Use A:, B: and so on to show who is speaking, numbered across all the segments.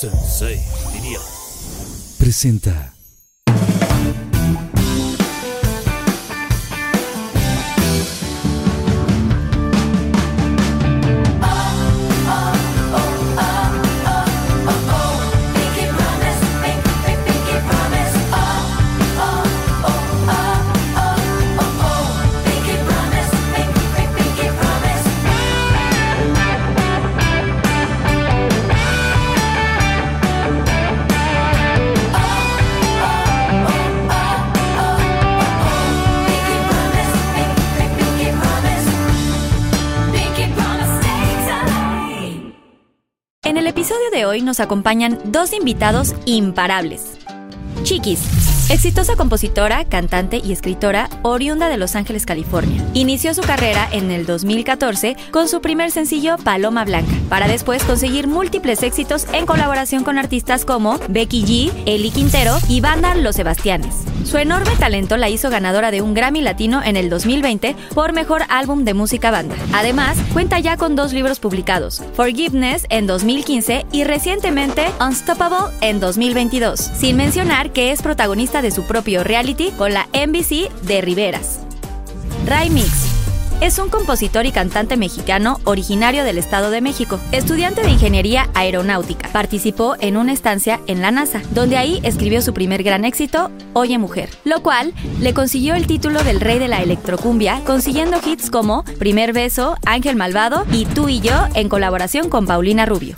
A: Sensei, diría. Presenta.
B: En el episodio de hoy nos acompañan dos invitados imparables. Chiquis, exitosa compositora, cantante y escritora oriunda de Los Ángeles, California. Inició su carrera en el 2014 con su primer sencillo Paloma Blanca, para después conseguir múltiples éxitos en colaboración con artistas como Becky G, Eli Quintero y Banda Los Sebastianes. Su enorme talento la hizo ganadora de un Grammy Latino en el 2020 por mejor álbum de música banda. Además, cuenta ya con dos libros publicados, Forgiveness en 2015 y recientemente Unstoppable en 2022, sin mencionar que es protagonista de su propio reality con la NBC de Riveras. Ray Mix. Es un compositor y cantante mexicano originario del Estado de México, estudiante de ingeniería aeronáutica. Participó en una estancia en la NASA, donde ahí escribió su primer gran éxito, Oye Mujer, lo cual le consiguió el título del rey de la electrocumbia, consiguiendo hits como Primer Beso, Ángel Malvado y Tú y yo en colaboración con Paulina Rubio.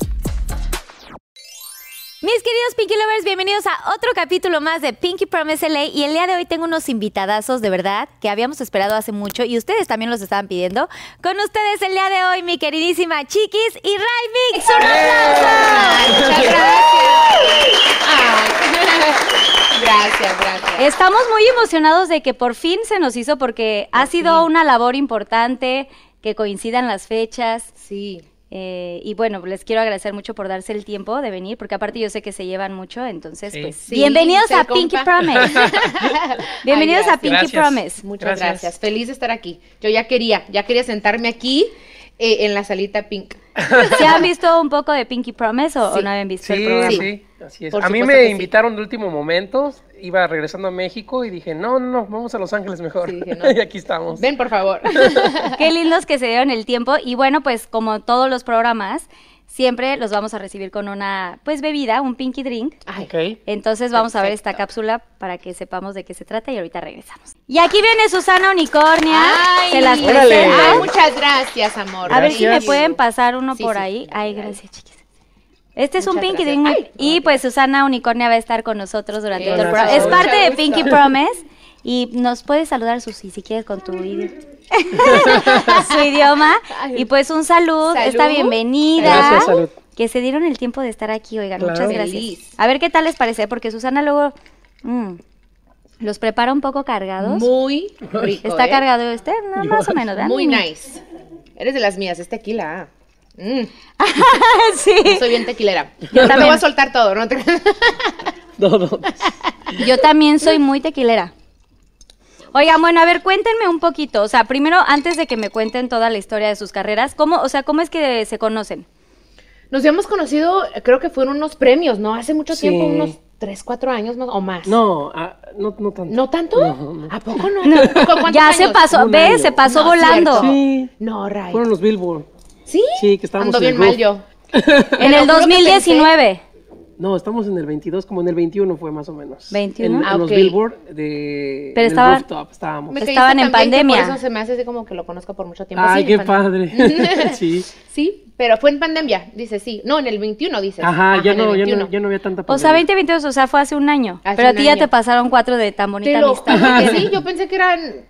C: Mis queridos Pinky Lovers, bienvenidos a otro capítulo más de Pinky Promise LA y el día de hoy tengo unos invitadazos de verdad que habíamos esperado hace mucho y ustedes también los estaban pidiendo. Con ustedes el día de hoy mi queridísima Chiquis y Ray Mix. ¡Un aplauso!
D: ¡Eh! Muchas gracias. Ay. Gracias, gracias.
C: Estamos muy emocionados de que por fin se nos hizo porque ha sido una labor importante, que coincidan las fechas.
D: Sí.
C: eh, y bueno, les quiero agradecer mucho por darse el tiempo de venir, porque aparte yo sé que se llevan mucho, entonces
E: Sí.
C: pues...
D: Sí,
C: bienvenidos
D: se
C: a
D: compa.
C: Pinky Promise. bienvenidos
D: Ay,
C: a Pinky
E: gracias.
C: Promise.
D: Muchas gracias.
E: Gracias.
D: Feliz de estar aquí. Yo ya quería, ya quería sentarme aquí eh, en la salita pink.
C: ¿Se han visto un poco de Pinky Promise o, o
D: Sí.
C: no habían visto el
E: Sí,
C: programa?
E: sí, así es.
D: Por
E: a mí
D: supuesto que
E: me
D: sí.
E: invitaron de último momento, iba regresando a México y dije, no, no, no, vamos a Los Ángeles mejor.
D: Sí, dije, no.
E: y aquí estamos.
D: Ven, por favor.
C: Qué lindos que se dieron el tiempo. Y bueno, pues como todos los programas, siempre los vamos a recibir con una pues bebida, un pinky drink.
D: Ay,
E: Ok.
C: Entonces vamos a ver esta cápsula para que sepamos de qué se trata y ahorita regresamos. Y aquí viene Susana Unicornia.
D: Ay,
C: se las
E: órale.
C: presento.
D: Ay, muchas gracias, amor.
C: A ver si me
E: Gracias.
C: pueden pasar uno
D: Sí,
C: por
D: sí.
C: ahí. Ay, gracias, chiquis. Este es un
D: Muchas
C: Pinky
D: gracias.
C: Drink. muy-
D: Ay,
C: y pues Susana Unicornia va a estar con nosotros durante
D: Qué
C: todo el
E: gusto.
C: programa. Es
E: Mucho
C: parte de
D: gusto.
C: Pinky Promise. Y nos puedes saludar, Susi, si quieres, con tu, idi- su idioma.
D: Ay.
C: Y pues un salud,
D: Salud.
C: esta bienvenida.
E: Gracias, salud.
C: Que se dieron el tiempo de estar aquí, oigan,
E: Claro.
C: muchas gracias.
D: Feliz.
C: A ver qué tal les parece, porque Susana luego mm, los prepara un poco cargados.
D: Muy rico.
C: Está
D: ¿eh?
C: cargado este, no, más o menos, ¿verdad?
D: Muy
C: Mimi?
D: nice. Eres de las mías, es tequila. ah. Mm,
C: sí.
D: soy bien tequilera.
C: Yo
D: Te voy
C: también.
D: a soltar todo, ¿no? te-
E: No, no.
C: Yo también soy muy tequilera. Oigan, bueno, a ver, cuéntenme un poquito. O sea, primero, antes de que me cuenten toda la historia de sus carreras, ¿cómo, o sea, cómo es que se conocen?
D: Nos habíamos conocido, creo que fueron unos premios, ¿no? Hace mucho
E: Sí.
D: tiempo, unos 3, 4 años más o más.
E: No, ah, no, no tanto.
D: ¿No tanto?
E: No, no.
D: ¿A poco no? ¿Cu- cuántos
C: Ya se
D: años?
C: pasó,
E: Un
C: ve,
E: año.
C: se pasó
D: No,
C: volando.
D: cierto.
E: Sí,
D: No, Ray.
E: fueron los Billboard.
D: ¿Sí?
E: Sí, que estábamos
D: Ando
E: en
D: bien mal
E: el grupo.
D: yo.
C: En el
D: Te lo juro que
C: 2019.
E: No, estamos en el 22, como en el 21 fue más o menos.
C: 21.
E: En,
D: Ah,
E: en los
D: ok.
E: Billboard de
C: Pero
E: en el
C: estaban-
E: rooftop estábamos.
D: Me caíste
C: Estaban en
D: tan bien que
C: pandemia.
D: Por eso se me hace así como que lo conozco por mucho tiempo.
E: Ay,
D: Sí,
E: qué
D: en pandemia.
E: padre. sí.
D: Sí, pero fue en pandemia, dice sí. No, en el 21 dices.
E: Ajá, ya,
D: en el
E: no, ya,
D: 21.
E: no, ya no había tanta
C: O sea,
E: pandemia.
C: 2022, o sea, fue hace un año.
D: Hace
C: pero a
D: un
C: ti ya
D: año.
C: te pasaron cuatro de tan bonita
D: Te lo
C: amistad.
D: juro que sí, yo pensé que eran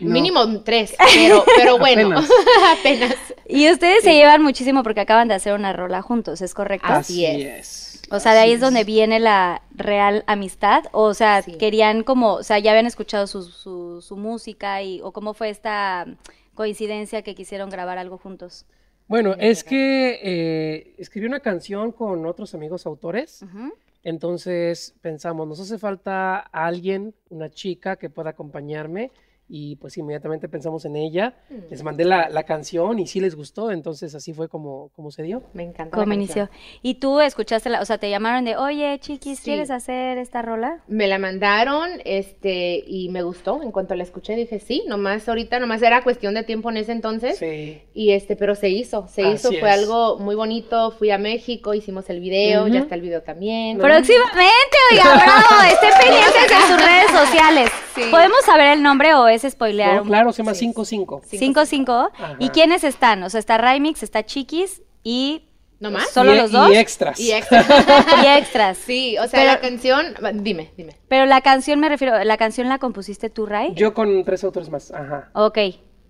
D: mínimo tres, pero, pero bueno,
E: Apenas.
D: apenas.
C: Y ustedes se llevan muchísimo porque acaban de hacer una rola juntos, ¿es correcto?
D: Ah, Así es.
C: O sea, de ahí es donde viene la real amistad. O sea,
D: Sí.
C: querían como, o sea, ya habían escuchado su, su, su música y, o cómo fue esta coincidencia que quisieron grabar algo juntos.
E: Bueno, es que eh, escribí una canción con otros amigos autores.
C: Ujú.
E: Entonces pensamos, nos hace falta alguien, una chica que pueda acompañarme y pues inmediatamente pensamos en ella. Les mandé la, la canción y sí les gustó, entonces así fue como, como se dio.
D: Me encanta. la
C: ¿Cómo
D: canción.
C: inició? Y tú escuchaste, la, o sea, te llamaron de, oye, chiquis,
D: Sí.
C: ¿quieres hacer esta rola?
D: Me la mandaron, este, y me gustó. En cuanto la escuché, dije, sí, nomás ahorita, nomás era cuestión de tiempo en ese entonces.
E: Sí.
D: Y este, pero se hizo, se hizo,
E: Así
D: fue
E: es.
D: algo muy bonito. Fui a México, hicimos el video, ya
E: Ujú.
D: está el video también.
C: Próximamente, oiga, bravo, estén pendientes de sus redes sociales.
D: Sí.
C: ¿Podemos saber el nombre o es spoilear?
E: No,
C: un-
E: claro, se llama
D: Sí.
E: 5-5.
C: Cinco, cinco.
E: Ajá.
C: ¿Y quiénes están? O sea, está Rymix, está Chiquis y...
D: ¿Nomás?
C: ¿Solo
E: Y- e,
C: los dos?
E: Y extras.
D: Y extra.
C: y extras.
D: Sí, o sea,
C: Pero-
D: la canción, va, dime, dime.
C: Pero la canción, me refiero, ¿la canción la compusiste tú, Ray?
E: Yo con tres autores más. Ajá.
C: Ok.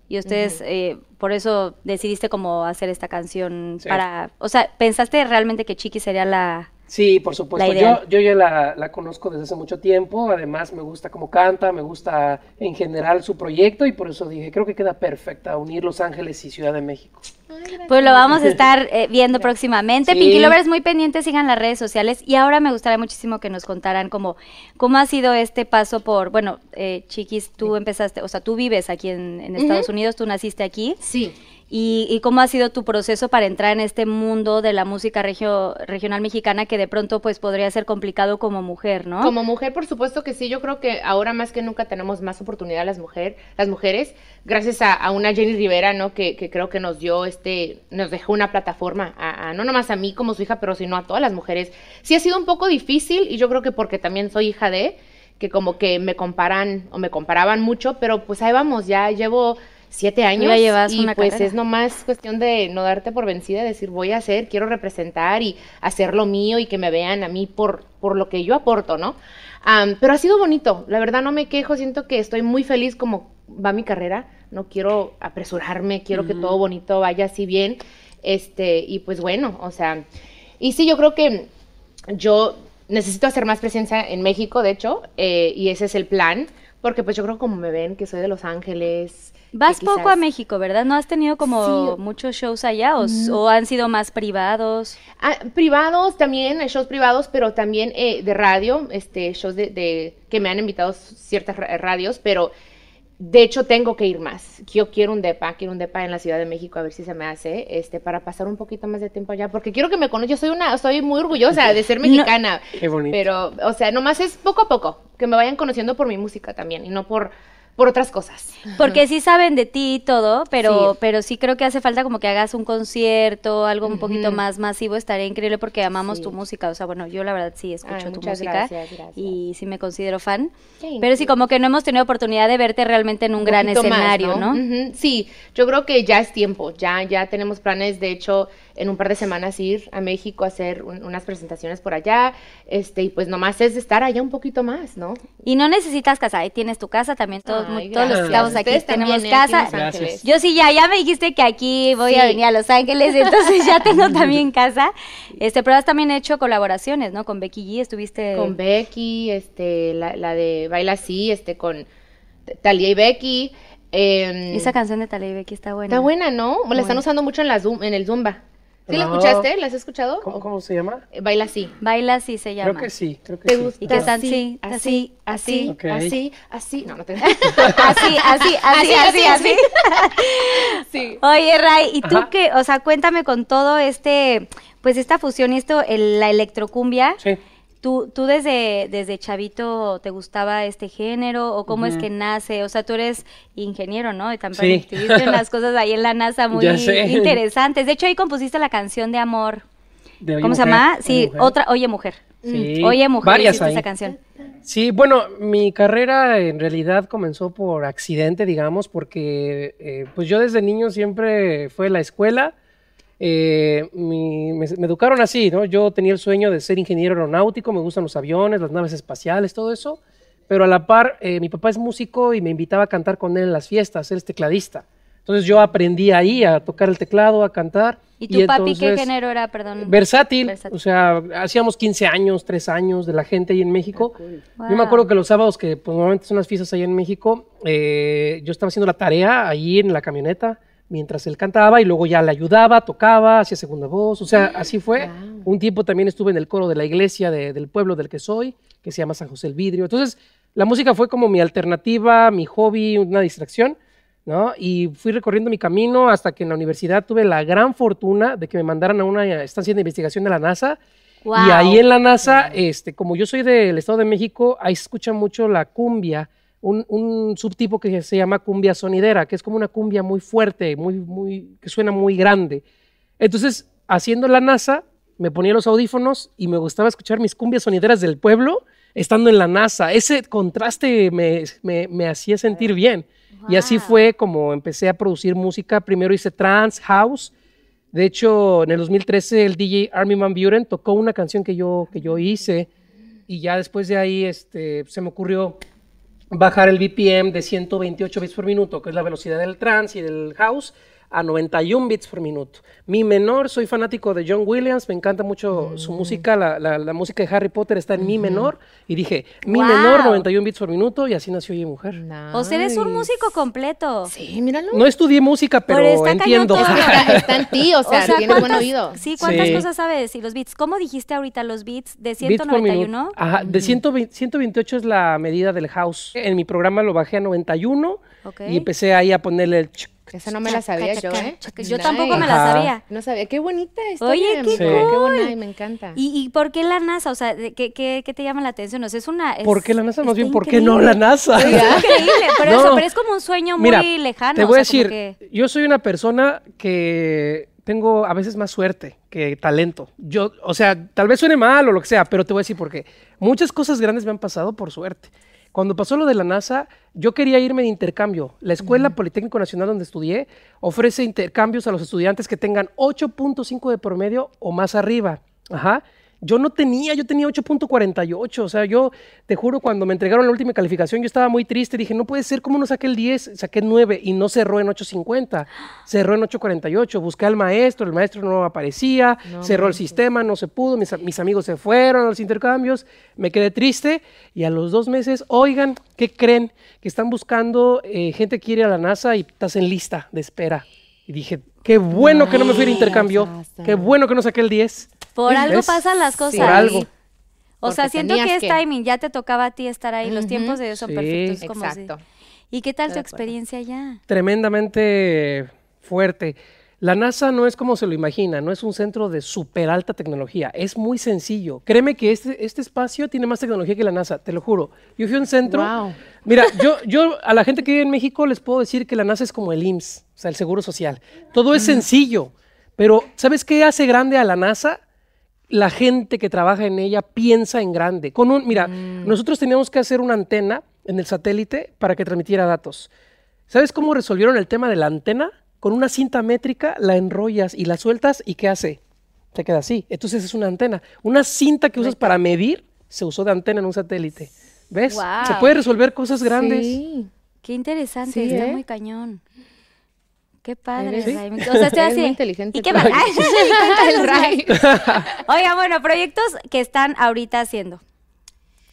C: Y ustedes, eh, por eso decidiste como hacer esta canción
E: Sí.
C: para... O sea, ¿pensaste realmente que Chiquis sería la...
E: Sí, por supuesto.
C: La idea.
E: Yo, yo ya la, la conozco desde hace mucho tiempo. Además, me gusta cómo canta, me gusta en general su proyecto y por eso dije, creo que queda perfecta unir Los Ángeles y Ciudad de México.
C: Pues lo vamos a estar eh, viendo próximamente.
E: Sí.
C: Pinky Lovers, muy pendientes, sigan las redes sociales. Y ahora me gustaría muchísimo que nos contaran cómo, cómo ha sido este paso por, bueno, eh, Chiquis, tú empezaste, o sea, tú vives aquí en, en Estados Unidos, tú naciste aquí.
D: Sí.
C: Y, y cómo ha sido tu proceso para entrar en este mundo de la música regio- regional mexicana que de pronto pues podría ser complicado como mujer, ¿no?
D: Como mujer, por supuesto que sí. Yo creo que ahora más que nunca tenemos más oportunidad las, mujer, las mujeres, gracias a, a una Jenny Rivera, ¿no? Que, que creo que nos dio este, nos dejó una plataforma, a, a- no nomás a mí como su hija, pero sino a todas las mujeres. Sí ha sido un poco difícil y yo creo que porque también soy hija de, que como que me comparan o me comparaban mucho, pero pues ahí vamos, ya llevo siete años
C: Ya llevas
D: y
C: una
D: pues
C: carrera.
D: es nomás cuestión de no darte por vencida, decir voy a hacer, quiero representar y hacer lo mío y que me vean a mí por, por lo que yo aporto, ¿no? Am, pero ha sido bonito, la verdad no me quejo, siento que estoy muy feliz como va mi carrera, no quiero apresurarme, quiero que todo bonito vaya así bien, este, y pues bueno, o sea, y sí, yo creo que yo necesito hacer más presencia en México, de hecho, eh, y ese es el plan, porque pues yo creo que como me ven, que soy de Los Ángeles. que
C: Vas poco a
D: quizás-
C: México, ¿verdad? ¿No has tenido como
D: Sí. Mm.
C: muchos shows allá o, s- o han sido más privados?
D: Ah, privados también, eh, shows privados, pero también eh, de radio, este, shows de, de- que me han invitado ciertas ra- radios, pero de hecho tengo que ir más. Yo quiero un depa, quiero un depa en la Ciudad de México, a ver si se me hace, este, para pasar un poquito más de tiempo allá, porque quiero que me conozcan. Yo soy una, soy muy orgullosa de ser mexicana.
E: Qué bonito.
D: Pero, o sea, nomás es poco a poco, que me vayan conociendo por mi música también y no por, por otras cosas.
C: Porque sí saben de ti y todo, pero
D: Sí.
C: pero sí creo que hace falta como que hagas un concierto, algo un poquito más masivo, estaría increíble porque amamos
D: Sí.
C: tu música, o sea, bueno, yo la verdad sí escucho
D: Ay,
C: tu
D: muchas
C: música
D: gracias, gracias.
C: y sí me considero fan,
D: Thank
C: pero sí
D: you.
C: como que no hemos tenido oportunidad de verte realmente en un, gran
D: poquito más,
C: escenario, ¿no?
D: Ujú, Sí, yo creo que ya es tiempo, ya, ya tenemos planes, de hecho, en un par de semanas ir a México a hacer un- unas presentaciones por allá, este, y pues nomás es estar allá un poquito más, ¿no?
C: Y no necesitas casa, ahí tienes tu casa también, todos,
D: Ay,
C: mu- todos los que
E: gracias.
C: estamos aquí
D: Ustedes
C: tenemos
D: también, ¿eh? Aquí en
C: casa.
D: Los Ángeles.
C: Yo sí ya, ya me dijiste que aquí voy a
D: Sí.
C: venir a Los Ángeles, entonces ya tengo también casa. Este, pero has también hecho colaboraciones, ¿no? Con Becky G estuviste
D: Con Becky, este, la, la de Baila Así, este, con Talia y Becky. em,
C: Esa canción de Talía y Becky está buena.
D: está buena, ¿no? La están
C: Buena.
D: usando mucho en, la Zoom- en el Zumba. ¿Sí la
E: No.
D: escuchaste? ¿La has escuchado?
E: ¿Cómo, cómo se llama?
D: Eh, Baila Así.
C: Baila así se llama.
E: Creo que sí, creo que
D: ¿Te
E: sí.
D: gusta?
C: Y que están
D: así,
C: así,
D: así, así,
E: Ok.
D: así, así. No, no te...
C: Así, así, así, así, así.
D: Sí.
C: Oye, Ray, ¿y tú
E: Ajá.
C: qué? O sea, cuéntame con todo este, pues esta fusión y esto, el- la electrocumbia.
E: Sí.
C: ¿Tú, tú desde, desde chavito te gustaba este género o cómo es que nace? O sea, tú eres ingeniero, ¿no? Y también
E: Sí.
C: estuviste unas cosas ahí en la NASA muy
E: Ya sé.
C: interesantes. De hecho, ahí compusiste la canción de amor.
E: De Oye
C: ¿Cómo se
E: Mujer,
C: llama?
E: Oye
C: Sí,
E: Mujer.
C: otra, Oye Mujer. Mm.
E: Sí,
C: Oye Mujer,
E: varias
C: hiciste
E: ahí.
C: esa canción.
E: Sí, bueno, mi carrera en realidad comenzó por accidente, digamos, porque eh, pues yo desde niño siempre fue la escuela. eh, mi- me, me educaron así, ¿no? Yo tenía el sueño de ser ingeniero aeronáutico, me gustan los aviones, las naves espaciales, todo eso. Pero a la par, eh, mi papá es músico y me invitaba a cantar con él en las fiestas, él es tecladista. Entonces yo aprendí ahí a tocar el teclado, a cantar.
C: ¿Y tu papi qué
E: entonces-
C: género era? Perdón.
E: Versátil,
C: Versátil.
E: o sea, hacíamos 15 años, 3 años de la gente ahí en México. Yo
C: Wow.
E: me acuerdo que los sábados, que pues, normalmente son las fiestas ahí en México, eh, yo estaba haciendo la tarea ahí en la camioneta mientras él cantaba y luego ya le ayudaba, tocaba, hacía segunda voz, o sea, así fue. Un tiempo también estuve en el coro de la iglesia de- del pueblo del que soy, que se llama San José el Vidrio. Entonces, la música fue como mi alternativa, mi hobby, una distracción, ¿no? Y fui recorriendo mi camino hasta que en la universidad tuve la gran fortuna de que me mandaran a una estancia de investigación de la NASA.
F: Wow.
E: Y ahí en la NASA, este, como yo soy del Estado de México, ahí se escucha mucho la cumbia, un, un subtipo que se llama cumbia sonidera, que es como una cumbia muy fuerte, muy, muy, que suena muy grande. Entonces, haciendo la NASA, me ponía los audífonos y me gustaba escuchar mis cumbias sonideras del pueblo estando en la NASA. Ese contraste me, me- me hacía sentir bien. Y así
F: Wow.
E: fue como empecé a producir música. Primero hice trance, house. De hecho, en el 2013 el DJ Armin Van Buren tocó una canción que yo, que yo hice y ya después de ahí este, se me ocurrió bajar el BPM de 128 bits por minuto, que es la velocidad del trance y del house, a 91 bits por minuto. Mi menor, soy fanático de John Williams, me encanta mucho su
C: Mm.
E: música, la, la- la música de Harry Potter está en mi menor, y dije, mi
F: Wow.
E: menor, 91 bits por minuto, y así nació Oye Mujer.
C: O sea, eres un músico completo.
D: Sí, míralo.
E: No estudié música, pero,
C: Pero está cañón
E: entiendo.
C: todo.
D: Está, está en ti, o sea, tienes buen
C: ¿cuántas-
D: oído.
C: Sí, ¿cuántas
E: Sí.
C: cosas sabes? Y los beats. ¿Cómo dijiste ahorita los beats de
E: Beats por
C: 191?
E: minuto.
D: Ah,
E: Ajá, de 120 128 es la medida del house. En mi programa lo bajé a 91
C: Ok.
E: y empecé ahí a ponerle el... chuc,
D: Esa no me la sabía yo, ¿eh?
C: Yo tampoco me
E: Ajá.
C: la sabía.
D: No sabía. Qué bonita esta.
C: Oye, qué
D: Qué
C: cool.
D: buena, y me encanta.
C: ¿Y, y por qué la NASA? O sea, de- ¿qué, qué, qué te llama la atención? O sea, es una... es-
E: ¿Por qué la NASA? Más
C: está
E: bien, ¿por qué no la
C: increíble.
E: NASA?
C: Es increíble, pero
E: No.
C: eso, pero es como un sueño muy
E: Mira,
C: lejano.
E: Te
C: o
E: voy a
C: sea,
E: decir,
C: como que-
E: yo soy una persona que tengo a veces más suerte que talento. Yo, o sea, tal vez suene mal o lo que sea, pero te voy a decir por qué. Muchas cosas grandes me han pasado por suerte. Cuando pasó lo de la NASA, yo quería irme de intercambio. La Escuela Politécnico Nacional donde estudié ofrece intercambios a los estudiantes que tengan 8.5 de promedio o más arriba. Ajá. Yo no tenía, yo tenía 8.48. O sea, yo te juro, cuando me entregaron la última calificación, yo estaba muy triste. Dije, no puede ser, ¿cómo no saqué el 10? Saqué el 9 y no cerró en 8.50. Cerró en 8.48. Busqué al maestro, el maestro no aparecía. cerró el sistema, no se pudo. Mis, a- mis amigos se fueron a los intercambios. Me quedé triste. Y a los dos meses, oigan, ¿qué creen? Que están buscando eh, gente que quiere a la NASA y estás en lista de espera. Y dije, qué bueno que no me fui de intercambio. Qué bueno que no saqué el 10.
C: Por algo
E: ¿Ves?
C: pasan las cosas.
E: Por algo.
C: O sea,
D: Porque
C: siento que
D: tenías
C: es
D: que.
C: timing, ya te tocaba a ti estar ahí, los tiempos de Dios son
E: Sí.
C: perfectos. es como si-
D: Exacto.
C: ¿Y qué tal tu
D: Estoy de acuerdo.
C: experiencia ya?
E: tremendamente fuerte. La NASA no es como se lo imagina, no es un centro de super alta tecnología, es muy sencillo. Créeme que este, este espacio tiene más tecnología que la NASA, te lo juro. Yo fui a un centro...
D: Wow.
E: Mira, yo, yo a la gente que vive en México les puedo decir que la NASA es como el IMSS, o sea, el Seguro Social. Todo es sencillo, pero ¿sabes qué hace grande a la NASA? la gente que trabaja en ella piensa en grande. Con un, mira, nosotros teníamos que hacer una antena en el satélite para que transmitiera datos. ¿Sabes cómo resolvieron el tema de la antena? Con una cinta métrica la enrollas y la sueltas y ¿qué hace? Se queda así. Entonces es una antena. Una cinta que usas para medir se usó de antena en un satélite. ¿Ves?
C: Guau.
E: Se puede resolver cosas grandes.
D: Sí.
C: Qué interesante,
D: Sí,
C: está
D: ¿eh?
C: muy cañón. Qué padre,
D: Eres-
C: Raimi. O sea, estoy
D: Eres
C: así.
D: muy
C: de,
D: inteligente
C: ¿Y qué
D: tú.
C: más? Ay, cuéntanos
D: El
C: más.
D: Ray.
C: Oiga, bueno, proyectos que están ahorita haciendo.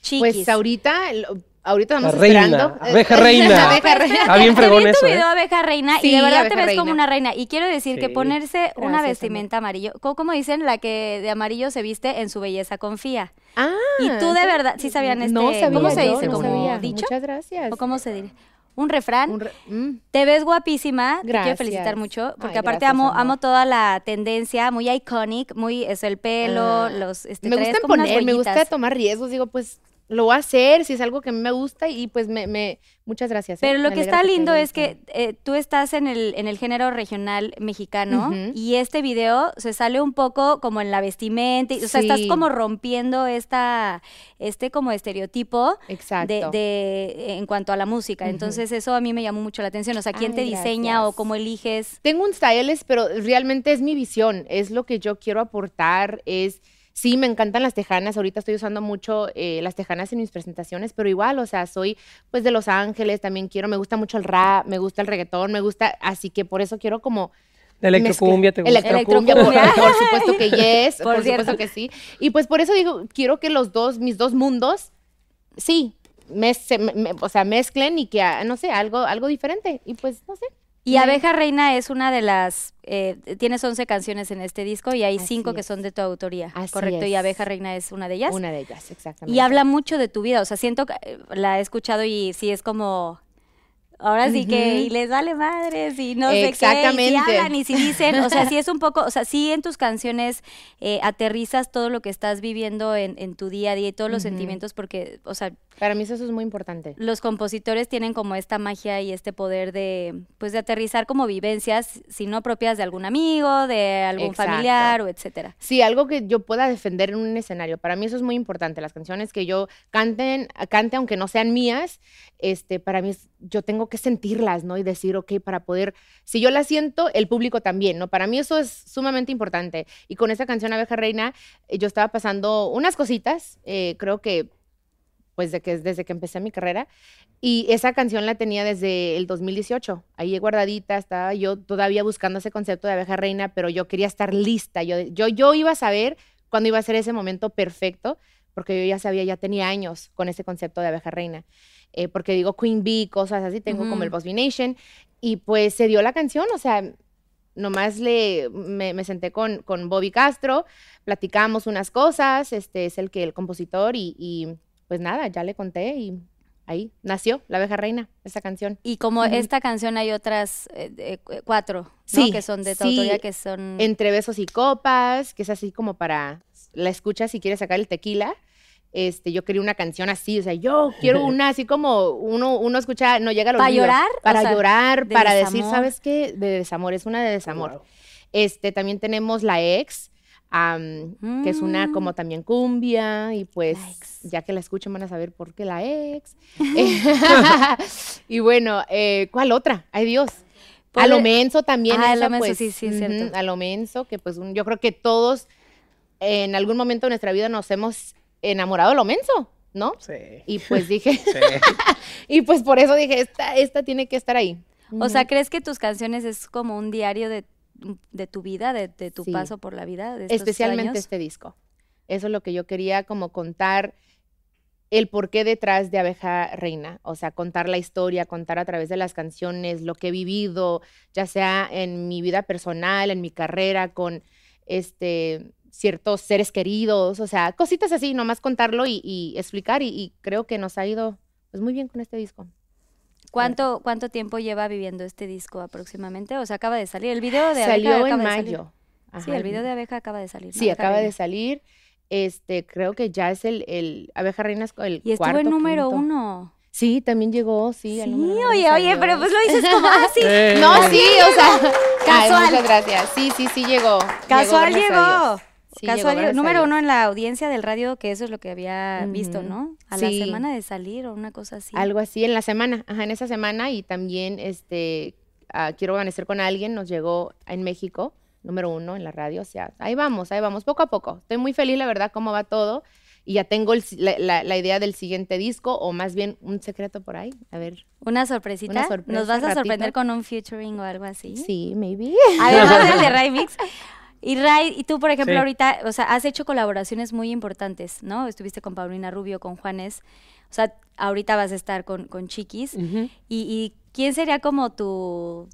C: Chiquis.
D: Pues ahorita, lo- ahorita
E: La
D: estamos
E: reina,
D: esperando.
E: abeja
D: La
E: reina.
C: pues,
D: abeja reina.
E: Ah, bien fregón
C: Te vi
E: eso,
C: tu
E: ¿eh?
C: video abeja reina y
D: Sí,
C: de verdad te
D: abeja
C: ves como
D: reina.
C: una reina. Y quiero decir que
E: Sí.
C: ponerse una
D: Gracias,
C: vestimenta amarillo, co- como dicen, la que de amarillo se viste en su belleza confía.
D: Ah,
C: Y tú de verdad, sí sabían este,
D: no sabía
C: ¿cómo se
D: yo,
C: dice?
D: no
C: ¿Como
D: sabía.
C: dicho?
D: Muchas gracias.
C: ¿O cómo se diría? Un refrán.
D: Un re- mm.
C: Te ves guapísima, te quiero
D: Gracias.
C: felicitar mucho, porque
D: Ay,
C: aparte
D: gracias,
C: amo,
D: amor.
C: amo toda la tendencia, muy iconic, muy eso, el pelo,
D: Ah,
C: los este,
D: me
C: traes
D: gusta
C: como unas
D: poner, me gusta
C: huellitas.
D: tomar riesgos, digo, pues lo voy a hacer si es algo que a mí me gusta y pues me, me- muchas gracias. ¿eh?
C: Pero lo
D: Me
C: que
D: alegra
C: está
D: te
C: lindo
D: haya
C: es que eh, tú estás en el, en el género regional mexicano
D: Ujú.
C: y este video se sale un poco como en la vestimenta, y- o sea, estás
D: Sí.
C: como rompiendo esta, este como estereotipo
D: gustado.
C: de,
D: Exacto.
C: de- en cuanto a la música.
D: Ujú.
C: Entonces eso a mí me llamó mucho la atención, o sea, quién
D: Ay,
C: te diseña
D: gracias.
C: o cómo eliges.
D: Tengo un stylist, pero realmente es mi visión, es lo que yo quiero aportar, es, sí, me encantan las tejanas, ahorita estoy usando mucho eh, las tejanas en mis presentaciones, pero igual, o sea, soy pues de Los Ángeles, también quiero, me gusta mucho el rap, me gusta el reggaetón, me gusta, así que por eso quiero como
E: La electrocumbia, ¿te gusta?
D: Electrocumbia, por, por supuesto que yes,
C: Por
D: por,
C: cierto.
D: supuesto que sí. Y pues por eso digo, quiero que los dos, mis dos mundos, sí, mez- se- me- me- o sea, mezclen y que, ah, no sé, algo, algo diferente. Y pues, no sé.
C: Y Abeja Reina es una de las, eh, tienes 11 canciones en este disco y hay
D: Así
C: cinco que
D: es.
C: son de tu autoría,
D: Así
C: correcto, y
D: es.
C: Abeja Reina es una de ellas.
D: Una de ellas, exactamente.
C: Y habla mucho de tu vida, o sea, siento que eh, la he escuchado y sí es como, ahora sí que,
D: Ujú.
C: y les vale madres y no sé qué, y si
D: Exactamente.
C: hablan y si dicen, o sea, sí es un poco, o sea, sí en tus canciones eh, aterrizas todo lo que estás viviendo en, en tu día a día y todos los
D: Ujú.
C: sentimientos porque, o sea,
D: Para mí eso es muy importante.
C: los compositores tienen como esta magia y este poder de, pues, de aterrizar como vivencias, si no propias de algún amigo, de algún
D: Exacto.
C: familiar o etcétera.
D: Sí, algo que yo pueda defender en un escenario. Para mí eso es muy importante. Las canciones que yo canten, cante aunque no sean mías, este, para mí es- yo tengo que sentirlas, ¿no? Y decir, ok, para poder, si yo las siento, el público también, ¿no? Para mí eso es sumamente importante. Y con esta canción Abeja Reina, eh, yo estaba pasando unas cositas, eh, creo que, pues de que, desde que empecé mi carrera, y esa canción la tenía desde el 2018, ahí guardadita, estaba yo todavía buscando ese concepto de abeja reina, pero yo quería estar lista, yo, yo, yo iba a saber cuándo iba a ser ese momento perfecto, porque yo ya sabía, ya tenía años con ese concepto de abeja reina, Eh, porque digo Queen Bee, cosas así, tengo como el
C: Ujú.
D: Bosby Nation, y pues se dio la canción, o sea, nomás le, me, me senté con, con Bobby Castro, platicamos unas cosas, este es el que, el compositor, y- y pues nada, ya le conté y ahí nació La abeja reina, esa canción.
C: Y como
D: Ujú.
C: esta canción hay otras eh, eh, cu- cuatro, ¿no?
D: Sí,
C: que son de tu
D: sí.
C: autoría, que son...
D: Entre besos y copas, que es así como para la escucha si quieres sacar el tequila. Este, yo quería una canción así, o sea, yo quiero una así como uno, uno escucha, no llega a los
C: ¿Para llorar? O
D: Para
C: sea,
D: llorar,
C: de
D: para decir,
C: desamor.
D: ¿sabes qué? De desamor, es una de desamor.
E: Wow.
D: Este, también tenemos La Ex, am, que es una como también cumbia, y pues
C: Mm. La Ex.
D: ya que la escuchen van a saber por qué La Ex. Eh, y bueno, eh, ¿cuál otra? Ay Dios.
C: Ponle-
D: A lo menso también.
C: Pues, Ah, a
D: esa,
C: lo menso,
D: pues,
C: sí, sí, es cierto.
D: ujú, A lo menso, que pues un- yo creo que todos en algún momento de nuestra vida nos hemos enamorado de lo menso, ¿no?
E: Sí.
D: Y pues dije,
E: sí.
D: y pues por eso dije, esta, esta tiene que estar ahí.
C: O sea, ¿crees que tus canciones es como un diario de, de tu vida, de, de tu
D: Sí.
C: paso por la vida? de estos
D: especialmente
C: años?
D: este disco. Eso es lo que yo quería como contar el porqué detrás de Abeja Reina, o sea, contar la historia, contar a través de las canciones lo que he vivido, ya sea en mi vida personal, en mi carrera con este ciertos seres queridos, o sea, cositas así, nomás contarlo y, y explicar y, y creo que nos ha ido pues muy bien con este disco.
C: ¿Cuánto, ¿Cuánto tiempo lleva viviendo este disco aproximadamente? O sea, acaba de salir. El video Ah, de Abeja
D: Salió en
C: acaba de salir.
D: mayo.
C: Sí,
D: Ajá,
C: el video de Abeja acaba de salir. Pues ¿no?
D: Sí,
C: Abeja
D: acaba
C: Reina.
D: de salir. Este, creo que ya es el, el Abeja Reina es el
C: Y estuvo en
D: cuarto,
C: número
D: quinto.
C: uno.
D: Sí, también llegó, sí. al número uno
C: oye, oye,
D: salió.
C: pero pues lo dices como así.
E: Eh,
D: No, sí, o sea, ay,
C: Casual.
D: muchas gracias. Sí, sí, sí llegó.
C: Casual
D: gracias
C: llegó.
D: a Dios. Sí, llegó,
C: Casual, llegó.
D: gracias a
C: número
D: Dios.
C: uno en la audiencia del radio, que eso es lo que había visto,
D: Ujú.
C: ¿no? A
D: Sí.
C: la semana de salir o una cosa así.
D: Algo así en la semana, ajá, en esa semana y también este ah, quiero amanecer con alguien nos llegó en México número uno en la radio, o sea, ahí vamos, ahí vamos, poco a poco. Estoy muy feliz, la verdad, cómo va todo y ya tengo el si- la, la- la idea del siguiente disco o más bien un secreto por ahí, a ver.
C: Una sorpresita.
D: Una sorpresa,
C: Nos vas a
D: ratito.
C: sorprender con un featuring o algo así.
D: Sí, maybe.
C: Además del de Ray Mix. Y Ray, y tú, por ejemplo,
E: Sí.
C: ahorita, o sea, has hecho colaboraciones muy importantes, ¿no? Estuviste con Paulina Rubio, con Juanes. O sea, ahorita vas a estar con, con Chiquis.
E: ujú.
C: Y, y quién sería como tu...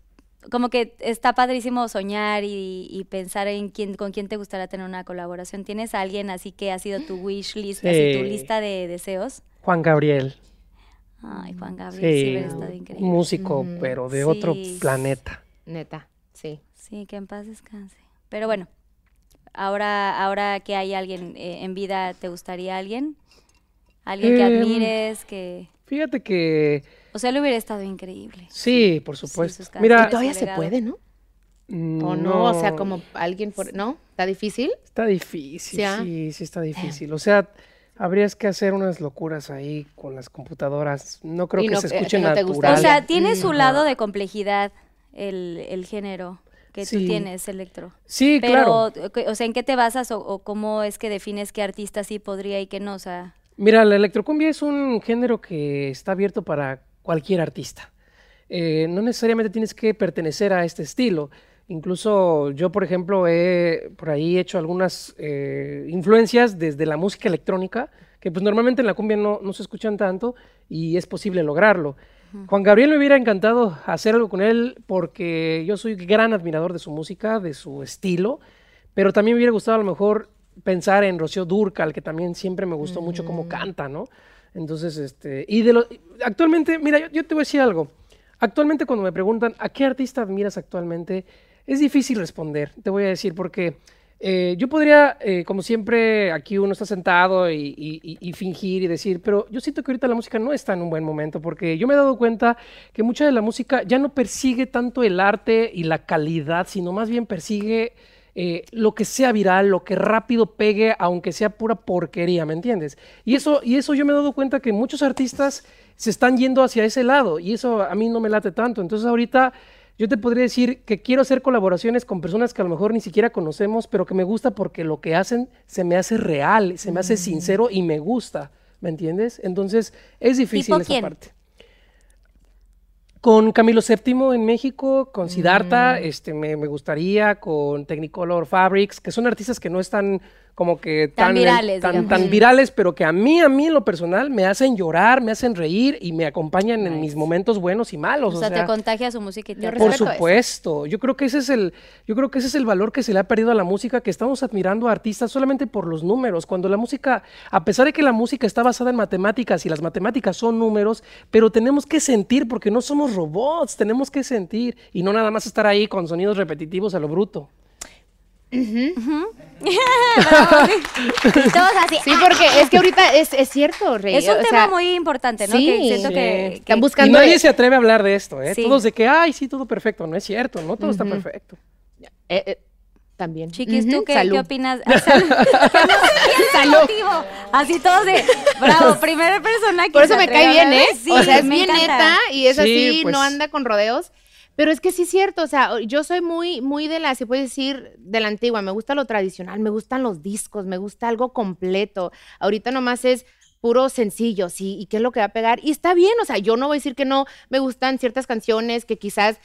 C: Como que está padrísimo soñar y, y pensar en quién, con quién te gustaría tener una colaboración. ¿Tienes a alguien así que ha sido tu wish list, así tu
E: Sí.
C: lista de deseos?
E: Juan Gabriel.
C: Ay, Juan Gabriel, sí,
E: Sí.
C: hubiera estado increíble.
E: Músico,
D: Ujú.
E: pero de
C: Sí.
E: otro planeta.
D: Neta, sí.
C: Sí, que en paz descanse. Pero bueno, ahora, ahora que hay alguien eh, en vida, ¿te gustaría alguien? Alguien que
E: Em.
C: admires, que...
E: Fíjate que
C: O sea, le hubiera estado increíble.
E: sí, por
C: sus
E: supuesto.
C: canciones.
E: Mira,
C: Su
D: Todavía se
C: legado.
D: puede, ¿no?
E: mm,
D: O no, o sea, como alguien por, ¿no? ¿Está difícil?
E: Está difícil,
D: Sí, ¿ah?
E: sí, sí está difícil. O sea, habrías que hacer unas locuras ahí con las computadoras. No creo
D: Y
E: que
D: no-
E: se
D: eh, que
E: escuche
D: no te
E: natural.
D: gustaría.
C: O sea,
D: Alguien.
C: tiene su
E: Ajá.
C: lado de complejidad el, el género que tú
E: Sí.
C: tienes, Electro.
E: sí,
C: Pero,
E: claro.
C: o sea, ¿en qué te basas o, o cómo es que defines qué artista sí podría y qué no? O sea,
E: Mira, la electrocumbia es un género que está abierto para cualquier artista. Eh, no necesariamente tienes que pertenecer a este estilo. Incluso yo, por ejemplo, he por ahí hecho algunas eh, influencias desde la música electrónica, que pues normalmente en la cumbia no, no se escuchan tanto y es posible lograrlo. Juan Gabriel me hubiera encantado hacer algo con él porque yo soy gran admirador de su música, de su estilo, pero también me hubiera gustado a lo mejor pensar en Rocío Durcal, que también siempre me gustó mucho cómo canta, ¿no? Entonces, este, y de lo, actualmente, mira, yo, yo te voy a decir algo. Actualmente cuando me preguntan, ¿a qué artista admiras actualmente? Es difícil responder, te voy a decir, porque eh, yo podría, eh, como siempre, aquí uno está sentado y, y- y fingir y decir, pero yo siento que ahorita la música no está en un buen momento, porque yo me he dado cuenta que mucha de la música ya no persigue tanto el arte y la calidad, sino más bien persigue eh, lo que sea viral, lo que rápido pegue, aunque sea pura porquería, ¿me entiendes? Y eso, y eso yo me he dado cuenta que muchos artistas se están yendo hacia ese lado y eso a mí no me late tanto. Entonces ahorita yo te podría decir que quiero hacer colaboraciones con personas que a lo mejor ni siquiera conocemos, pero que me gusta porque lo que hacen se me hace real, se me hace sincero y me gusta, ¿me entiendes? Entonces es difícil esa
B: quién?
E: parte. Con Camilo VII en México, con Siddhartha,
C: Mm.
E: este, me, me gustaría, con Technicolor Fabrics, que son artistas que no están como que
C: Tan
E: en-
C: virales,
E: tan,
C: digamos.
E: tan virales, pero que a mí, a mí en lo personal, me hacen llorar, me hacen reír y me acompañan en mis momentos buenos y malos.
C: O sea, te contagia su música y
G: Pues,
C: te
G: Yo
E: por
G: respeto eso.
E: supuesto, yo creo que ese es el, yo creo que ese es el valor que se le ha perdido a la música, que estamos admirando a artistas solamente por los números. Cuando la música, a pesar de que la música está basada en matemáticas y las matemáticas son números, pero tenemos que sentir porque no somos robots, tenemos que sentir y no nada más estar ahí con sonidos repetitivos a lo bruto.
C: Y todos así. "Ah".
G: Sí, porque es que ahorita es, es cierto, Rey.
C: Es un
G: o
C: tema
G: sea,
C: muy importante, ¿no?
G: sí.
C: que siento que,
E: Sí.
C: que-
G: Están
E: Y
G: buscando.
E: nadie se atreve a hablar de esto, ¿eh?
C: Sí.
E: Todos de que, ay, sí, todo perfecto. No es cierto, no todo está perfecto.
G: Eh, eh, también.
C: Chiquis,
G: Ujú,
C: ¿tú qué,
G: salud.
C: qué opinas? Ah, salud. Que no se pierda el motivo. Así todos de, bravo, primera persona que
G: Por eso
C: se
G: me cae
C: atreve a
G: bien,
C: hablar.
G: ¿eh?
C: Sí,
G: o sea, es
C: me
G: bien
C: encanta.
G: neta y es
E: Sí,
G: así,
E: pues.
G: no anda con rodeos. Pero es que sí es cierto, o sea, yo soy muy, muy de la, se puede decir, de la antigua. Me gusta lo tradicional, me gustan los discos, me gusta algo completo. Ahorita nomás es puro sencillo, sí, y qué es lo que va a pegar. Y está bien, o sea, yo no voy a decir que no me gustan ciertas canciones que quizás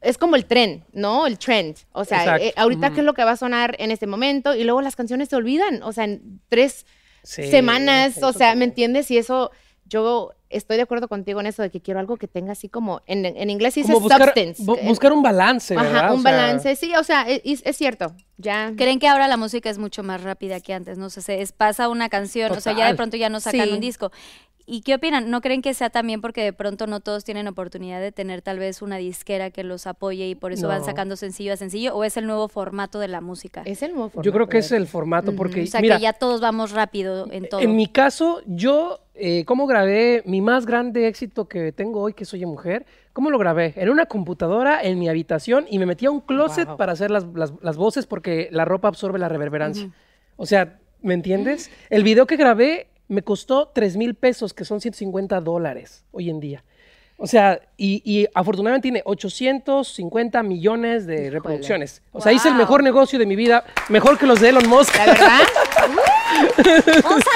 G: es como el tren, ¿no? El trend. O sea,
E: Exacto.
G: eh, ahorita qué es lo que va a sonar en este momento y luego las canciones se olvidan, o sea, en tres,
E: Sí,
G: semanas, o
E: eso
G: sea, ¿me
E: también.
G: entiendes? Y eso, yo estoy de acuerdo contigo en eso de que quiero algo que tenga así como, en, en inglés se dice
E: Como buscar,
G: substance.
E: bu-
G: que-
E: buscar un balance, ¿verdad?
G: Ajá,
E: O
G: un
E: sea,
G: balance, sí, o sea, e- es, es cierto, ya.
C: Creen que ahora la música es mucho más rápida que antes, no sé, se es- pasa una canción, o sea, ya de
E: Total.
C: pronto ya no sacan
G: Sí.
C: un disco. ¿Y qué opinan? ¿No creen que sea también porque de pronto no todos tienen oportunidad de tener tal vez una disquera que los apoye y por eso van
E: No.
C: sacando sencillo a sencillo? ¿O es el nuevo formato de la música?
G: Es el nuevo
E: Yo creo
G: formato
E: que
G: de-
E: es el formato, porque
C: o sea,
E: mira, e,
C: que ya todos vamos rápido en todo.
E: en mi caso, yo, eh, ¿cómo grabé mi más grande éxito que tengo hoy, que soy mujer? ¿Cómo lo grabé? En una computadora, en mi habitación, y me metí a un closet para hacer las, las- las voces porque la ropa absorbe la reverberancia. O sea, ¿me entiendes? El video que grabé me costó 3 mil pesos, que son 150 dólares hoy en día. O sea, y, y afortunadamente tiene 850 millones de reproducciones. O sea, hice el
C: Wow.
E: mejor negocio de mi vida, mejor que los de Elon Musk.
G: La verdad,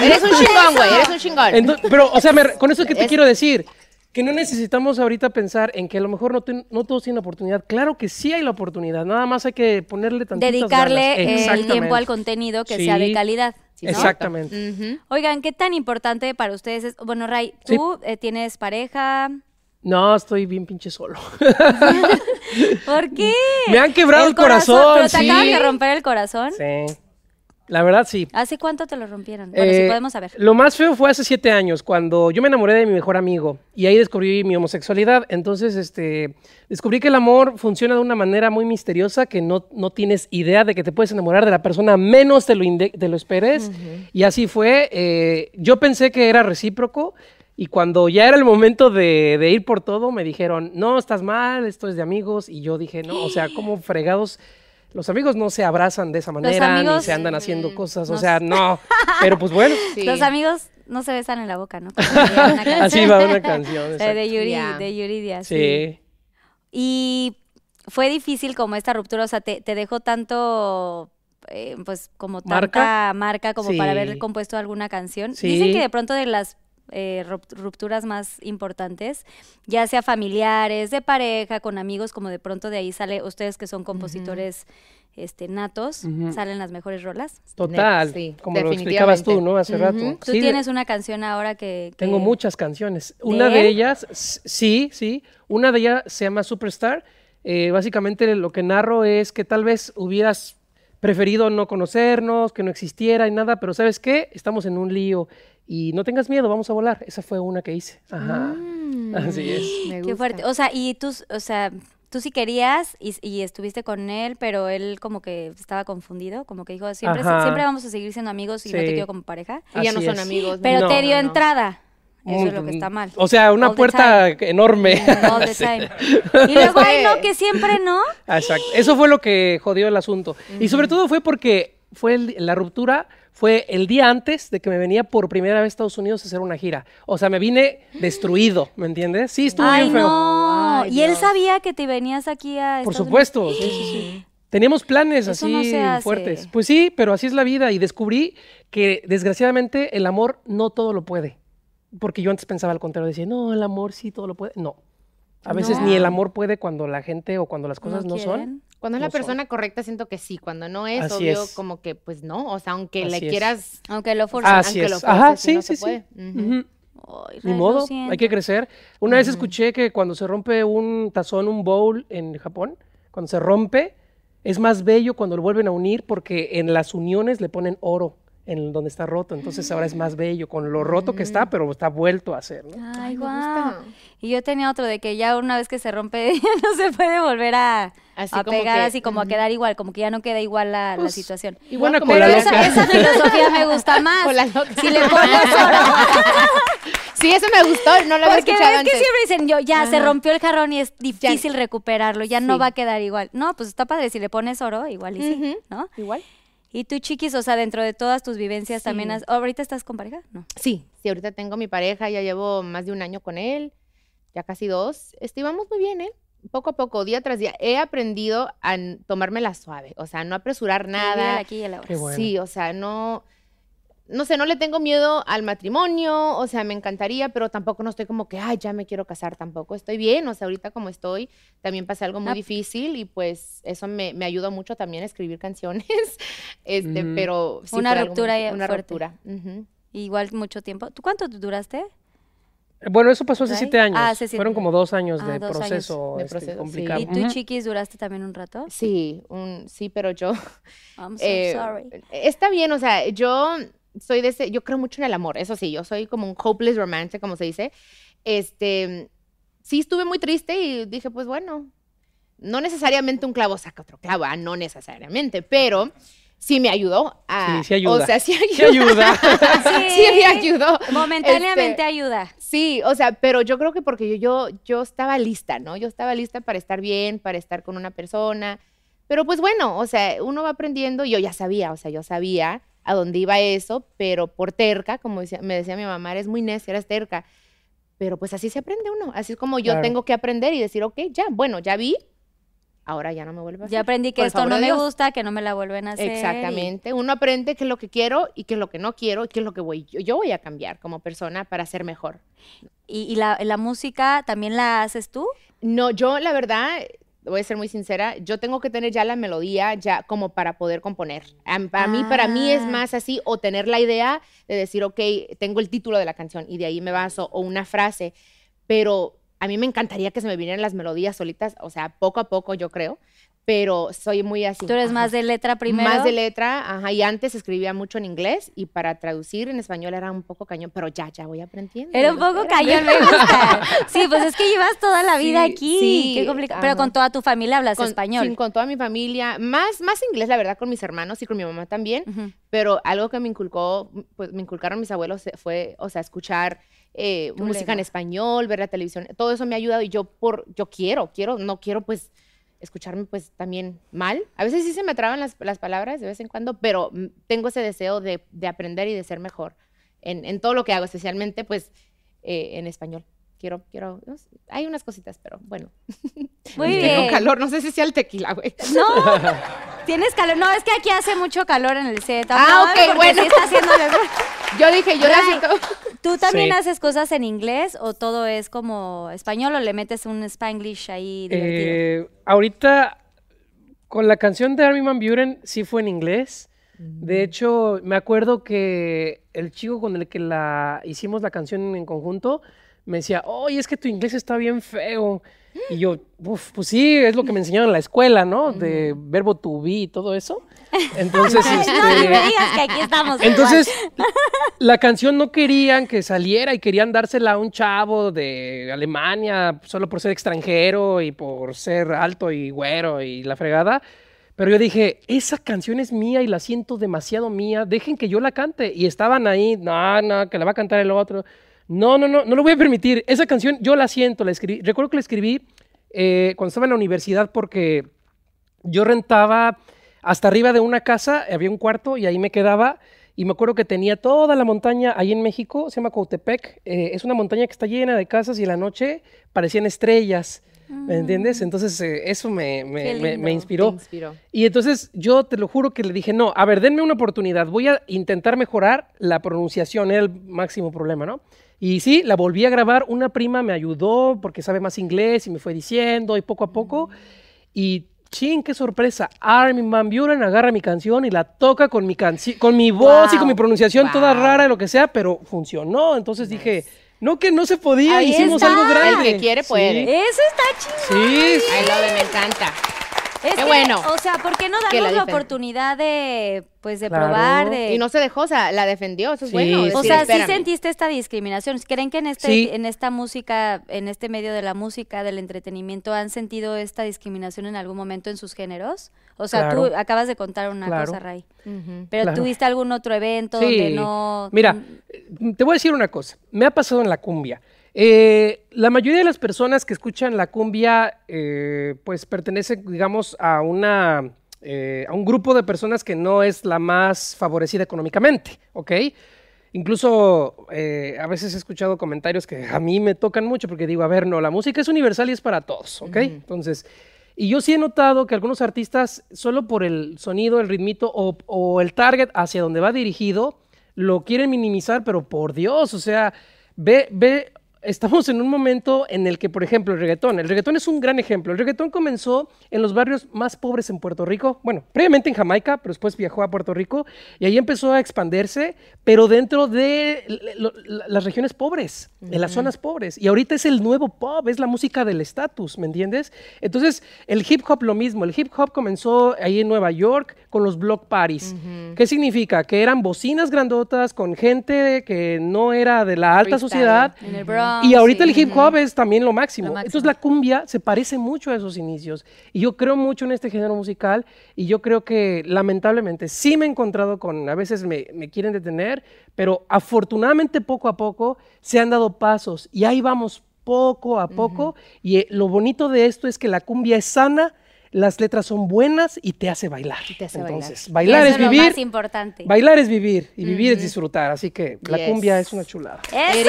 G: eres un chingón, güey, eres un chingón.
E: Ento- pero, o sea, me re- con eso que te
G: Es-
E: quiero decir, que no necesitamos ahorita pensar en que a lo mejor no, ten- no todos tienen oportunidad. Claro que sí hay la oportunidad, nada más hay que ponerle tantitas ganas.
C: Dedicarle eh, el tiempo
E: Exactamente.
C: al contenido que sea de
E: Sí.
C: calidad. ¿no? Mm.
E: Exactamente.
G: Ujú.
C: Oigan, ¿qué tan importante para ustedes es? Bueno, Ray,
E: Sí.
C: tú eh, tienes pareja.
E: No, estoy bien pinche solo.
C: ¿Por qué?
E: Me han quebrado el corazón,
C: ¿Pero te
E: sí.
C: acaban de romper el corazón?
E: sí. La verdad, sí.
C: ¿Hace cuánto te lo rompieron? Bueno,
E: Eh,
C: si podemos saber.
E: Lo más feo fue hace siete años, cuando yo me enamoré de mi mejor amigo y ahí descubrí mi homosexualidad. Entonces, este, descubrí que el amor funciona de una manera muy misteriosa que no, no tienes idea de que te puedes enamorar de la persona menos te lo, inde- te lo esperes. Y así fue. eh, yo pensé que era recíproco. Y cuando ya era el momento de, de ir por todo, me dijeron, no, estás mal, esto es de amigos. Y yo dije, no, o sea, como fregados, los amigos no se abrazan de esa manera, ni
C: amigos, eh,
E: se andan haciendo cosas, o
C: no
E: sea, no. Pero pues bueno,
G: Sí.
C: Los amigos no se besan en la boca, ¿no? Una canción.
E: así va una canción.
C: Eh,
E: exacto.
C: de Yuri,
G: Ya.
C: de Yuri Díaz.
E: Sí.
C: Y fue difícil como esta ruptura, o sea, te, te dejó tanto, eh, pues como
E: ¿Marca?
C: tanta marca como para haber
E: Sí.
C: compuesto alguna canción.
E: Sí.
C: Dicen que de pronto de las eh, rupt- rupturas más importantes, ya sea familiares, de pareja, con amigos, como de pronto de ahí sale ustedes que son compositores este, natos,
E: Ujú.
C: salen las mejores rolas.
E: Total,
D: Sí,
E: como lo explicabas tú,
D: definitivamente.
E: ¿no? Hace rato.
D: Ujú.
C: Tú
E: Sí, de-
C: tienes una canción ahora que...
E: Tengo
C: que-
E: muchas canciones. Una
C: él?
E: de ellas, s- sí, sí, una de ellas se llama Superstar. Eh, básicamente lo que narro es que tal vez hubieras preferido no conocernos, que no existiera y nada, pero ¿sabes qué? Estamos en un lío y no tengas miedo, vamos a volar. Esa fue una que hice. Ajá.
C: Mm.
E: Así es.
D: Me
C: Qué
D: gusta.
C: fuerte. O sea, y tú, s- o sea, tú sí querías y, y estuviste con él, pero él como que estaba confundido, como que dijo, siempre,
E: Ajá.
C: siempre vamos a seguir siendo amigos y no te
E: Sí.
C: quiero como pareja.
D: Y ya no
E: Así
D: son
E: es.
D: amigos.
C: Pero
E: No,
C: te dio
D: Pues no, no.
C: entrada. Eso
E: Muy-
C: es lo que está mal.
E: O sea, una
C: All the
E: puerta enorme.
C: time. Mm, All the
E: Sí.
C: time. Y luego, ay, no,
D: Sí.
C: que siempre no.
E: Exacto. Eso fue lo que jodió el asunto. Y sobre todo fue porque fue el- la ruptura fue el día antes de que me venía por primera vez a Estados Unidos a hacer una gira. O sea, me vine destruido, ¿me entiendes? Sí, estuvo
C: Ay,
E: bien feo.
C: no.
D: Ay,
C: y él
D: Dios.
C: sabía que te venías aquí a.
E: Por
C: Estados
E: supuesto. sí, sí, sí. Teníamos planes
C: Eso
E: así
C: no se hace.
E: fuertes. Pues sí, pero así es la vida. Y descubrí que desgraciadamente el amor no todo lo puede. Porque yo antes pensaba al contrario, decía, no, el amor sí todo lo puede. No. A veces
C: No.
E: ni el amor puede cuando la gente o cuando las
C: Unidos.
E: cosas no, son.
C: quieren.
D: Cuando es la
E: No son.
D: persona correcta, siento que sí. Cuando no es,
E: Así
D: obvio,
E: es.
D: como que pues no. O sea, aunque le
E: Así es.
D: quieras.
C: Aunque lo forzan.
E: Así
D: aunque
E: es.
D: lo forces,
E: Ajá,
D: no
E: sí,
D: se
E: sí, sí.
D: puede. Ujú.
E: Ujú.
C: Ay,
E: Ah, Ni
C: Ray, lo
E: modo, hay que
C: siento.
E: crecer. Una vez escuché que cuando se rompe un tazón, un bowl en Japón, cuando se rompe, es más bello cuando lo vuelven a unir porque en las uniones le ponen oro en donde está roto. Entonces ahora es más bello con lo roto que está, pero está vuelto a hacer. ¿no?
C: Ay,
D: me
C: guau.
D: gusta.
C: Y yo tenía otro de que ya una vez que se rompe, ya no se puede volver a,
D: Así
C: a
D: como
C: pegar,
D: que,
C: así como a
D: ujú.
C: quedar igual, como que ya no queda igual la, la
E: Pues,
C: situación.
E: Y buena
D: como
E: cola
C: Pero
D: la
C: esa,
E: loca.
C: esa filosofía me gusta más.
D: Con la loca.
C: Si le pones oro.
D: Sí, eso me gustó. No lo había
C: Porque
D: escuchado
C: ves Pues que
D: antes.
C: siempre dicen, yo ya se
D: Ajá.
C: rompió el jarrón y es difícil recuperarlo, ya no
D: Sí.
C: va a quedar igual. No, pues está padre, si le pones oro, igual y sí,
D: Ujú.
C: ¿no?
D: Igual.
C: Y tú, chiquis, o sea, dentro de todas tus vivencias también
D: Sí.
C: has- ¿Ahorita estás con pareja? No.
D: Sí, sí, ahorita tengo mi pareja, ya llevo más de un año con él, ya casi dos. Este, vamos muy bien, ¿eh? Poco a poco, día tras día, he aprendido a n- tomármela suave, o sea, no apresurar
C: Vivir el
D: nada.
C: aquí y el ahora.
E: Qué bueno.
D: Sí, o sea, no, no sé, no le tengo miedo al matrimonio, o sea, me encantaría, pero tampoco no estoy como que, ay, ya me quiero casar tampoco, estoy bien, o sea, ahorita como estoy, también pasé algo muy
C: Ah.
D: difícil y pues eso me, me ayuda mucho también a escribir canciones, este,
E: Ujú.
D: pero sí
C: Una
D: fue algo muy
C: ruptura
D: difícil, una
C: fuerte.
D: ruptura. ujú.
C: Igual mucho tiempo. ¿Tú cuánto duraste?
E: Bueno, eso pasó hace
C: Ray.
E: siete años.
C: Ah, hace siete.
E: Fueron como dos años
C: Ah,
E: de
C: dos años
E: proceso,
D: de
E: este,
D: proceso, sí.
E: complicado.
C: ¿Y tú,
E: Ujú.
C: chiquis, duraste también un rato?
D: Sí, un, sí, pero yo
C: I'm so
D: eh,
C: sorry.
D: Está bien, o sea, yo soy de ese, yo creo mucho en el amor, eso sí, yo soy como un hopeless romance, como se dice. Este, sí estuve muy triste y dije, pues bueno, no necesariamente un clavo saca otro clavo, ah, no necesariamente, pero sí me ayudó a,
E: Sí, sí ayuda.
D: o sea, sí
E: ¿Qué
D: ayuda,
E: ayuda?
D: sí, me ayudó.
C: Momentáneamente
D: Este,
C: ayuda.
D: Sí, o sea, pero yo creo que porque yo, yo, yo estaba lista, ¿no? Yo estaba lista para estar bien, para estar con una persona. Pero pues bueno, o sea, uno va aprendiendo, yo ya sabía, o sea, yo sabía a dónde iba eso, pero por terca, como decía- me decía mi mamá, eres muy necia, eres terca. Pero pues así se aprende uno, así es como yo
E: Claro.
D: tengo que aprender y decir, ok, ya, bueno, ya vi, ahora ya no me vuelvo a
C: Ya
D: hacer.
C: aprendí que
D: por
C: esto
D: favor
C: no
D: de
C: me
D: Dios.
C: gusta, que no me la vuelven a hacer. y-
D: Exactamente. Uno aprende qué es lo que quiero y qué es lo que no quiero y qué es lo que voy, yo, yo voy a cambiar como persona para ser mejor.
C: ¿Y, y la, la música también la haces tú?
D: No, yo la verdad, voy a ser muy sincera, yo tengo que tener ya la melodía ya como para poder componer. Am- Para mí, para mí es
C: Ah.
D: más así o tener la idea de decir, ok, tengo el título de la canción y de ahí me baso o una frase, pero a mí me encantaría que se me vinieran las melodías solitas, o sea, poco a poco yo creo, pero soy muy así.
C: Tú eres
D: ajá.
C: más de letra primero.
D: Más de letra, ajá, y antes escribía mucho en inglés y para traducir en español era un poco cañón, pero ya, ya voy aprendiendo.
C: Era un poco
D: espérame.
C: cañón, me gusta. Sí, pues es que llevas toda la vida
D: Sí,
C: aquí.
D: sí,
C: Qué complicado. Pero
D: ajá.
C: con toda tu familia hablas
D: con,
C: español.
D: sí, con toda mi familia, más, más inglés, la verdad, con mis hermanos y con mi mamá también,
C: Ujú.
D: pero algo que me inculcó, pues me inculcaron mis abuelos eh, fue, o sea, escuchar eh,
C: Tu
D: música en
C: lengua.
D: español, ver la televisión, todo eso me ha ayudado y yo por, yo quiero, quiero, no quiero pues escucharme pues también mal. A veces sí se me traban las, las palabras de vez en cuando, pero mm, tengo ese deseo de, de aprender y de ser mejor en, en todo lo que hago, especialmente pues eh, en español. Quiero, quiero, no sé, hay unas cositas, pero bueno.
C: Muy
D: Tengo
C: bien.
D: calor, no sé si sea el tequila, güey.
C: No, tienes calor. No, es que aquí hace mucho calor en el set.
D: Ah, ok,
C: porque
D: bueno.
C: sí está haciendo-
D: Yo dije, yo la
C: Ray,
D: siento.
C: ¿Tú también
E: Sí.
C: haces cosas en inglés o todo es como español o le metes un spanglish ahí divertido?
E: Eh, ahorita, con la canción de Armin Van Buren, sí fue en inglés. De hecho, me acuerdo que el chico con el que la hicimos la canción en conjunto me decía, oye, es que tu inglés está bien feo. Y yo, "Uf, pues sí, es lo que me enseñaron en la escuela, ¿no? De verbo to be y todo eso. Entonces,
C: Ah, no, ni
E: este,
C: me digas que aquí estamos. igual.
E: entonces, la canción no querían que saliera y querían dársela a un chavo de Alemania solo por ser extranjero y por ser alto y güero y la fregada. Pero yo dije, esa canción es mía y la siento demasiado mía, dejen que yo la cante. Y estaban ahí, no, no, que la va a cantar el otro. No, no, no, no lo voy a permitir. Esa canción yo la siento, la escribí. Recuerdo que la escribí eh, cuando estaba en la universidad porque yo rentaba hasta arriba de una casa, había un cuarto y ahí me quedaba. Y me acuerdo que tenía toda la montaña ahí en México, se llama Coatepec. eh, es una montaña que está llena de casas y en la noche parecían estrellas. ¿Me entiendes? Entonces eh, eso me, me-
C: Qué
E: me- me
C: lindo, te
D: Te
E: inspiró.
D: inspiró.
E: Y entonces yo te lo juro que le dije, no, a ver, denme una oportunidad, voy a intentar mejorar la pronunciación, era el máximo problema, ¿no? Y sí, la volví a grabar, una prima me ayudó porque sabe más inglés y me fue diciendo y poco a poco. Y chin, qué sorpresa, Armin Van Buren agarra mi canción y la toca con mi, canci- con mi voz y
C: Wow,
E: con mi pronunciación toda
C: wow.
E: rara, lo que sea, pero funcionó. Entonces dije, no que no se podía,
C: Ahí
E: hicimos
C: está.
E: algo grande.
D: El que quiere
E: Sí,
D: puede.
C: Eso está chido.
E: Sí, sí.
D: I love it, me encanta.
C: Es
D: Qué
C: que,
D: bueno.
C: O sea, ¿por qué no
D: Que la
C: darnos la
D: defen-
C: oportunidad de, pues, de
E: Claro.
C: probar? De...
D: Y no se dejó, o sea, la defendió, eso es
E: Sí,
D: bueno.
E: sí.
C: o
D: decir,
C: sea, sí
D: "Espérame".
C: sentiste esta discriminación. ¿Creen que en este,
E: Sí.
C: en esta música, en este medio de la música, del entretenimiento, han sentido esta discriminación en algún momento en sus géneros? O sea, tú
E: Claro.
C: acabas de contar una
E: Claro.
C: cosa, Ray.
D: Ujú.
C: Pero
E: Claro.
C: tuviste algún otro evento donde no.
E: Mira, te voy a decir una cosa. Me ha pasado en la cumbia. Eh, la mayoría de las personas que escuchan la cumbia, eh, pues pertenecen, digamos, a una eh, a un grupo de personas que no es la más favorecida económicamente, ¿ok? Incluso eh, a veces he escuchado comentarios que a mí me tocan mucho porque digo, a ver, no, la música es universal y es para todos, ¿ok? Entonces, y yo sí he notado que algunos artistas, solo por el sonido, el ritmito o, o el target hacia donde va dirigido, lo quieren minimizar, pero por Dios, o sea, ve, ve, estamos en un momento en el que, por ejemplo, el reggaetón, el reggaetón es un gran ejemplo. El reggaetón comenzó en los barrios más pobres en Puerto Rico, bueno, previamente en Jamaica, pero después viajó a Puerto Rico y ahí empezó a expandirse, pero dentro de l- lo- la- las regiones pobres, en las zonas pobres. Y ahorita es el nuevo pop, es la música del estatus, ¿me entiendes? Entonces, el hip hop lo mismo, el hip hop comenzó ahí en Nueva York con los block parties. ¿Qué significa? Que eran bocinas grandotas con gente que no era de la alta
D: Freestyle.
E: sociedad.
C: En el Bronx,
E: Y ahorita
C: Ah, sí.
E: el hip hop es también lo máximo.
C: Lo máximo.
E: Entonces la cumbia se parece mucho a esos inicios. Y yo creo mucho en este género musical y yo creo que lamentablemente sí me he encontrado con, a veces me, me quieren detener, pero afortunadamente poco a poco se han dado pasos y ahí vamos poco a poco. Y eh, lo bonito de esto es que la cumbia es sana. Las letras son buenas y te hace bailar.
D: te hace bailar.
E: Entonces, bailar,
C: Eso
E: es
C: lo
E: vivir.
C: más importante.
E: Bailar es vivir y vivir es disfrutar. Así que la
D: Yes.
E: cumbia es una chulada.
C: ¡Eso!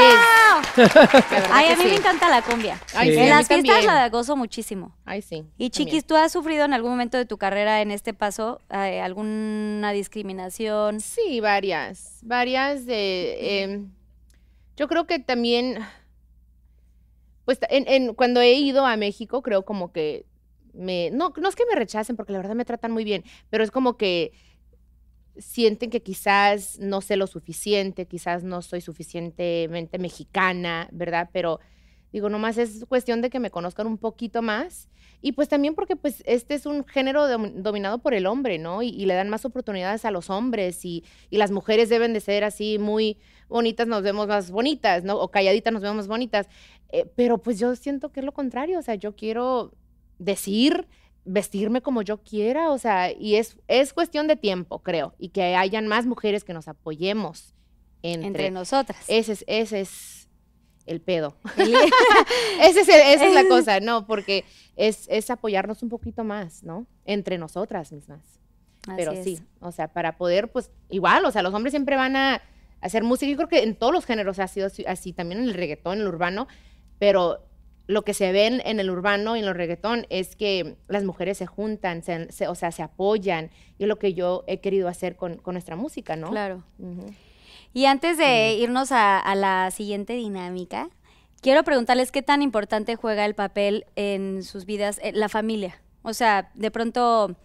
D: La verdad
C: Ay,
D: que
C: a mí
D: sí.
C: me encanta la cumbia.
D: Ay,
E: Sí.
D: sí,
C: En
D: a mí
C: las fiestas
D: también.
C: la gozo muchísimo.
D: Ay, sí.
C: Y
D: también.
C: Chiquis, ¿tú has sufrido en algún momento de tu carrera en este paso eh, alguna discriminación?
D: Sí, varias, varias de... em, yo creo que también, pues en, en- cuando he ido a México, creo como que me... No, no es que me rechacen, porque la verdad me tratan muy bien, pero es como que sienten que quizás no sé lo suficiente, quizás no soy suficientemente mexicana, ¿verdad? Pero digo, nomás es cuestión de que me conozcan un poquito más. Y pues también porque pues este es un género domi- dominado por el hombre, ¿no? Y, y le dan más oportunidades a los hombres y, y las mujeres deben de ser así muy bonitas, nos vemos más bonitas, ¿no? O calladitas nos vemos más bonitas. Eh, pero pues yo siento que es lo contrario, o sea, yo quiero decir, vestirme como yo quiera, o sea, y es, es cuestión de tiempo, creo, y que hayan más mujeres que nos apoyemos entre,
C: entre nosotras.
D: Ese es, ese es el pedo. Ese es el- esa es la cosa, ¿no? Porque es, es apoyarnos un poquito más, ¿no? Entre nosotras mismas.
C: Así
D: Pero
C: es.
D: sí, o sea, para poder, pues, igual, o sea, los hombres siempre van a hacer música. Yo creo que en todos los géneros ha sido así, así, también en el reggaetón, en el urbano, pero lo que se ven en el urbano y en el reggaetón es que las mujeres se juntan, se, se- o sea, se apoyan, y es lo que yo he querido hacer con, con nuestra música, ¿no?
C: Claro.
D: Ujú.
C: Y antes de irnos a, a la siguiente dinámica, quiero preguntarles qué tan importante juega el papel en sus vidas eh, la familia. O sea, de pronto,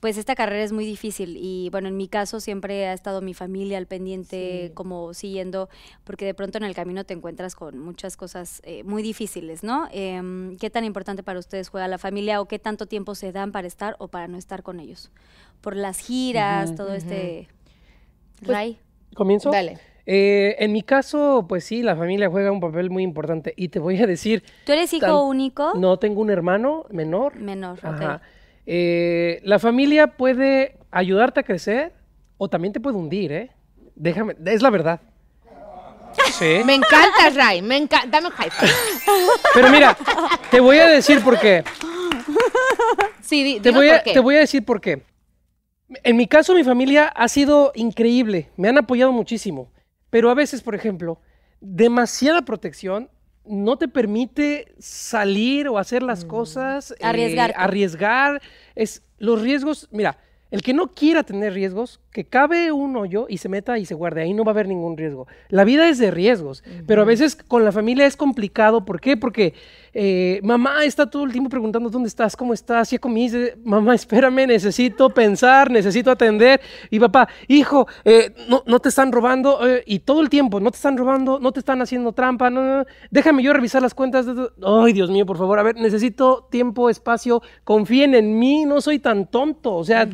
C: pues esta carrera es muy difícil y bueno, en mi caso siempre ha estado mi familia al pendiente,
D: Sí.
C: como siguiendo, porque de pronto en el camino te encuentras con muchas cosas eh, muy difíciles, ¿no? Em, ¿Qué tan importante para ustedes juega la familia o qué tanto tiempo se dan para estar o para no estar con ellos? Por las giras,
E: Ujú,
C: todo
D: ujú.
C: este...
D: Pues,
C: Ray.
E: ¿Comienzo?
D: Dale.
E: Eh, en mi caso, pues sí, la familia juega un papel muy importante. Y te voy a decir,
C: ¿Tú eres hijo
E: tan-
C: único?
E: no tengo un hermano menor.
C: Menor, ok.
E: Ajá. Eh, la familia puede ayudarte a crecer o también te puede hundir, ¿eh? Déjame, es la verdad. Sí.
D: Me encanta, Ray. Me encanta. Dame un high five.
E: Pero mira, te voy a decir por qué.
D: Sí, di-
E: Te
D: dinos
E: voy, a,
D: por qué.
E: te voy a decir por qué. En mi caso, mi familia ha sido increíble. Me han apoyado muchísimo. Pero a veces, por ejemplo, demasiada protección no te permite salir o hacer las cosas. eh,
C: Arriesgarte.
E: arriesgar. Es, los riesgos, mira, el que no quiera tener riesgos, que cabe un hoyo y se meta y se guarde. Ahí no va a haber ningún riesgo. La vida es de riesgos. Pero a veces con la familia es complicado. ¿Por qué? Porque eh, mamá está todo el tiempo preguntando dónde estás, cómo estás, ya comiste. Mamá, espérame, necesito pensar, necesito atender. Y papá, hijo, eh, no, no te están robando. eh, y todo el tiempo, no te están robando, no te están haciendo trampa. No, no, no. Déjame yo revisar las cuentas. de- de- Ay, Dios mío, por favor. A ver, necesito tiempo, espacio. Confíen en mí, no soy tan tonto. O sea,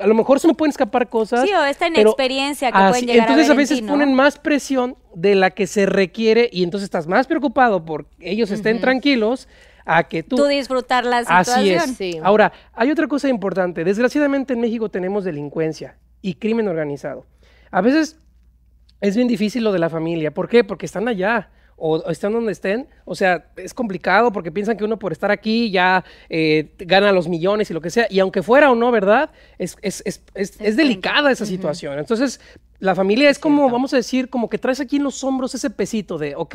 E: a lo mejor se me pueden escapar cosas.
C: Sí, o esta
E: pero
C: inexperiencia que pueden llegar a
E: Entonces
C: ver en
E: veces
C: ti, ¿no?
E: ponen más presión de la que se requiere y entonces estás más preocupado por que ellos estén tranquilos a que tú...
C: Tú disfrutar la situación.
E: Así es.
D: Sí.
E: Ahora, hay otra cosa importante. Desgraciadamente en México tenemos delincuencia y crimen organizado. A veces es bien difícil lo de la familia. ¿Por qué? Porque están allá o, o están donde estén. O sea, es complicado porque piensan que uno por estar aquí ya eh, gana los millones y lo que sea. Y aunque fuera o no, ¿verdad? Es, es- es- es- es delicada esa situación. Entonces, la familia es como, vamos a decir, como que traes aquí en los hombros ese pesito de, ok,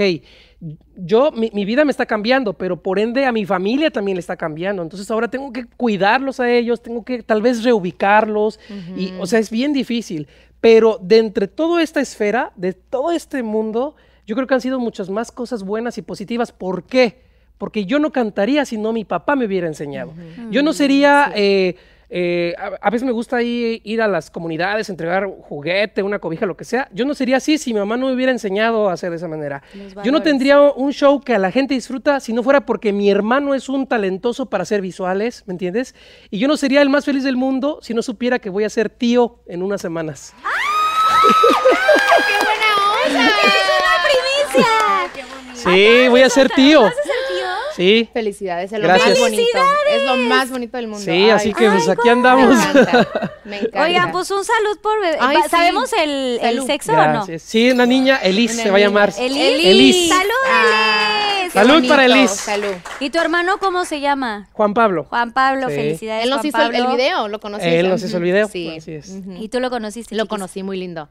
E: yo, mi, mi vida me está cambiando, pero por ende a mi familia también le está cambiando. Entonces ahora tengo que cuidarlos a ellos, tengo que tal vez reubicarlos. y, o sea, es bien difícil. Pero de entre toda esta esfera, de todo este mundo, yo creo que han sido muchas más cosas buenas y positivas. ¿Por qué? Porque yo no cantaría si no mi papá me hubiera enseñado. Yo no sería...
C: Mm,
E: eh, eh, a, a veces me gusta ir, ir a las comunidades, entregar un juguete, una cobija, lo que sea. Yo no sería así si mi mamá no me hubiera enseñado a hacer de esa manera.
C: Los
E: Yo no
C: valores.
E: tendría un show que a la gente disfruta si no fuera porque mi hermano es un talentoso para hacer visuales, ¿me entiendes? Y yo no sería el más feliz del mundo si no supiera que voy a ser tío en unas semanas. Sí, voy a ser tío. Sí.
D: Felicidades, es lo
E: Gracias.
D: más bonito. Es lo más bonito del mundo.
E: Sí, así que pues
C: Ay,
E: aquí
D: Me
E: andamos.
D: encanta. Me encanta.
C: Oigan, pues un salud por bebé.
D: Ay,
C: Va-
D: sí.
C: ¿Sabemos el, el
D: Salud.
C: sexo
E: Gracias. Sí, una niña, Elise
D: Una
E: se va a
D: niña.
E: llamar.
C: o no?
D: Elis.
E: Elis.
C: ¡Salud,
D: Ah,
C: Elis!
D: qué
E: Salud para
D: bonito,
E: Elis.
D: Salud.
C: ¿Y tu hermano cómo se llama?
E: Juan Pablo.
C: Juan Pablo,
E: Sí.
C: felicidades.
D: Él nos
C: Juan
D: hizo el- el
C: Pablo.
D: video, lo conocí.
E: Él nos hizo el video. pues, Así es.
C: Y tú lo conociste.
D: Lo
C: chiquis.
D: conocí muy lindo.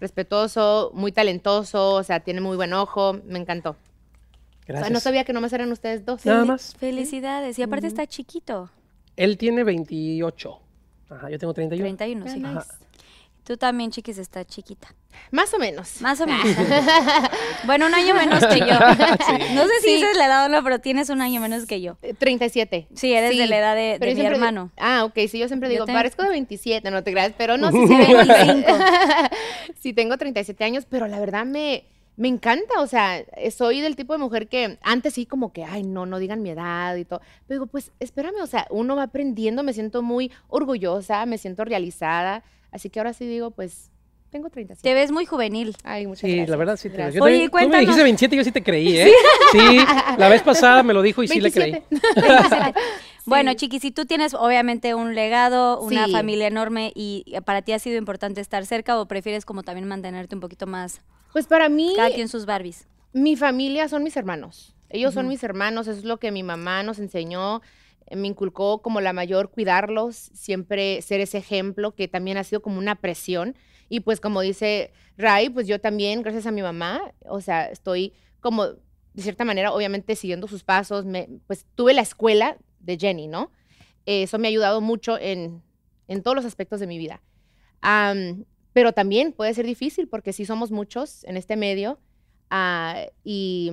D: Respetuoso, muy talentoso, o sea, tiene muy buen ojo, me encantó. O sea,
E: Gracias.
D: no sabía que nomás eran ustedes dos.
E: Nada más.
C: Felicidades. Y aparte está chiquito.
E: Él tiene 28. Ajá, yo tengo 31.
C: 31, sí.
E: Ajá.
C: Tú también, chiquis, está chiquita.
D: Más o menos.
C: Más o menos. bueno, un año menos que yo. No sé si esa es la edad o no, pero tienes un año menos que yo.
D: Eh, 37.
C: Sí, eres de la edad de- de
D: pero yo
C: mi
D: siempre di-
C: hermano.
D: ah, ok, sí, yo siempre
C: Yo
D: digo,
C: tengo-
D: parezco de 27, no te creas, pero no, sí, sí, tengo,
C: 25.
D: sí tengo 37 años, pero la verdad me, me encanta, o sea, eh, soy del tipo de mujer que antes sí como que, ay, no, no digan mi edad y todo, pero digo, pues espérame, o sea, uno va aprendiendo, me siento muy orgullosa, me siento realizada, así que ahora sí digo, pues, tengo 37.
C: Te ves muy juvenil.
D: Ay, muchas
E: Sí,
D: gracias.
E: la verdad sí te lo
D: Gracias.
E: yo
C: Oye,
E: también- Tú me
C: cuéntanos.
E: dijiste 27 y yo sí te creí, ¿eh? Sí, la vez pasada me lo dijo y sí le creí.
D: 27.
C: Bueno, Chiqui, si tú tienes obviamente un legado, una
D: Sí.
C: familia enorme y para ti ha sido importante estar cerca o prefieres como también mantenerte un poquito más
D: Pues para mí,
C: cada quien sus Barbies.
D: mi familia son mis hermanos. Ellos son mis hermanos, eso es lo que mi mamá nos enseñó, eh, me inculcó como la mayor cuidarlos, siempre ser ese ejemplo que también ha sido como una presión. Y pues como dice Ray, pues yo también, gracias a mi mamá, o sea, estoy como de cierta manera, obviamente siguiendo sus pasos, me, pues tuve la escuela de Jenny, ¿no? Eh, Eso me ha ayudado mucho en, en todos los aspectos de mi vida. Am, pero también puede ser difícil porque sí somos muchos en este medio ah, y,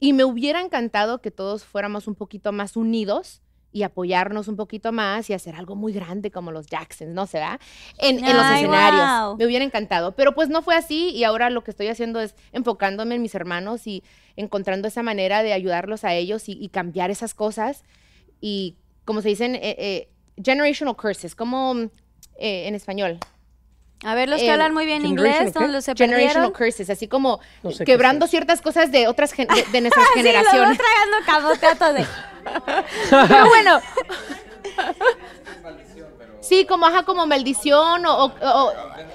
D: y me hubiera encantado que todos fuéramos un poquito más unidos y apoyarnos un poquito más y hacer algo muy grande como los Jacksons, ¿no se da? En, en los
C: Ay,
D: escenarios.
C: guau.
D: Me hubiera encantado, pero pues no fue así y ahora lo que estoy haciendo es enfocándome en mis hermanos y encontrando esa manera de ayudarlos a ellos y, y cambiar esas cosas y como se dicen, eh, eh, generational curses, como mm, eh, en español,
C: A ver, los que
D: Eh,
C: hablan muy bien
E: ¿Generational
C: inglés,
E: qué?
C: son los se
D: generational
C: perdieron.
D: curses, así como
E: No sé qué
D: quebrando
E: es
D: ciertas cosas de otras gen- de, de nuestras
C: Sí, los dos
D: generaciones.
C: tragando camote a todo de... Pero bueno,
D: Sí, como ajá, como maldición o, o- o-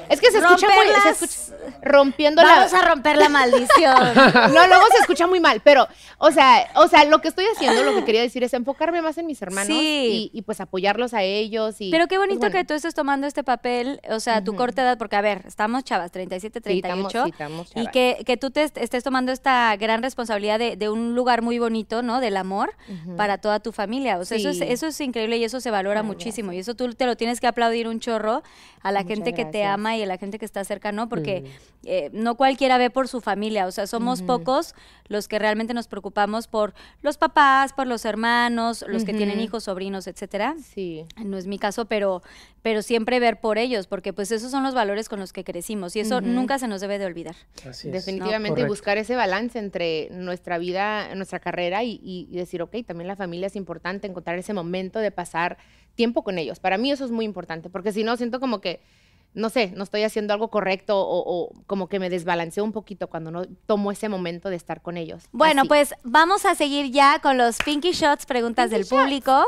D: es que se escucha muy se
C: Romperlas.
D: escucha- rompiendo
C: vamos
D: la
C: a romper la maldición.
D: No, luego se escucha muy mal, pero o sea, o sea, lo que estoy haciendo, lo que quería decir es enfocarme más en mis hermanos
C: Sí.
D: y, y, pues apoyarlos a ellos y
C: Pero qué bonito
D: pues, bueno.
C: que tú estés tomando este papel, o sea, tu
D: Ujú.
C: corta edad, porque a ver, estamos chavas, 37,
D: Sí, estamos-
C: 38.
D: sí, estamos
C: Y
D: chavas.
C: que, que tú te est- estés tomando esta gran responsabilidad de, de un lugar muy bonito, ¿no? Del amor
D: Ujú.
C: para toda tu familia. O sea, eso, es,
D: Sí.
C: eso es increíble y eso se valora
D: Ay,
C: muchísimo. Y eso tú te lo tienes que aplaudir un chorro a la
D: Muchas
C: gente que te
D: gracias.
C: ama y a la gente que está cerca, ¿no? Porque eh, no cualquiera ve por su familia. O sea, somos
D: Ujú.
C: pocos los que realmente nos preocupamos por los papás, por los hermanos, los que tienen
D: Ujú.
C: hijos, sobrinos, etcétera.
D: Sí.
C: No es mi caso, pero, pero siempre ver por ellos, porque pues esos son los valores con los que crecimos y eso
D: Ujú.
C: nunca se nos debe de olvidar.
E: Así es.
D: Definitivamente, y
E: Correcto.
D: buscar ese balance entre nuestra vida, nuestra carrera y, y- y decir, ok, también la familia es importante, encontrar ese momento de pasar tiempo con ellos. Para mí eso es muy importante, porque si no, siento como que, no sé, no estoy haciendo algo correcto o, o como que me desbalanceo un poquito cuando no tomo ese momento de estar con ellos.
C: Bueno,
D: Así.
C: pues vamos a seguir ya con los Pinky Shots, preguntas del público.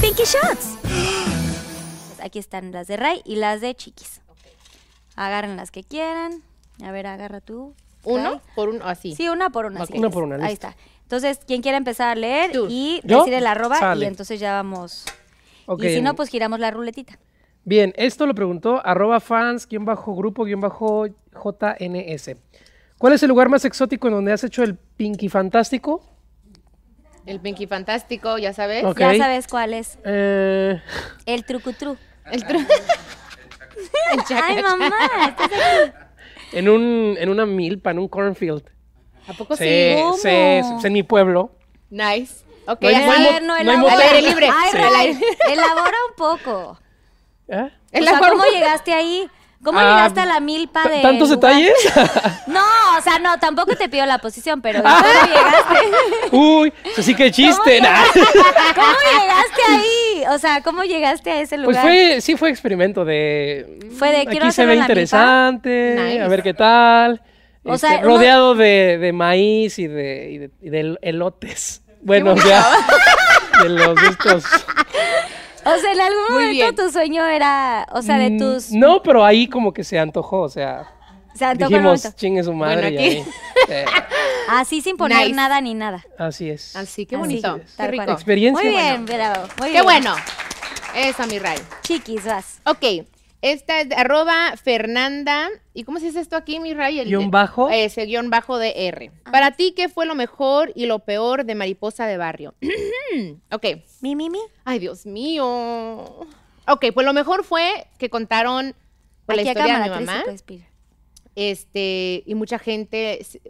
C: Pinky Shots. Pues, Aquí están las de Ray y las de Chiquis. Agarren las que quieran. A ver, agarra tú. Ray.
D: Uno por uno, así.
C: Sí, una por una.
D: Ok.
C: sí.
E: Una por una,
C: Ahí
E: listo.
C: está. Entonces, quien quiera empezar a leer
D: Tú.
C: y
E: ¿Yo?
C: decir el arroba
E: Sale.
C: y entonces ya vamos.
E: Ok.
C: Y si no, pues giramos la ruletita.
E: Bien, esto lo preguntó arroba fans, guión bajo grupo, guión bajo JNS. ¿Cuál es el lugar más exótico en donde has hecho el Pinky Fantástico?
D: El Pinky Fantástico, ya sabes.
E: Ok.
C: Ya sabes cuál es.
E: Eh,
C: El trucutru.
D: El, tru- El chaca-
C: Ay, mamá. este estás aquí.
E: en, un, en una milpa, en un cornfield.
D: ¿A poco sí?
E: Sí,
C: Pues ¿cómo?
E: sí, es en mi pueblo.
D: Nice. Ok,
E: No hay-
D: ya
E: no hay
D: sabes.
E: mo- no hay
C: elabora.
E: motel.
D: Al aire libre.
C: Ay,
E: Sí.
C: Ray,
D: Al aire.
C: elabora un poco.
E: ¿Eh?
D: Es
C: o
D: la
C: sea, ¿cómo
D: forma-
C: llegaste ahí? ¿Cómo
E: Ah,
C: llegaste a la milpa de
E: ¿T- ¿Tantos
C: lugar?
E: detalles?
C: No, o sea, no, tampoco te pido la posición, pero ¿cómo llegaste?
E: Uy, eso sí que chiste.
C: ¿Cómo
E: nah.
C: ¿Cómo llegaste ahí? O sea, ¿cómo llegaste a ese
E: Pues
C: lugar?
E: fue, sí fue experimento de... "Mm,
C: Fue de, quiero
E: Aquí se
C: hacerlo
E: ve
C: en la milpa.
E: interesante,
D: Nice.
E: a ver qué tal.
C: O
E: Este,
C: sea, uno-
E: rodeado de, de maíz y de, y de- y de el- elotes. Bueno, ya. De los de estos.
C: O sea, en algún
D: Muy
C: momento
D: bien.
C: tu sueño era, o sea, de
E: Mm,
C: tus...
E: No, pero ahí como que se antojó, o sea.
C: se antojó el
E: dijimos,
C: momento.
E: chingue su madre.
D: Bueno,
E: y
D: aquí.
E: ahí, eh,
C: Así sin poner
D: Nice.
C: nada ni nada.
E: así es.
D: Así, qué
C: Así,
D: bonito. Qué
C: tal cual.
D: rico.
E: Experiencia.
C: Muy bien, bravo. Muy
D: Qué
C: bien.
D: bueno. Eso, mi Ray.
C: Chiquis, vas.
D: Ok. Esta es de arroba Fernanda. ¿Y cómo se dice esto aquí, mi Ray? El-
E: Guión bajo.
D: Ese guión bajo de R.
C: Ah.
D: Para ti, ¿qué fue lo mejor y lo peor de Mariposa de Barrio? ok.
C: Mi, mi, mi.
D: Ay, Dios mío. Ok, pues lo mejor fue que contaron pues, la
C: Aquí a
D: historia de mi
C: cámara tres se
D: mamá.
C: respira.
D: este, y mucha gente, s-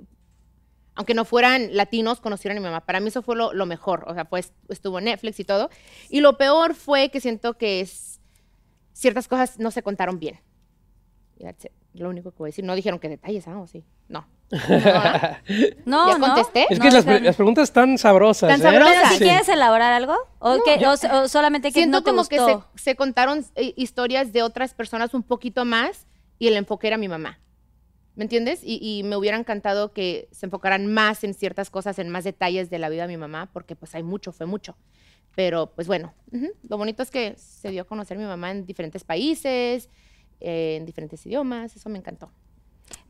D: aunque no fueran latinos, conocieron a mi mamá. Para mí eso fue lo, lo mejor, o sea, pues estuvo en Netflix y todo. Y lo peor fue que siento que es- ciertas cosas no se contaron bien. Y that's it. Lo único que voy a decir, no dijeron qué detalles, ¿ah? ¿O sí? No.
C: No, no.
D: ¿Ya contesté?
E: Es
C: No,
E: que las,
C: espérame.
E: las preguntas están sabrosas.
D: Tan
E: ¿eh?
D: sabrosas.
C: Pero si
E: Sí.
C: quieres elaborar algo, o, que, o, s- o solamente que
D: Siento
C: no te
D: como que se,
C: gustó.
D: se contaron eh, historias de otras personas un poquito más y el enfoque era mi mamá. ¿Me entiendes? Y, y me hubiera encantado que se enfocaran más en ciertas cosas, en más detalles de la vida de mi mamá, porque pues hay mucho, fue mucho. Pero pues bueno, ujú. lo bonito es que se dio a conocer mi mamá en diferentes países, eh, en diferentes idiomas, eso me encantó.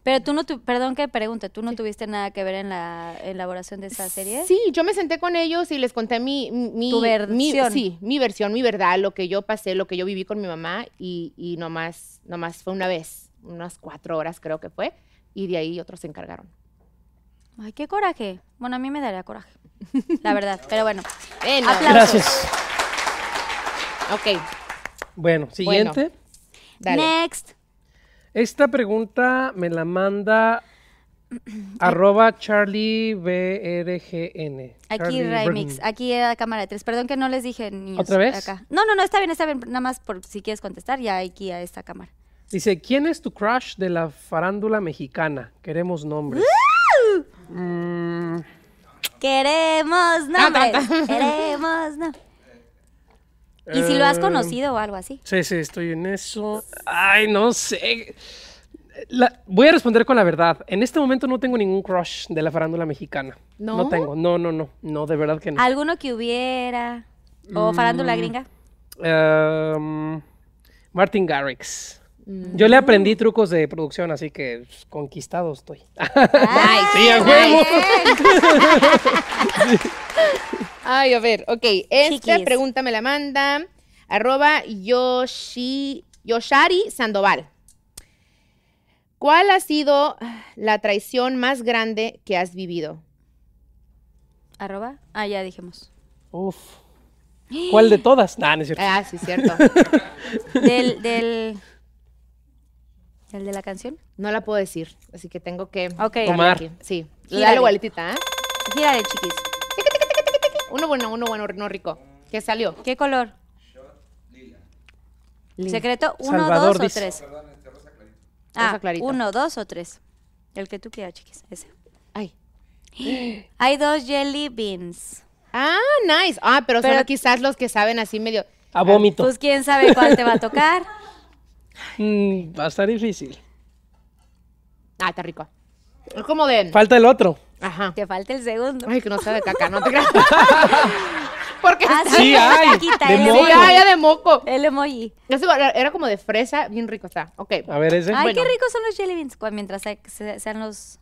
C: Pero tú no, tu- perdón que pregunte, ¿tú no tuviste nada que ver en la elaboración de esa serie?
D: Sí, yo me senté con ellos y les conté mi, mi,
C: Tu
D: mi-
C: versión.
D: sí, mi versión, mi verdad, lo que yo pasé, lo que yo viví con mi mamá y, y nomás, nomás fue una vez, unas cuatro horas creo que fue, y de ahí otros se encargaron.
C: Ay, qué coraje. Bueno, a mí me daría coraje, la verdad. Pero bueno,
D: Eh, no.
C: aplausos.
E: Gracias.
D: Ok,
E: Bueno, siguiente.
D: Dale.
C: Next.
E: Esta pregunta me la manda arroba charliebrgn.
C: Aquí
E: Charlie
C: Remix,
E: Brgn.
C: aquí era cámara de tres. Perdón que no les dije niños.
E: ¿Otra vez?
C: Acá. No, no, no, está bien, está bien. Nada más por si quieres contestar, ya aquí a esta cámara.
E: Dice, ¿quién es tu crush de la farándula mexicana? Queremos nombres. Mm,
C: Queremos nombres. Queremos no. Y si lo has
E: Eh,
C: conocido o algo así.
E: Sí, sí, estoy en eso. Ay, no sé. La- voy a responder con la verdad. En este momento no tengo ningún crush de la farándula mexicana.
D: ¿No?
E: tengo. No, no, no. No, de verdad que no.
C: Alguno que hubiera.
E: mm.
C: O farándula gringa.
E: Um, Martin Garrix. Yo le aprendí trucos de producción, así que pues, conquistado estoy.
C: Ay,
E: Sí, a huevo.
D: Ay, a ver, ok. Esta
C: Chiquis.
D: pregunta me la manda arroba Yoshi, Yoshari Sandoval. ¿Cuál ha sido la traición más grande que has vivido?
C: Arroba. Ah, ya dijimos.
E: Uf. ¿Cuál de todas? Nah, no es cierto.
D: Ah, sí, cierto.
C: Del, del. ¿El de la canción?
D: No la puedo decir, así que tengo que...
C: Ok.
D: darle
E: Omar.
D: aquí. Sí,
C: Gírale.
D: dale igualitita, ¿eh?
C: Gírale, chiquis.
D: Uno bueno, uno bueno, no rico. ¿Qué salió?
C: ¿Qué color?
D: Lin.
C: Secreto, uno,
E: Salvador
C: dos
E: dice.
C: o tres.
D: Rosa
C: Ah,
D: clarito.
C: uno, dos o tres. El que tú quieras, chiquis. Ese.
D: Ay.
C: Hay dos jelly beans.
D: Ah, nice. Ah, pero,
C: Pero-
D: son quizás los que saben así medio...
E: A vómito.
C: Pues quién sabe cuál te va a tocar.
E: Mm, va a estar difícil.
D: Ah, está rico. Es como de...
E: Falta el otro.
D: Ajá.
C: Te falta el segundo.
D: Ay, que no sea de caca, no te creas. Porque
C: Ah,
D: está-
E: Sí,
C: la
E: hay,
C: caquita,
E: de
C: el
E: moco.
D: Sí,
C: emoji.
D: ay, ya de moco.
C: El emoji.
D: Ese era- era como de fresa, bien rico está. Ok.
E: A ver, ese.
C: Ay,
D: Pues Bueno.
C: qué ricos son los jelly beans. Cu- Mientras se- se- sean los.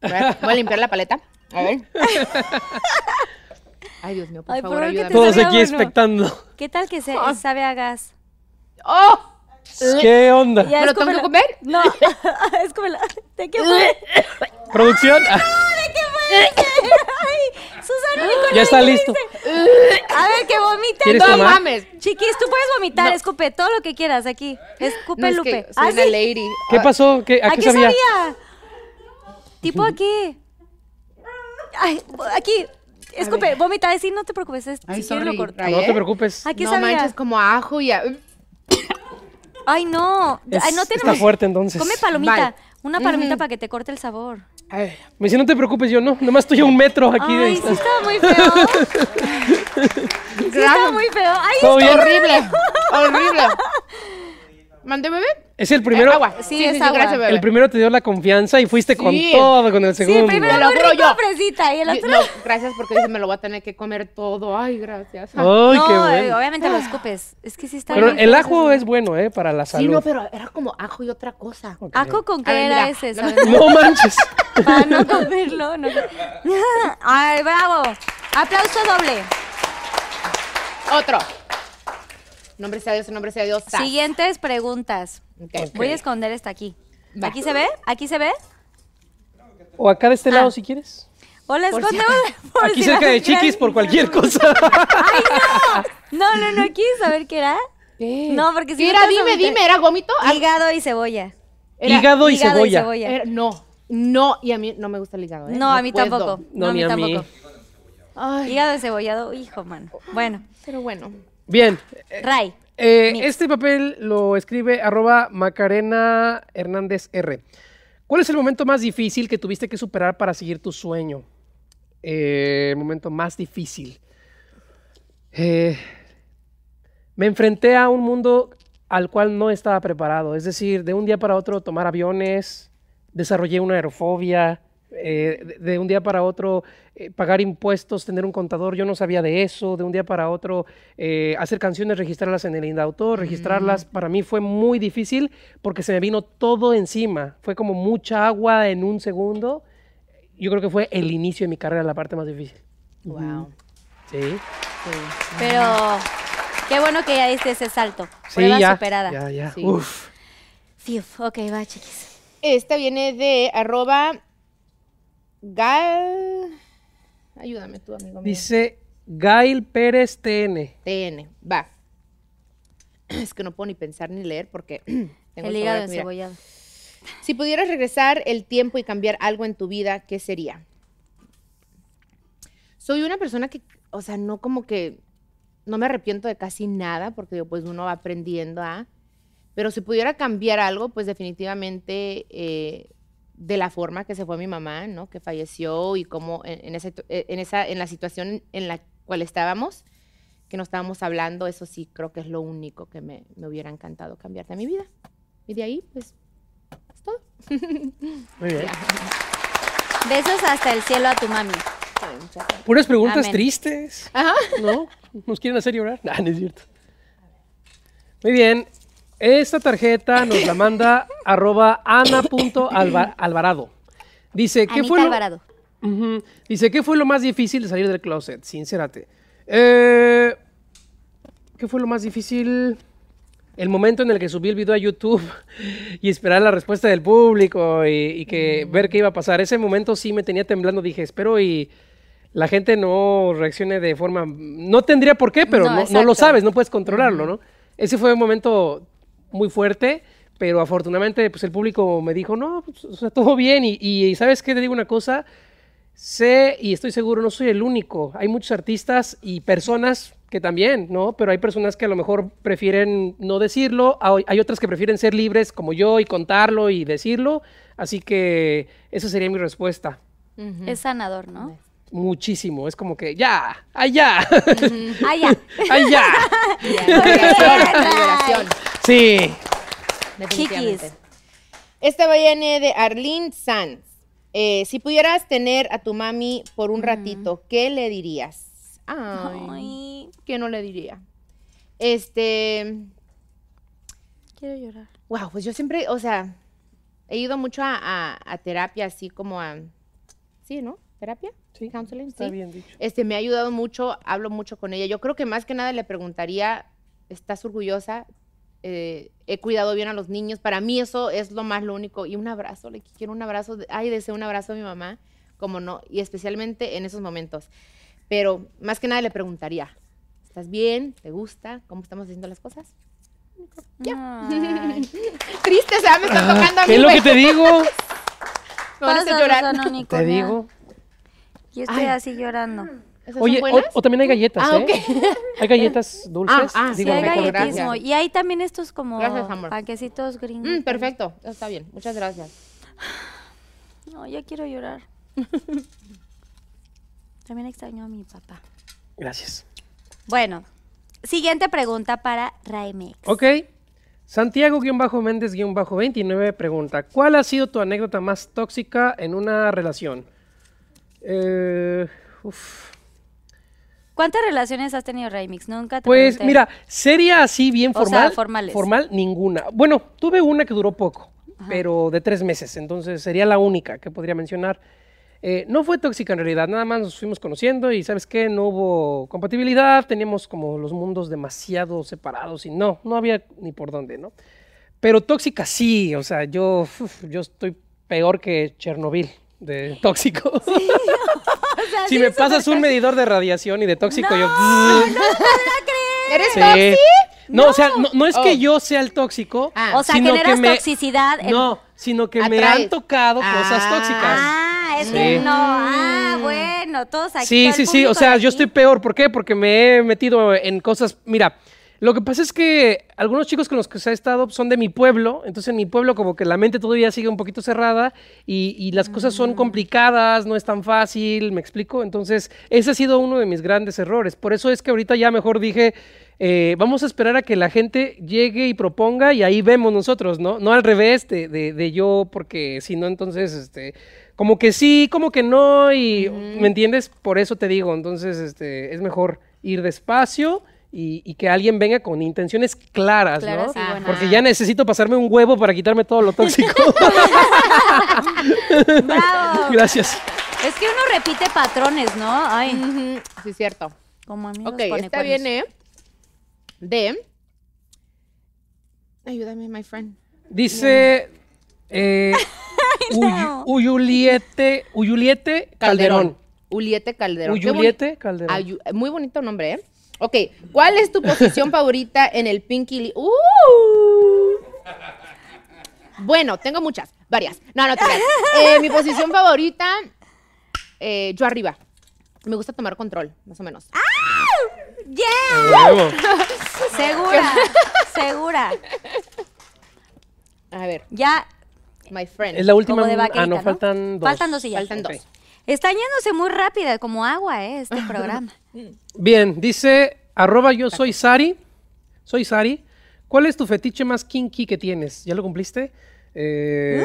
D: Voy a limpiar la paleta. A ver. Ay, Dios mío, por
C: Ay,
D: favor,
C: por favor, que
D: ayúdame.
C: te-
E: Todos
C: sabía
E: aquí
C: bueno.
E: expectando.
C: ¿Qué tal que se
D: Ah.
C: sabe a gas?
D: ¡Oh!
E: ¿Qué onda?
C: Ya,
D: ¿Me lo tengo que
C: escúpelo.
D: comer?
C: No, es como la. Te quemo.
D: ¡Oh!
C: Ay,
E: ¿Producción? Ah,
C: Susana, Nicolás,
E: ya está listo.
C: A ver, que vomita.
E: ¿Quieres
D: ¡No
E: tomar?
D: mames!
C: Chiquis, tú puedes vomitar, escupe todo lo que quieras aquí. Escupe,
D: No, es
C: Lupe.
D: que soy
C: Ah,
D: una
C: sí.
D: lady.
E: ¿Qué
D: Ah,
E: pasó? ¿Qué, ¿A qué sabía?
C: Tipo aquí. Ay, aquí. Escupe, vomita. Sí, no te preocupes. Es,
D: Ay,
C: si quieres lo
D: sorry,
C: corto.
D: Raí,
E: No te
D: ¿eh?
E: preocupes.
C: Aquí
D: no
C: sabía.
D: manches, como a ajo y a...
C: Ay, no. Ay, no
E: Es-
C: tenemos.
E: Está fuerte entonces. Mm.
C: Come palomita.
D: Vale.
C: Una palomita para que te corte el sabor.
D: Ay,
E: Me dice, no te preocupes, yo no. Nomás estoy a un metro aquí de
C: Ay, sí
E: distancia.
C: estaba muy feo. Sí estaba muy feo. Ay,
E: Todo
C: está
E: bien.
C: horrible.
D: horrible, horrible. ¿Mandé bebé?
E: Es el primero.
D: Eh, agua. Sí,
C: es
D: sí, sí,
C: agua.
D: gracias, bebé.
E: El primero te dio la confianza y fuiste con
D: Sí.
E: todo con el
C: Sí,
E: segundo.
C: primero
D: Te lo
C: muy
D: juro
C: rico,
D: yo.
C: fresita, y el
D: Yo-
C: otro...
D: no, gracias porque dice, me lo voy a tener que comer todo. Ay, gracias.
E: Ay,
C: no,
E: qué
C: eh,
E: bueno.
C: obviamente lo escupes. Es que sí está
E: Pero
C: bien
E: el
C: feo
E: ajo
C: eso.
E: es bueno, ¿eh? Para la salud.
D: Sí, no, pero era como ajo y otra cosa.
E: Ok.
C: ¿Ajo con qué
D: A ver,
C: era
D: mira.
C: ese?
D: No,
C: sabes?
E: No manches.
C: Para no comerlo. No. Ay, bravo. Aplauso doble.
D: Otro. Nombre sea Dios, nombre sea Dios. Sas.
C: Siguientes preguntas.
D: Ok.
C: Voy a esconder esta aquí.
D: Va.
C: ¿Aquí se ve? ¿Aquí se ve?
E: O acá de este lado,
C: Ah.
E: si quieres.
C: Hola,
D: Por si
C: escondemos. por
E: Aquí
C: si
E: cerca
C: las
E: de chiquis,
C: quieran.
E: por cualquier cosa.
C: ¡Ay, no! No, no, no. ¿Quieres saber qué era?
D: ¿Qué?
C: No, porque si
D: ¿Qué
C: no
D: era?
C: te vas a
D: Dime,
C: meter-
D: dime, ¿era gómito? Ah,
C: Hígado y cebolla.
D: era-
E: hígado y cebolla.
D: era- no, no, y a mí no me gusta el hígado. ¿eh?
C: No, a mí
D: puedo.
C: tampoco. No,
E: No,
C: a mí
E: ni a mí.
C: tampoco.
D: Ay,
C: Hígado cebollado, hijo, mano. Bueno,
D: pero bueno.
E: Bien.
C: Ray.
E: Eh,
C: Mix.
E: este papel lo escribe arroba Macarena Hernández R. ¿Cuál es el momento más difícil que tuviste que superar para seguir tu sueño? Eh, el momento más difícil. Eh, me enfrenté a un mundo al cual no estaba preparado. Es decir, de un día para otro tomar aviones, desarrollé una aerofobia, eh, de, de un día para otro eh, pagar impuestos, tener un contador, yo no sabía de eso, de un día para otro eh, hacer canciones, registrarlas en el Indautor, registrarlas, para mí fue muy difícil porque se me vino todo encima, fue como mucha agua en un segundo. Yo creo que fue el inicio de mi carrera la parte más difícil.
D: Wow.
E: Sí,
C: Pero qué bueno que ya diste ese salto.
E: Ah. sí,
C: Prueba
E: ya,
C: superada.
E: ya, ya.
D: Sí.
E: Uf.
C: Fiu, ok, va, chiquis.
D: Esta viene de arroba gal... Ayúdame tú, amigo mío.
E: Dice Gail Pérez TN.
D: TN, va. es que no puedo ni pensar ni leer porque tengo
C: El
D: sabor
C: hígado
D: a tu vida.
C: encebollado.
D: Si pudieras regresar el tiempo y cambiar algo en tu vida, ¿qué sería? Soy una persona que, o sea, no como que, no me arrepiento de casi nada, porque digo, pues uno va aprendiendo a, pero si pudiera cambiar algo, pues definitivamente eh, de la forma que se fue mi mamá, ¿no? Que falleció y cómo en, en esa, en, esa, en la situación en la cual estábamos, que no estábamos hablando, eso sí creo que es lo único que me, me hubiera encantado cambiar de mi vida. Y de ahí, pues, es todo.
E: Muy bien.
C: Besos hasta el cielo a tu mami.
E: Puras preguntas
C: Amén.
E: tristes.
D: Ajá.
E: ¿No? ¿Nos quieren hacer llorar? Nah, no es cierto. Muy bien. Esta tarjeta nos la manda arroba ana.alvarado. Dice, ¿qué
C: Anita
E: fue, lo,
C: Alvarado.
E: Ujú. Dice, ¿qué fue lo más difícil de salir del closet? Sincérate. Eh, ¿Qué fue lo más difícil? El momento en el que subí el video a YouTube y esperar la respuesta del público y, y que ver qué iba a pasar. Ese momento sí me tenía temblando. Dije, espero y la gente no reaccione de forma... No tendría por qué, pero
C: No,
E: no, no
C: exacto.
E: lo sabes, no puedes controlarlo, ¿no? Ese fue un momento muy fuerte, pero afortunadamente pues el público me dijo, no, pues, o sea, todo bien. Y, y ¿sabes qué? Te digo una cosa, Sé y estoy seguro, no soy el único. Hay muchos artistas y personas que también, ¿no? Pero hay personas que a lo mejor prefieren no decirlo, hay hay otras que prefieren ser libres como yo y contarlo y decirlo. Así que esa sería mi respuesta.
C: Es sanador, ¿no?
E: Muchísimo, es como que ya, allá,
C: Ah, ya.
E: allá.
D: liberación.
E: Sí.
D: Definitivamente.
C: Chiquis.
D: Esta va viene de Arlene Sanz. Eh, si pudieras tener a tu mami por un ratito, ¿qué le dirías? Mm. Ay,
C: Ay,
D: ¿qué no le diría? Este,
C: quiero llorar.
D: wow, pues yo siempre, o sea, he ido mucho a, a- a terapia, así como a, sí, ¿no? ¿Terapia?
E: Sí,
D: Counseling,
E: está
D: sí.
E: bien dicho.
D: Este, me ha ayudado mucho, hablo mucho con ella. Yo creo que más que nada le preguntaría, ¿estás orgullosa? Eh, he cuidado bien a los niños. Para mí eso es lo más, lo único. Y un abrazo, le quiero un abrazo. de- Ay, deseo un abrazo a mi mamá, como no. Y especialmente en esos momentos. Pero más que nada le preguntaría, ¿estás bien? ¿Te gusta? ¿Cómo estamos haciendo las cosas?
C: Ay.
D: Triste, o sea, Ah, me está tocando a mí,
E: Ah, ¿Qué es lo
D: güey.
E: que te digo?
D: Me van a hacer
C: Pasa,
D: llorar.
C: Susana
E: Te
C: Unicornia.
E: digo.
C: Yo estoy
D: Ay.
C: así llorando.
D: ¿Esas son
E: Oye, o,
D: buenas?
E: o también hay galletas,
D: Ah,
E: ¿eh?
D: ok.
E: Hay galletas dulces.
D: ah,
C: Sí,
D: Digo,
C: hay
D: me colgaste.
C: galletismo. Y hay también estos como
D: Gracias, amor.
C: panquecitos gringos.
D: Mm, perfecto, eso está bien. Muchas gracias.
E: Mm.
C: No, ya quiero llorar. también extraño a mi papá.
E: Gracias.
C: Bueno, siguiente pregunta para Raemex.
E: Ok. Santiago-Méndez-29 pregunta, ¿cuál ha sido tu anécdota más tóxica en una relación? Eh, uf.
C: ¿Cuántas relaciones has tenido, Raemex? Nunca te
E: Pues
C: pregunté.
E: mira, seria así, bien
C: O sea,
E: formal.
C: formales.
E: Formal, ninguna. Bueno, tuve una que duró poco, pero de tres meses, entonces sería la única que podría mencionar. Eh, no fue tóxica en realidad, nada más nos fuimos conociendo y sabes qué, no hubo compatibilidad, teníamos como los mundos demasiado separados y no, no había ni por dónde, ¿no? Pero tóxica sí, o sea, yo, uf, yo estoy peor que Chernobyl de tóxico. si me pasas un medidor de radiación y de tóxico, yo...
D: ¿Eres
E: Sí.
D: tóxico?
E: No, o sea, no, no es que yo sea el tóxico,
D: Ah.
C: O sea,
E: sino que
C: generas
E: me-
C: toxicidad. en-
E: No, sino que me
D: Atraes.
E: han tocado cosas
D: Ah.
E: tóxicas.
C: Ah, es
E: Sí.
C: que no. Ah, bueno, todos aquí.
E: Sí,
C: todo el
E: sí, sí. O
C: público
E: sea,
C: de
E: yo
C: aquí.
E: estoy peor. ¿Por qué? Porque me he metido en cosas. Mira, lo que pasa es que algunos chicos con los que se ha estado son de mi pueblo. Entonces, en mi pueblo, como que la mente todavía sigue un poquito cerrada y, y las cosas
C: Ah.
E: son complicadas, no es tan fácil. ¿Me explico? Entonces, ese ha sido uno de mis grandes errores. Por eso es que ahorita ya mejor dije. eh, vamos a esperar a que la gente llegue y proponga y ahí vemos nosotros, ¿no? No al revés de, de- de yo, porque si no, entonces, este, como que sí, como que no, y ¿me entiendes? Por eso te digo, entonces, este, es mejor ir despacio y, y que alguien venga con intenciones claras,
C: Claras Ah.
E: ¿no? Ah,
C: y buenas.
E: Porque ya necesito pasarme un huevo para quitarme todo lo tóxico.
C: Bravo.
E: Gracias.
C: Es que uno repite patrones, ¿no? Ay,
D: Ujú, Sí, es cierto.
C: como amigos
D: Mm. Ok, eh. esta
C: bien,
D: viene de. Ayúdame, my friend.
E: Dice eh, Uyu- Uyuliete, Uyuliete Calderón.
D: Uliete Calderón. Qué boni-
E: Uyuliete Calderón.
D: Ayu- Muy bonito nombre, ¿eh? Ok, ¿cuál es tu posición favorita en el Pinky Li- ¡Uh! Bueno, tengo muchas, varias. No, no, te creas. Eh, Mi posición favorita, eh, yo arriba. Me gusta tomar control, más o menos.
C: ¡Yeah!
D: Eh.
C: Segura, segura.
D: A ver,
C: Ya,
D: my friend.
E: Es la última.
C: como de vaquerita,
E: ah, no,
C: ¿no?
E: faltan dos.
C: Faltan dos y ya.
D: Faltan dos.
E: Ok.
C: Está yéndose muy rápida, como agua, ¿eh? Este programa.
E: Bien, dice arroba yo soy Sari. Soy Sari. ¿Cuál es tu fetiche más kinky que tienes? ¿Ya lo cumpliste? Eh,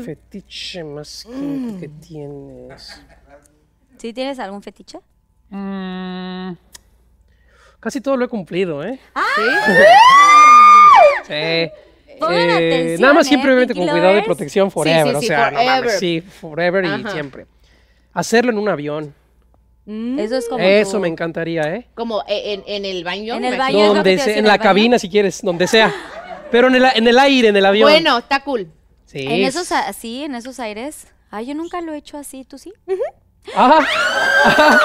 C: Mm.
E: Fetiche más kinky que tienes.
C: ¿Sí tienes algún fetiche?
E: Mm, Casi todo lo he cumplido, ¿eh? Sí.
C: Pongan
E: Eh,
C: atención,
E: nada más
C: ¿eh,
E: siempre obviamente
C: Pinky
E: con cuidado y
C: Lovers?
E: protección
D: sí,
E: forever, o
D: sí,
E: sea, no mames,
D: forever.
E: sí, forever y
D: Ajá.
E: siempre. Hacerlo en un avión,
D: Mm.
C: Eso es como.
E: eso
C: tu-
E: me encantaría, ¿eh?
D: Como eh, en, en el baño.
C: En
D: me
C: el
D: imagino.
C: baño. es lo que te
E: Donde
C: iba a
E: sea,
C: decir,
E: en
C: ¿el
E: la
C: baño?
E: cabina si quieres, donde sea. Pero en el, a- en el aire, en el avión.
D: Bueno, está cool.
E: Sí.
C: En esos así, en esos aires. Ay, yo nunca lo he hecho así, ¿tú sí?
E: Ajá. Ajá.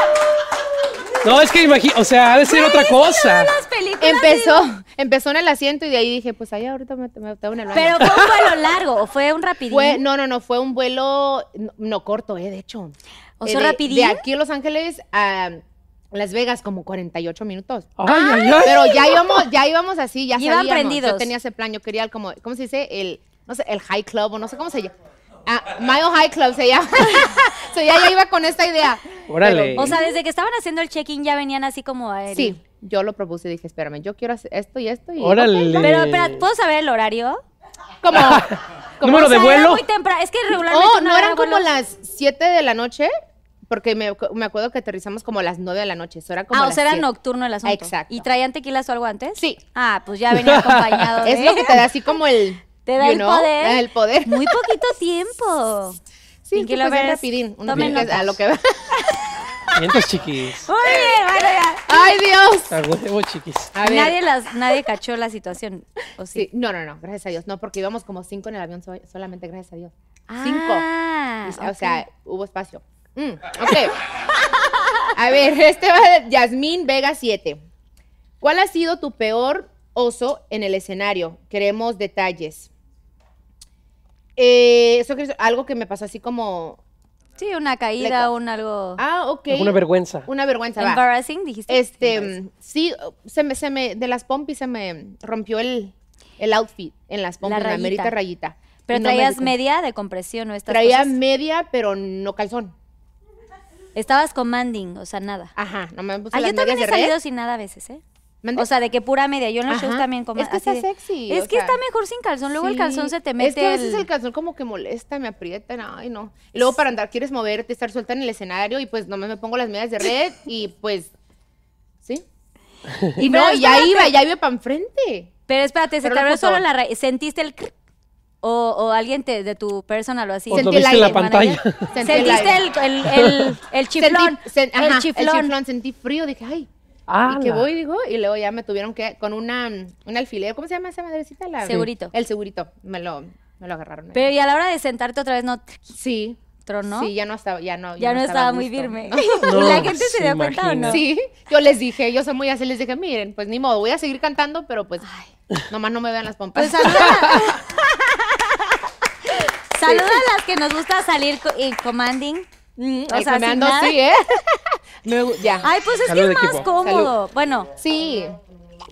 E: No, es que imagino, o sea, ha de ser otra cosa.
C: películas.
D: Empezó, empezó en el asiento y de ahí dije, pues allá ahorita me, me estaba en el baño.
C: Pero fue un vuelo largo o fue un rapidín.
D: Fue- no, no, no, fue un vuelo no, no corto, eh, de hecho.
C: O
D: Eh,
C: sea,
D: de,
C: rapidín.
D: De aquí a Los Ángeles a Las Vegas, como 48 minutos.
E: Ay, ay, ay.
D: Pero ya íbamos, ya íbamos así, ya
C: Iban
D: sabíamos.
C: prendidos.
D: Yo tenía ese plan, yo quería el como, ¿cómo se dice? El, no sé, el High Club o no sé cómo se llama. Ah, Mile High Club se llama. o sea, ya, ya iba con esta idea.
E: Órale.
C: O sea, desde que estaban haciendo el check-in ya venían así como a él.
D: Sí, yo lo propuse y dije, espérame, yo quiero hacer esto y esto. Y,
E: Órale.
C: Pero, espera, ¿puedo saber el horario?
D: Como,
E: Número
C: O sea,
E: de
C: era
E: vuelo.
C: muy temprano. Es que regularmente.
D: oh,
C: una
D: no
C: hora
D: eran
C: de vuelo-
D: como las 7 de la noche, porque me, acu- me acuerdo que aterrizamos como a las 9 de la noche. Eso era como
C: Ah,
D: a
C: o
D: las
C: sea, era
D: siete.
C: nocturno el asunto.
D: Exacto.
C: ¿Y traían tequilas o algo antes?
D: Sí.
C: Ah, pues ya venía acompañado.
D: Es
C: de-
D: lo que te da así como el.
C: ¿eh? Te da
D: you
C: el
D: know,
C: poder.
D: El poder.
C: Muy poquito tiempo.
D: Sí,
C: Pinky
D: que pues es
C: Lovers,
D: rapidín. Uno
C: tomen
D: tiene que-
C: nota.
D: a lo que va.
E: Mientos chiquis.
C: Muy bien, bueno, ya.
D: ¡Ay, Dios!
E: A huevo, chiquis.
D: A ver.
C: Nadie, las, nadie cachó la situación. ¿O sí?
D: Sí, no, no, no, gracias a Dios. No, porque íbamos como cinco en el avión so- solamente, gracias a Dios.
C: Ah,
D: cinco. Y- O
C: ok.
D: sea, hubo espacio. Mm, ok. a ver, este va de Yasmín Vega 7. ¿Cuál ha sido tu peor oso en el escenario? Queremos detalles. Eh, eso que es algo que me pasó así como.
C: Sí, una caída,
D: Leco.
C: un algo.
D: Ah, ok.
E: Alguna vergüenza.
D: Una vergüenza, va.
C: Embarrassing, dijiste.
D: Este, mm, sí, se me, se me, de las pompis se me rompió el, el outfit en las pompis, la,
C: rayita.
D: merita rayita.
C: Pero
D: Y no me
C: traías
D: di cuenta.
C: media de compresión, ¿no? Estas
D: Traía
C: cosas.
D: media, pero no calzón.
C: Estabas commanding, o sea, nada.
D: Ajá, no me puse
C: Ah,
D: las
C: yo también
D: medias
C: he
D: de red.
C: salido sin nada a veces, ¿eh?
D: ¿Mande?
C: O sea, de que pura media. Yo en los
D: Ajá.
C: shows también como
D: Es que
C: así
D: está
C: de,
D: sexy,
C: Es
D: o
C: que
D: sea,
C: está mejor sin calzón. Luego el
D: Sí,
C: calzón se te mete.
D: Es que a veces
C: el-
D: el calzón como que molesta, me aprieta, no, ay no. Y luego para andar quieres moverte, estar suelta en el escenario y pues no me, me pongo las medias de red y pues sí. Y
C: pero
D: no, ya
C: espérate.
D: iba, ya iba para enfrente.
C: Pero espérate, se
D: Pero
C: te
D: no
C: abrió
D: fue
C: solo
D: todo.
C: la raíz. ¿Sentiste el. cric? O, o alguien te- de tu personal o así.
E: Os lo
D: Sentí el
E: viste en la
D: aire,
E: pantalla.
C: Manager.
D: Sentí el
C: Sentiste el,
D: aire.
C: el, el, el chiflón.
D: Sentí- sen- ajá,
C: el chiflón.
D: sentí frío, dije, ay.
E: Ah,
D: y que voy, digo, y luego ya me tuvieron que, con una, mm, un alfiler, ¿cómo se llama esa madrecita? La,
C: Segurito.
D: El segurito, me lo, me lo agarraron. ahí.
C: Pero y a la hora de sentarte otra vez no
D: sí,
C: tronó.
D: sí, ya no estaba, ya no,
C: ya no
D: a
C: estaba muy
D: gusto.
C: firme.
E: No,
C: ¿La gente se
E: se
C: dio cuenta o no?
E: imagina.
D: Sí, yo les dije, yo soy muy así, les dije, miren, pues ni modo, voy a seguir cantando, pero pues, nomás no me vean las pompas.
C: Pues saluda. saluda a las que nos gusta salir co- y commanding.
D: Mm,
C: o
D: el
C: sea,
D: que me
C: sin
D: ando
C: nada.
D: así, ¿eh? Me gu- ya.
C: Ay, pues es
E: Salud,
C: que es más
E: equipo.
C: cómodo. Bueno,
D: Sí,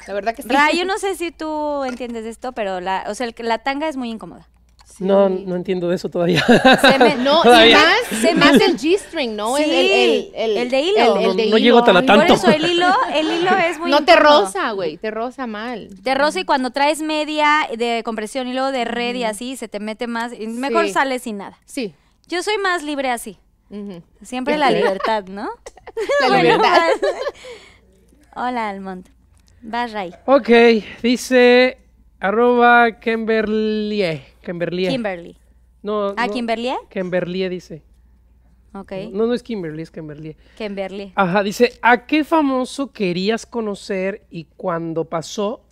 D: la verdad que sí.
C: Ray, yo no sé si tú entiendes esto, pero la, o sea, el- la tanga es muy incómoda.
E: No, no entiendo de eso todavía.
C: Se me-
D: No, y
E: Todavía.
D: más, más el G-string, ¿no? El,
C: Sí,
D: el, el, el-
C: el de hilo.
D: el- el de
E: No llego tan a
D: hilo.
E: tanto.
C: Por eso el hilo, el hilo es muy
D: No te
C: incómodo.
D: rosa, güey, te rosa mal.
C: Te rosa y cuando traes media de compresión y luego de red y así, se te mete más. y mejor
D: Sí.
C: sales sin nada.
D: Sí.
C: Yo soy más libre así.
D: ujú.
C: Siempre la libertad, ¿no?
D: La
C: Bueno,
D: libertad.
C: vas. Hola, Almond. Vas, Ray.
E: ok, dice arroba Kimberlie. Kimberlie.
C: Kimberly.
E: No,
C: ¿Ah,
E: no,
C: Kimberly?
E: Kimberlie dice.
C: Ok.
E: No, no es Kimberly, es Kimberly.
C: Kimberly.
E: Ajá, dice, ¿a qué famoso querías conocer y cuando pasó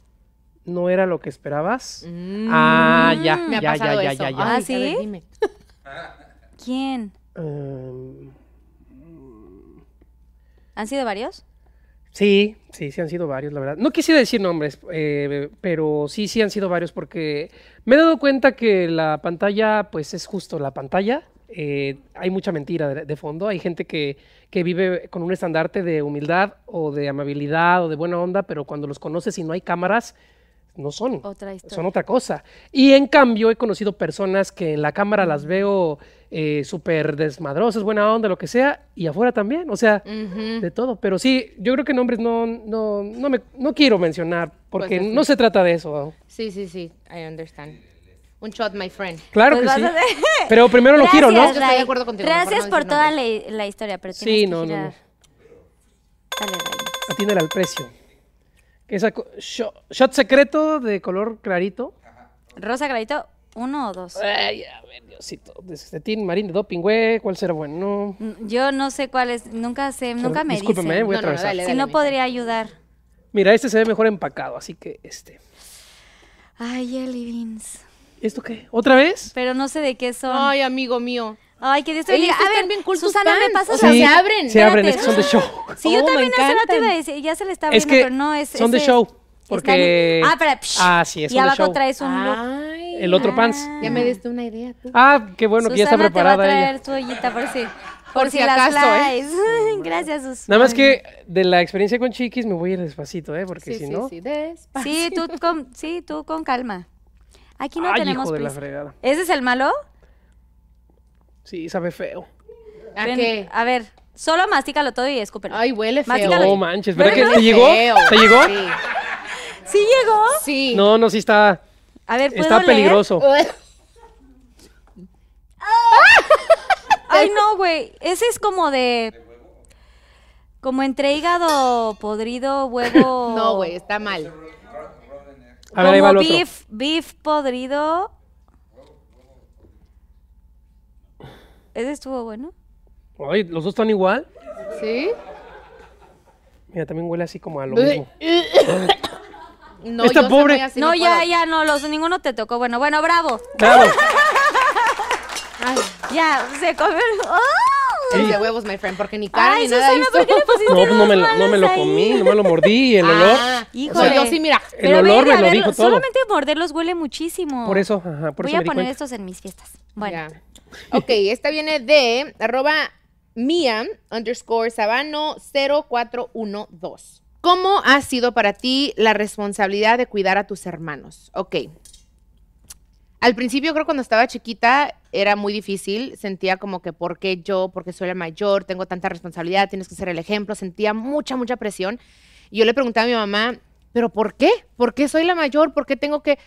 E: no era lo que esperabas? Ah, ya,
D: Mm. Me ha
E: ya,
D: pasado
E: ya, ya,
D: eso.
E: ya, ya.
D: Ay,
C: Ah,
D: a
C: ¿sí?
D: ver, dime.
C: ¿Quién?
E: Um,
C: ¿Han sido varios?
E: Sí, sí, sí han sido varios, la verdad. No quisiera decir nombres, eh, pero sí, sí han sido varios porque me he dado cuenta que la pantalla, pues es justo la pantalla. Eh, hay mucha mentira de, de fondo. Hay gente que, que vive con un estandarte de humildad o de amabilidad o de buena onda, pero cuando los conoces y no hay cámaras, no son.
C: Otra historia.
E: Son otra cosa. Y en cambio he conocido personas que en la cámara
C: Mm.
E: las veo eh, súper desmadrosas, buena onda, lo que sea, y afuera también, o sea,
C: Mm.
E: de todo. Pero sí, yo creo que nombres no, no, no, me, no quiero mencionar, porque
D: Pues, sí.
E: no se trata de eso.
D: Sí, sí, sí. I understand. Un shot, my friend.
E: Claro
C: Pues
E: que
C: vas
E: sí.
C: a ver.
E: Pero primero lo quiero,
C: Gracias,
E: ¿no?
D: Yo estoy de
C: Ray.
D: acuerdo contigo,
C: Gracias
D: mejor no
C: por
D: decir
C: toda la, la historia, pero tienes
E: Sí,
C: que
E: no, no,
C: girar.
E: no.
C: Dale, Ray.
E: Atiéndela al precio. Esa co- sho- shot secreto de color clarito.
C: Rosa Gradito, uno o dos.
E: Ay, a ver, Diosito. De Cetin, Marín de Doping, güey. ¿Cuál será bueno?
C: N- Yo no sé cuál es, nunca sé, nunca me
E: Discúlpeme, eh,
C: dicen.
E: voy a
D: No, no, no,
E: atravesar.
D: dale,
C: Si
D: dale.
C: no
D: mi-
C: podría ayudar.
E: Mira, este se ve mejor empacado, así que este.
C: Ay, jelly beans.
E: ¿Esto qué? ¿Otra vez?
C: Pero no sé de qué son. Ay,
D: Ay, amigo mío.
C: que Dios te
D: Oye,
C: bendiga.
D: estos
C: A ver,
D: están bien cool, tus
C: Susana, ¿me
D: pants.
C: pasas
D: O sea,
C: la-
D: sí. se abren.
E: Se abren, es
C: Espérate.
E: que son de show.
C: Sí, yo
D: Oh, me
C: también hace rato
D: encantan.
C: iba a decir, ya se le está
E: Es
C: abriendo,
E: que
C: pero no es.
E: son de
C: ese-
E: show,
C: está
E: porque-
C: li- Ah, pero. psh,
E: Ah, sí, es
C: Y
E: son de
C: abajo
E: show. Ah,
C: traes un look.
D: Ay.
E: El otro pants.
D: Ya me diste una idea, tú.
E: Ah, qué bueno que ya está
C: Susana te va
E: preparada
C: a traer
E: ella.
C: tu ollita por si, por
D: Por
C: si,
D: si
C: las
D: acaso, ¿eh?
C: traes. Gracias, Sus.
E: Nada más que de la experiencia con Chiquis me voy a ir despacito, ¿eh? Porque
D: Sí,
E: si
D: sí,
E: no.
D: sí. Despacio.
C: Sí, tú con, sí, tú con calma. Aquí no
E: Ay,
C: tenemos
E: hijo de la
C: prisa.
E: fregada.
C: ¿Ese es el malo?
E: Sí, sabe feo.
D: ¿A
C: Ven,
D: qué?
C: a ver, solo mastícalo todo y escúpelo.
D: Ay, huele feo.
C: Mastícalo.
E: No manches, ¿verdad
C: Pero
E: que te llegó?
D: Feo.
E: ¿Te llegó?
D: Sí.
C: ¿Sí llegó?
D: Sí.
E: No, no, sí está.
C: A ver, ¿puedo
E: Está
C: leer?
E: peligroso.
C: Ay, no, güey. Ese es como de... Como entre hígado podrido, huevo...
D: No, güey, está mal.
E: A ver, ahí va el
C: como
E: otro.
C: beef, beef podrido. Ese estuvo bueno.
E: Ay, los dos están igual.
D: ¿Sí?
E: Mira, también huele así como a lo mismo.
D: No,
E: Esta
D: yo soy
E: pobre.
D: muy así,
C: no, ya,
D: puedo.
C: ya, no, los ninguno te tocó. Bueno, bueno, bravo.
E: Claro.
C: Ya, se comió. el- ¡Oh!
D: Es de huevos, my friend, porque ni cara
C: Ay,
D: ni nada.
C: Susana,
D: hizo.
C: ¿por qué le pusiste
E: No, no me, lo,
C: dos
E: no me lo
C: manos
E: comí,
C: ahí?
E: no me lo mordí. El olor.
D: Ah,
C: Híjole.
D: o sea, yo sí, mira.
E: El olor me
C: a
E: lo
C: ver,
E: dijo todo.
C: Solamente morderlos huele muchísimo.
E: Por eso, ajá, por
C: Voy
E: eso
C: a
E: me di
C: poner
E: cuenta.
C: estos en mis fiestas. Bueno,
D: Ya. Ok, esta viene de arroba mía underscore sabano 0412. ¿Cómo ha sido para ti la responsabilidad de cuidar a tus hermanos? Ok. Al principio creo cuando estaba chiquita era muy difícil, sentía como que por qué yo, porque soy la mayor, tengo tanta responsabilidad, tienes que ser el ejemplo, sentía mucha, mucha presión. Y yo le preguntaba a mi mamá, ¿pero por qué? ¿Por qué soy la mayor? ¿Por qué tengo que...?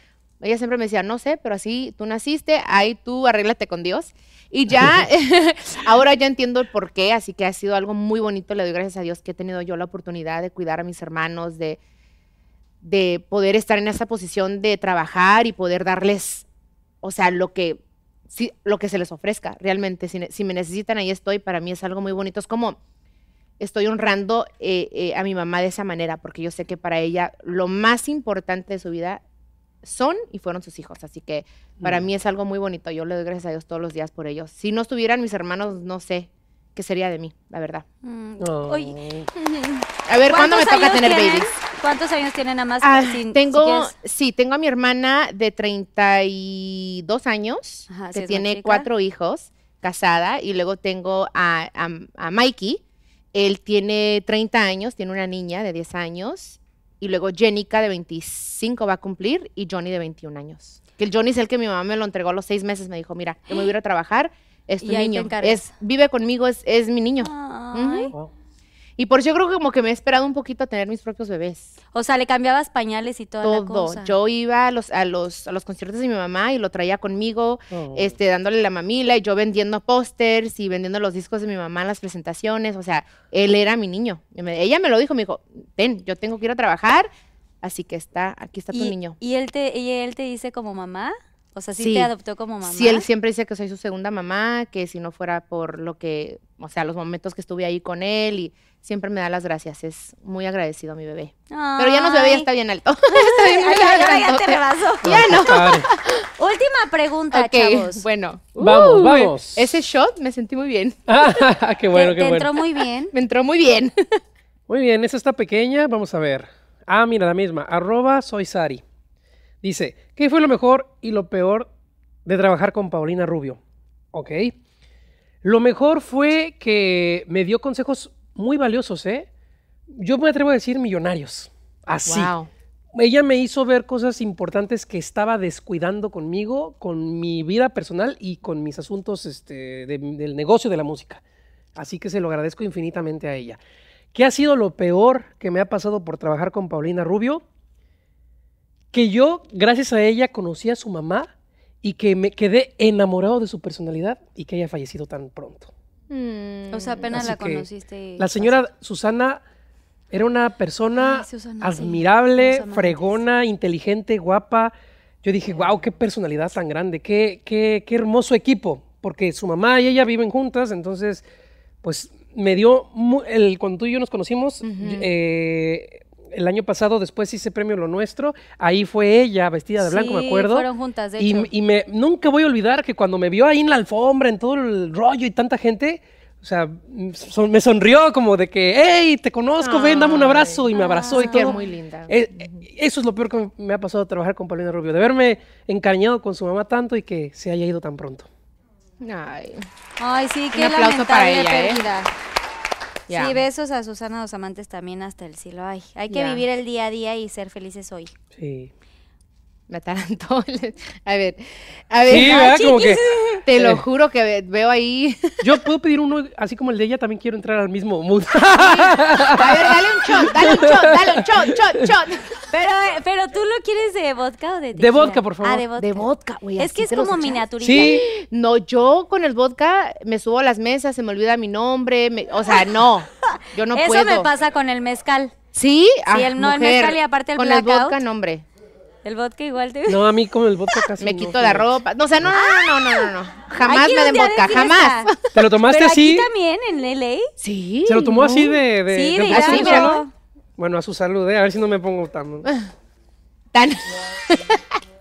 D: Ella siempre me decía, no sé, pero así tú naciste, ahí tú arréglate con Dios. Y ya, ahora ya entiendo el por qué, así que ha sido algo muy bonito, le doy gracias a Dios que he tenido yo la oportunidad de cuidar a mis hermanos, de, de poder estar en esa posición de trabajar y poder darles, o sea, lo que, sí, lo que se les ofrezca realmente. Si, ne- si me necesitan, ahí estoy, para mí es algo muy bonito. Es como, estoy honrando eh, eh, a mi mamá de esa manera, porque yo sé que para ella lo más importante de su vida son y fueron sus hijos. Así que para mí es algo muy bonito. Yo le doy gracias a Dios todos los días por ellos. Si no estuvieran mis hermanos, no sé qué sería de mí, la verdad.
C: Mm,
E: No.
C: oye,
D: A ver, ¿cuándo
C: ¿cuántos
D: me toca
C: años
D: tener
C: tienen?
D: babies?
C: ¿Cuántos años tienen nada más?
D: Ah,
C: Si- si
D: tengo,
C: quieres?
D: sí, tengo a mi hermana de 32 años,
C: Ajá, sí, es
D: que
C: más
D: tiene
C: chica.
D: cuatro hijos, casada, y luego tengo a, a, a Mikey, él tiene 30 años, tiene una niña de 10 años, y luego Jenica de 25 va a cumplir, y Johnny de 21 años. Que el Johnny es el que mi mamá me lo entregó a los seis meses, me dijo, mira, yo me voy a ir a trabajar, es tu
C: Y ahí te
D: niño,
C: encargas. Ah.
D: es, vive conmigo, es, es mi niño.
C: Ay.
E: Wow.
D: Y por eso yo creo que como que me he esperado un poquito a tener mis propios bebés
C: O sea, le cambiabas pañales y toda la cosa.
D: todo. Yo iba a los, a los, a los conciertos de mi mamá y lo traía conmigo,
E: Oh.
D: este, dándole la mamila y yo vendiendo pósters y vendiendo los discos de mi mamá en las presentaciones. O sea, él era mi niño. Y me- ella me lo dijo, me dijo, ven, yo tengo que ir a trabajar, así que está, aquí está tu
C: y,
D: niño.
C: Y él te, y él te dice como mamá. O sea, sí,
D: Sí.
C: te adoptó como mamá.
D: Sí, él siempre dice que soy su segunda mamá, que si no fuera por lo que, o sea, los momentos que estuve ahí con él y siempre me da las gracias. Es muy agradecido a mi bebé. Pero ya no se ve, ya está bien alto. está bien
C: Ay, ya, ya, ya te
D: grandote.
C: rebasó.
E: Ya no. Padre.
C: Última pregunta,
D: Ok,
C: chavos.
D: bueno.
E: Vamos,
D: Ah, Uh,
E: vamos.
D: Ese shot me sentí muy bien.
E: Ah, qué bueno,
C: te,
E: qué
C: te
E: bueno.
C: entró muy bien.
D: Me entró muy bien.
E: Muy bien, esa está pequeña, vamos a ver. Ah, mira, la misma, arroba soy Sari. Dice, ¿qué fue lo mejor y lo peor de trabajar con Paulina Rubio? Ok. Lo mejor fue que me dio consejos muy valiosos, ¿eh? Yo me atrevo a decir millonarios. Así.
D: Wow.
E: Ella me hizo ver cosas importantes que estaba descuidando conmigo, con mi vida personal y con mis asuntos este, de- del negocio de la música. Así que se lo agradezco infinitamente a ella. ¿Qué ha sido lo peor que me ha pasado por trabajar con Paulina Rubio? Que yo, gracias a ella, conocí a su mamá y que me quedé enamorado de su personalidad y que haya fallecido tan pronto.
D: Mm.
B: O sea, apenas
E: Así
B: la
E: que
B: conociste. y-
E: La señora Susana era una persona
B: Ay, Susana, sí. Los
E: admirable,
B: amantes.
E: fregona, inteligente, guapa. Yo dije, wow, qué personalidad tan grande, qué, qué, qué hermoso equipo, porque su mamá y ella viven juntas, entonces, pues me dio, mu- el, cuando tú y yo nos conocimos, y- eh, el año pasado, después hice premio Lo Nuestro, ahí fue ella vestida de blanco, me
B: Sí,
E: acuerdo.
B: fueron juntas, de
E: y,
B: hecho.
E: y me, nunca voy a olvidar que cuando me vio ahí en la alfombra, en todo el rollo y tanta gente, o sea, mm, son- me sonrió como de que, hey, te conozco, ven, dame un abrazo. Y me abrazó y
D: Ay, qué
E: todo.
D: muy linda.
E: Eh, eh, eso es lo peor que me ha pasado trabajar con Paulina Rubio, de haberme encariñado con su mamá tanto y que se haya ido tan pronto.
D: Ay.
B: Ay, sí, qué
D: aplauso
B: lamentable
D: para ella, ¿eh?
B: pérdida.
D: Ya.
B: Sí, besos a Susana Dos Amantes también hasta el cielo. Ay, hay que
D: Ya.
B: vivir el día a día y ser felices hoy.
E: Sí.
D: Me atarantó. A ver. A ver.
E: Sí, ¿verdad? Como que
D: Te lo
E: Eh.
D: juro que ve- veo ahí.
E: yo puedo pedir uno así como el de ella, también quiero entrar al mismo mood.
D: A ver, dale un shot, dale un shot, dale un shot, shot, shot.
B: Pero, eh, pero tú lo quieres de vodka o de tequila?
E: De vodka, por favor.
B: Ah, de vodka.
D: De vodka, güey,
B: Es
D: así
B: que es
D: te los
B: como
D: echas.
B: miniaturita.
E: sí,
D: No, yo con el vodka me subo a las mesas, se me olvida mi nombre, me- o sea, no, yo no
B: Eso
D: puedo.
B: me pasa con el mezcal.
D: ¿Sí? ah,
B: Sí, el- no, el mezcal y aparte el
D: Con el
B: blackout.
D: vodka, no, hombre,
B: El vodka igual te...
E: no, a mí como el vodka casi
D: me
E: no,
D: quito la
E: fíjate.
D: ropa. No, o sea, no, no, no, no, no, no, no. Jamás
B: Hay que ir
D: me den
B: ¡Ah! un día de
D: vodka,
B: fiesta.
D: jamás.
E: ¿Te lo tomaste
B: Pero
E: así?
B: aquí también, en
E: Eh,
B: LA.
D: Sí.
E: ¿Se lo tomó así de, de,
B: Sí,
E: de
B: de
E: vaso
D: así,
E: solo?
B: pero-
E: Bueno, a su salud, eh, a ver si no me pongo tan...
D: Tan-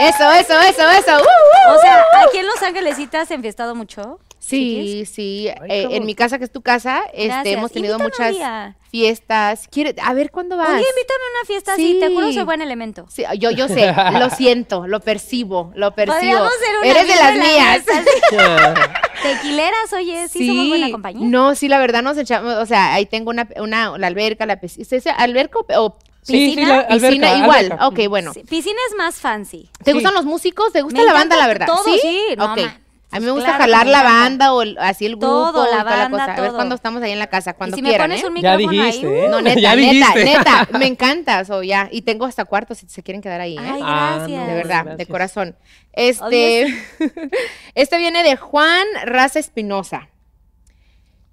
D: eso, eso, eso, eso. uh, uh,
B: O sea,
D: uh.
B: aquí en Los Ángeles sí te has enfiestado mucho.
D: Sí, sí. eh,
E: Ay,
D: en
E: cabrón.
D: mi casa, que es tu casa, este,
B: Gracias.
D: hemos tenido
B: Invítame un
D: muchas
B: día.
D: fiestas. ¿Quiere- A ver, ¿cuándo vas?
B: Oye, invítame a una fiesta así, te juro
D: Sí.
B: soy buen elemento.
D: Sí, yo, yo sé, lo siento, lo percibo, lo percibo.
B: Podríamos ser una
D: Eres de
B: birra
D: las
B: en la
D: mías.
B: mesa, sí.
D: Ah,
B: Tequileras, oye, sí, somos buena compañía.
D: No, sí, la verdad nos echamos, o sea, ahí tengo una, una la alberca, la piscina, ¿se dice alberca o, o
E: Sí, sí,
D: piscina?
E: la alberca,
D: piscina igual.
E: alberca.
D: Ok, bueno.
B: Sí, Piscina es más fancy.
D: ¿Te
E: Sí.
D: gustan los músicos? ¿Te gusta
B: Me
D: la banda, la
B: encanta
D: verdad?
B: todo,
D: sí,
B: sí, no,
D: Ok.
B: ma-
D: A
B: pues
D: mí me gusta
B: claro que
D: jalar
B: me
D: la
B: encanta.
D: banda o el- así el grupo,
B: Todo,
D: y
B: la
D: toda
B: banda,
D: cosa. A ver
B: todo.
D: cuándo estamos ahí en la casa, cuando
B: y si
D: quieran,
B: me pones
D: ¿eh?
B: un
E: Ya
B: micrófono
E: dijiste,
B: ahí. uh,
E: ¿eh?
D: No, neta,
E: ya
D: neta,
E: dijiste.
D: neta, me encantas, o ya. Y tengo hasta cuartos si se quieren quedar ahí, ¿eh?
B: Ay,
E: Ah, no,
B: gracias.
D: De verdad, de
E: gracias.
D: corazón. Este, este viene de Juan Raza Espinosa.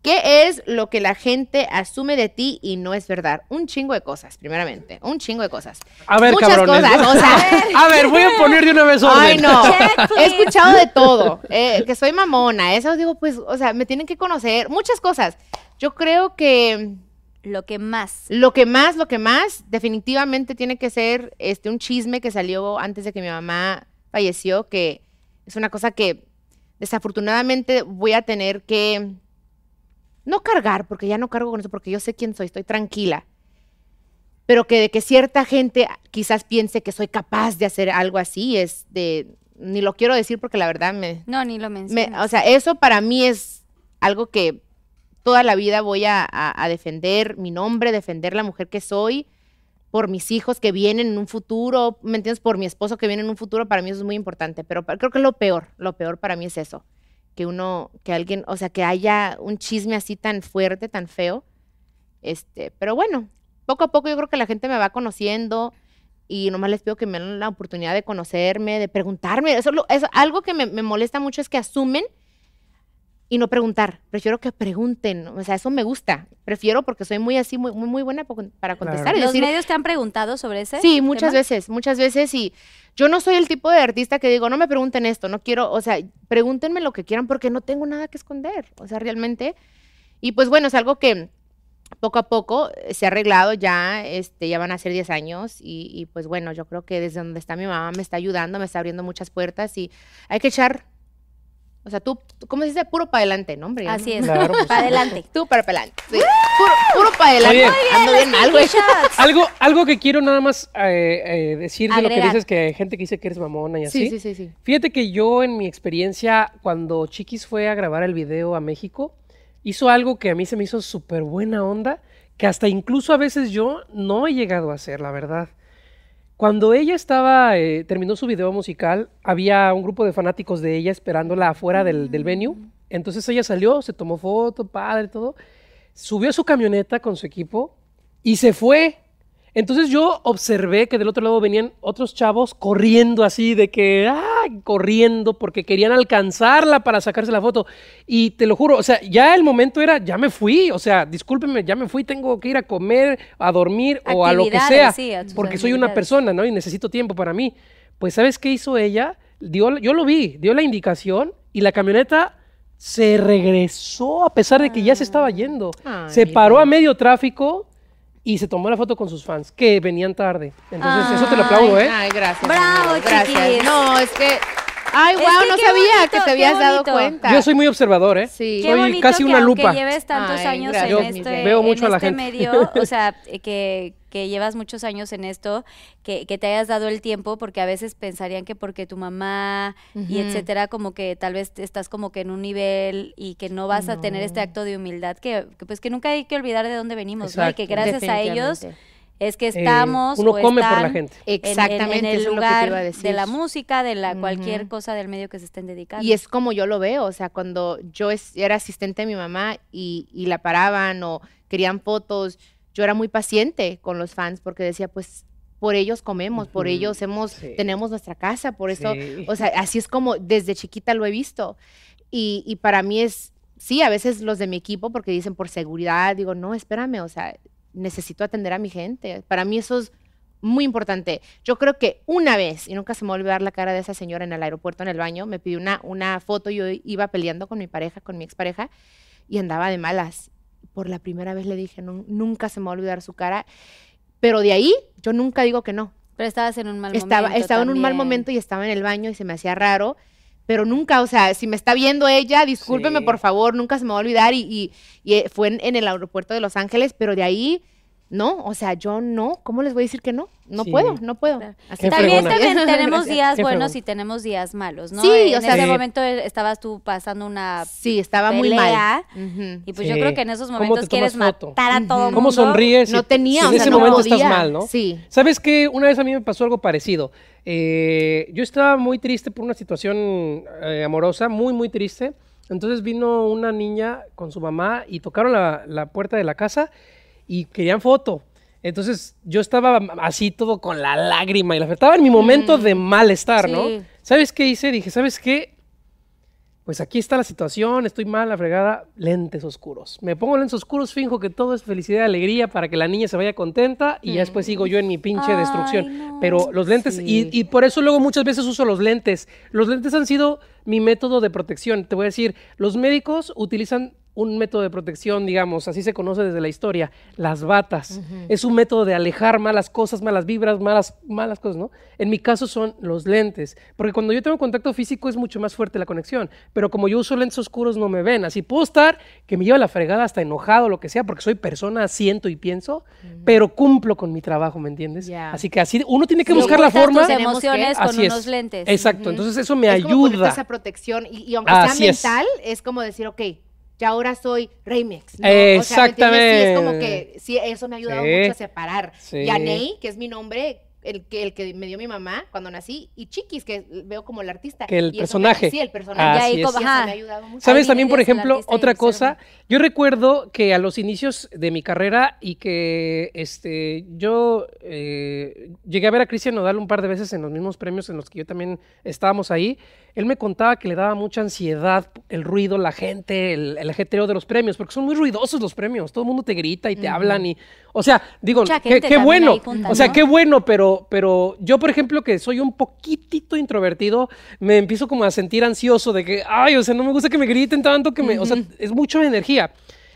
D: ¿Qué es lo que la gente asume de ti y no es verdad? Un chingo de cosas, primeramente. Un chingo de cosas.
E: A ver,
D: Muchas
E: cabrones.
D: cosas, o sea-
E: a ver, voy a poner de una vez orden.
D: Ay, no.
B: Check,
D: He
B: please.
D: escuchado de todo. eh, que soy mamona. Eso digo, pues, o sea, me tienen que conocer. Muchas cosas. Yo creo que
B: Lo que más.
D: lo que más, lo que más, definitivamente tiene que ser este un chisme que salió antes de que mi mamá falleció, que es una cosa que desafortunadamente voy a tener que no cargar, porque ya no cargo con eso, porque yo sé quién soy, estoy tranquila. Pero que de que cierta gente quizás piense que soy capaz de hacer algo así, es de ni lo quiero decir porque la verdad me,
B: No, ni lo mencionas.
D: me- o sea, eso para mí es algo que toda la vida voy a, a- a defender mi nombre, defender la mujer que soy, por mis hijos que vienen en un futuro, ¿me entiendes? Por mi esposo que viene en un futuro, para mí eso es muy importante, pero pa- creo que lo peor, lo peor para mí es eso, que uno, que alguien, o sea, que haya un chisme así tan fuerte, tan feo, este, pero bueno, poco a poco yo creo que la gente me va conociendo y nomás les pido que me den la oportunidad de conocerme, de preguntarme. Eso, lo- eso- algo que me, me molesta mucho es que asumen y no preguntar. Prefiero que pregunten. O sea, eso me gusta. Prefiero porque soy muy así, muy, muy, muy buena pa- para contestar y
B: ¿Los
D: decir.
B: medios te han preguntado sobre ese?
D: Sí, muchas
B: tema?
D: veces, muchas veces. Y yo no soy el tipo de artista que digo, no me pregunten esto, no quiero, o sea, pregúntenme lo que quieran porque no tengo nada que esconder. O sea, realmente. Y pues bueno, es algo que poco a poco eh, se ha arreglado ya, este, ya van a ser 10 años. Y, y, pues bueno, yo creo que desde donde está mi mamá me está ayudando, me está abriendo muchas puertas y hay que echar O sea, tú, ¿cómo se dice? Puro para adelante, ¿no, hombre?
C: Así es.
E: Claro, pues.
C: Para adelante.
D: Tú para adelante. sí. Puro, puro para adelante.
E: Muy
C: bien,
D: Ando bien mal, güey.
E: Pues, Algo, algo que quiero nada más eh, eh, decir de lo que
C: Agregar.
E: dices, que hay gente que dice que eres mamona y así.
D: Sí, sí, sí, sí.
E: Fíjate que yo en mi experiencia, cuando Chiquis fue a grabar el video a México, hizo algo que a mí se me hizo súper buena onda, que hasta incluso a veces yo no he llegado a hacer, la verdad. Cuando ella estaba, eh, terminó su video musical, había un grupo de fanáticos de ella esperándola afuera del,
C: Mm.
E: del venue. Entonces ella salió, se tomó foto, padre, todo. Subió a su camioneta con su equipo y se fue. Entonces yo observé que del otro lado venían otros chavos corriendo así, de que, ah, corriendo, porque querían alcanzarla para sacarse la foto. Y te lo juro, o sea, ya el momento era, ya me fui, o sea, discúlpenme, ya me fui, tengo que ir a comer, a dormir o a lo que sea,
C: Actividades, sí, a tus
E: porque soy una
C: actividades.
E: persona, ¿no? Y necesito tiempo para mí. Pues, ¿sabes qué hizo ella? Dio, yo lo vi, dio la indicación y la camioneta se regresó a pesar de que ya se estaba yendo.
D: Ah. Ay,
E: se paró a medio tráfico y se tomó la foto con sus fans, que venían tarde. Entonces, eso te lo aplaudo, ¿eh?
D: Ay, gracias.
C: Bravo,
D: amigo, gracias.
C: chiquis.
D: No, es que. Ay,
C: Es
D: wow,
C: que
D: no
C: qué
D: sabía
C: bonito,
D: que te
C: qué
D: habías dado
C: bonito.
D: cuenta.
E: Yo soy muy observador, ¿eh?
D: Sí.
E: Soy casi
C: que
E: una
C: aunque
E: lupa.
C: lleves tantos
D: Ay,
C: años
D: gracias,
E: Yo
C: en este,
E: veo mucho
C: en
E: a la
C: este
E: gente.
B: medio, o sea, eh, que, que llevas muchos años en esto, que, que te hayas dado el tiempo, porque a veces pensarían que porque tu mamá y
D: Ujú.
B: etcétera, como que tal vez te estás como que en un nivel y que no vas a tener este acto de humildad, que, que pues que nunca hay que olvidar de dónde venimos, ¿no? Y que
E: Exacto.
B: gracias a ellos
D: Definitivamente.
B: es que
E: Eh,
B: estamos
E: uno
B: o
E: come por la
B: están
E: gente.
B: en- en-
D: Exactamente,
B: en, el
D: eso es lo que te
B: lugar
D: iba a decir.
B: de la música, de la cualquier
D: Ujú.
B: cosa del medio que se estén dedicando.
D: Y es como yo lo veo, o sea, cuando yo es- era asistente de mi mamá y, y la paraban o querían fotos, yo era muy paciente con los fans porque decía, pues por ellos comemos, por
E: Ujú,
D: ellos hemos,
E: sí.
D: tenemos nuestra casa, por eso,
E: Sí.
D: o sea, así es como desde chiquita lo he visto. Y, y para mí es, sí, a veces los de mi equipo, porque dicen por seguridad, digo, no, espérame, o sea, necesito atender a mi gente. Para mí eso es muy importante. Yo creo que una vez, y nunca se me va a olvidar la cara de esa señora en el aeropuerto, en el baño, me pidió una, una foto, yo iba peleando con mi pareja, con mi expareja, y andaba de malas. Por la primera vez le dije, "Nu- nunca se me va a olvidar su cara, pero de ahí yo nunca digo que no.
B: Pero estabas en un mal
D: Estaba,
B: momento.
D: estaba en un mal
B: también.
D: momento y estaba en el baño y se me hacía raro, pero nunca, o sea, si me está viendo ella, discúlpeme
E: Sí.
D: por favor, nunca se me va a olvidar. Y, y- y, eh, fue en, en el aeropuerto de Los Ángeles, pero de ahí, no, o sea, yo no, ¿cómo les voy a decir que no? No
E: Sí.
D: puedo, no puedo.
B: Claro.
D: Así
E: Qué
D: que-
B: También,
E: fregona.
B: también tenemos días
E: Qué
B: buenos
E: fregona.
B: y tenemos días malos, ¿no?
D: Sí, o
B: en
D: sea,
B: ese
E: Sí.
B: momento eh, estabas tú pasando una
D: Sí, estaba muy mal.
B: pelea.
D: Ujú.
B: y pues yo
E: Sí.
B: creo que en esos
E: ¿Cómo
B: momentos
E: te
B: quieres
E: tomas foto?
B: matar a todo
D: Ujú.
E: ¿Cómo
B: mundo.
E: sonríes?
D: No tenía,
E: Si
D: o
E: en
D: sea,
E: ese
D: no
E: momento
D: podía.
E: estás mal, ¿no?
D: Sí.
E: ¿Sabes qué? Una vez a mí me pasó algo parecido. Eh, yo estaba muy triste por una situación eh, amorosa, muy, muy triste. Entonces vino una niña con su mamá y tocaron la, la puerta de la casa y querían foto. Entonces yo estaba así todo con la lágrima y la estaba en mi momento de malestar, ¿no?
B: Sí.
E: ¿Sabes qué hice? Dije, ¿sabes qué? Pues aquí está la situación, estoy mal, la fregada, lentes oscuros. Me pongo lentes oscuros, finjo que todo es felicidad y alegría para que la niña se vaya contenta y ya después sigo yo en mi pinche
B: Mm. Ay,
E: destrucción.
B: no.
E: Pero los lentes, y- y, por eso luego muchas veces uso los lentes. Los lentes han sido mi método de protección. Te voy a decir, los médicos utilizan un método de protección, digamos, así se conoce desde la historia, las batas. Es un método de alejar malas cosas, malas vibras, malas, malas cosas, ¿no? En mi caso son los lentes, porque cuando yo tengo contacto físico es mucho más fuerte la conexión, pero como yo uso lentes oscuros no me ven, así puedo estar que me lleva la fregada hasta enojado, lo que sea, porque soy persona, siento y pienso, pero cumplo con mi trabajo, ¿me entiendes?
D: Ya.
E: Así que así, uno tiene que
B: Sí,
E: buscar la
B: ocultas
E: forma.
B: tus
D: Tenemos que-
B: emociones con
E: Así es.
B: unos lentes.
E: Exacto, entonces eso me
D: Es como ponerte
E: ayuda.
D: esa protección y, y aunque
E: Así
D: sea
E: es.
D: mental, es como decir, ok, ya ahora soy Remix.
E: Exactamente.
D: es como que sí, eso me ha ayudado
E: Sí.
D: mucho a separar.
E: Sí.
D: Yanei, que es mi nombre, el que, el que me dio mi mamá cuando nací, y Chiquis, que veo como el artista.
E: Que el
D: Y eso me-
E: personaje.
D: sí, el personaje.
E: Ah,
B: ahí
E: así
B: como-
E: es.
D: Y eso
B: ajá.
D: me ha ayudado mucho.
E: ¿Sabes
B: Ahí
E: también, por
B: eres el
E: ejemplo,
B: artista y
E: otra
B: el ser
E: cosa? Yo recuerdo que a los inicios de mi carrera y que este, yo eh, llegué a ver a Cristian Nodal un par de veces en los mismos premios en los que yo también estábamos ahí, él me contaba que le daba mucha ansiedad el ruido, la gente, el, el ajetreo de los premios, porque son muy ruidosos los premios, todo el mundo te grita y te hablan y, o sea, digo,
B: Mucha
E: qué,
B: gente
E: qué
B: también
E: bueno,
B: ahí junta,
E: o sea,
B: ¿no?
E: qué bueno, pero, pero yo, por ejemplo, que soy un poquitito introvertido, me empiezo como a sentir ansioso de que, ay, o sea, no me gusta que me griten tanto, que me, o sea, es mucha energía.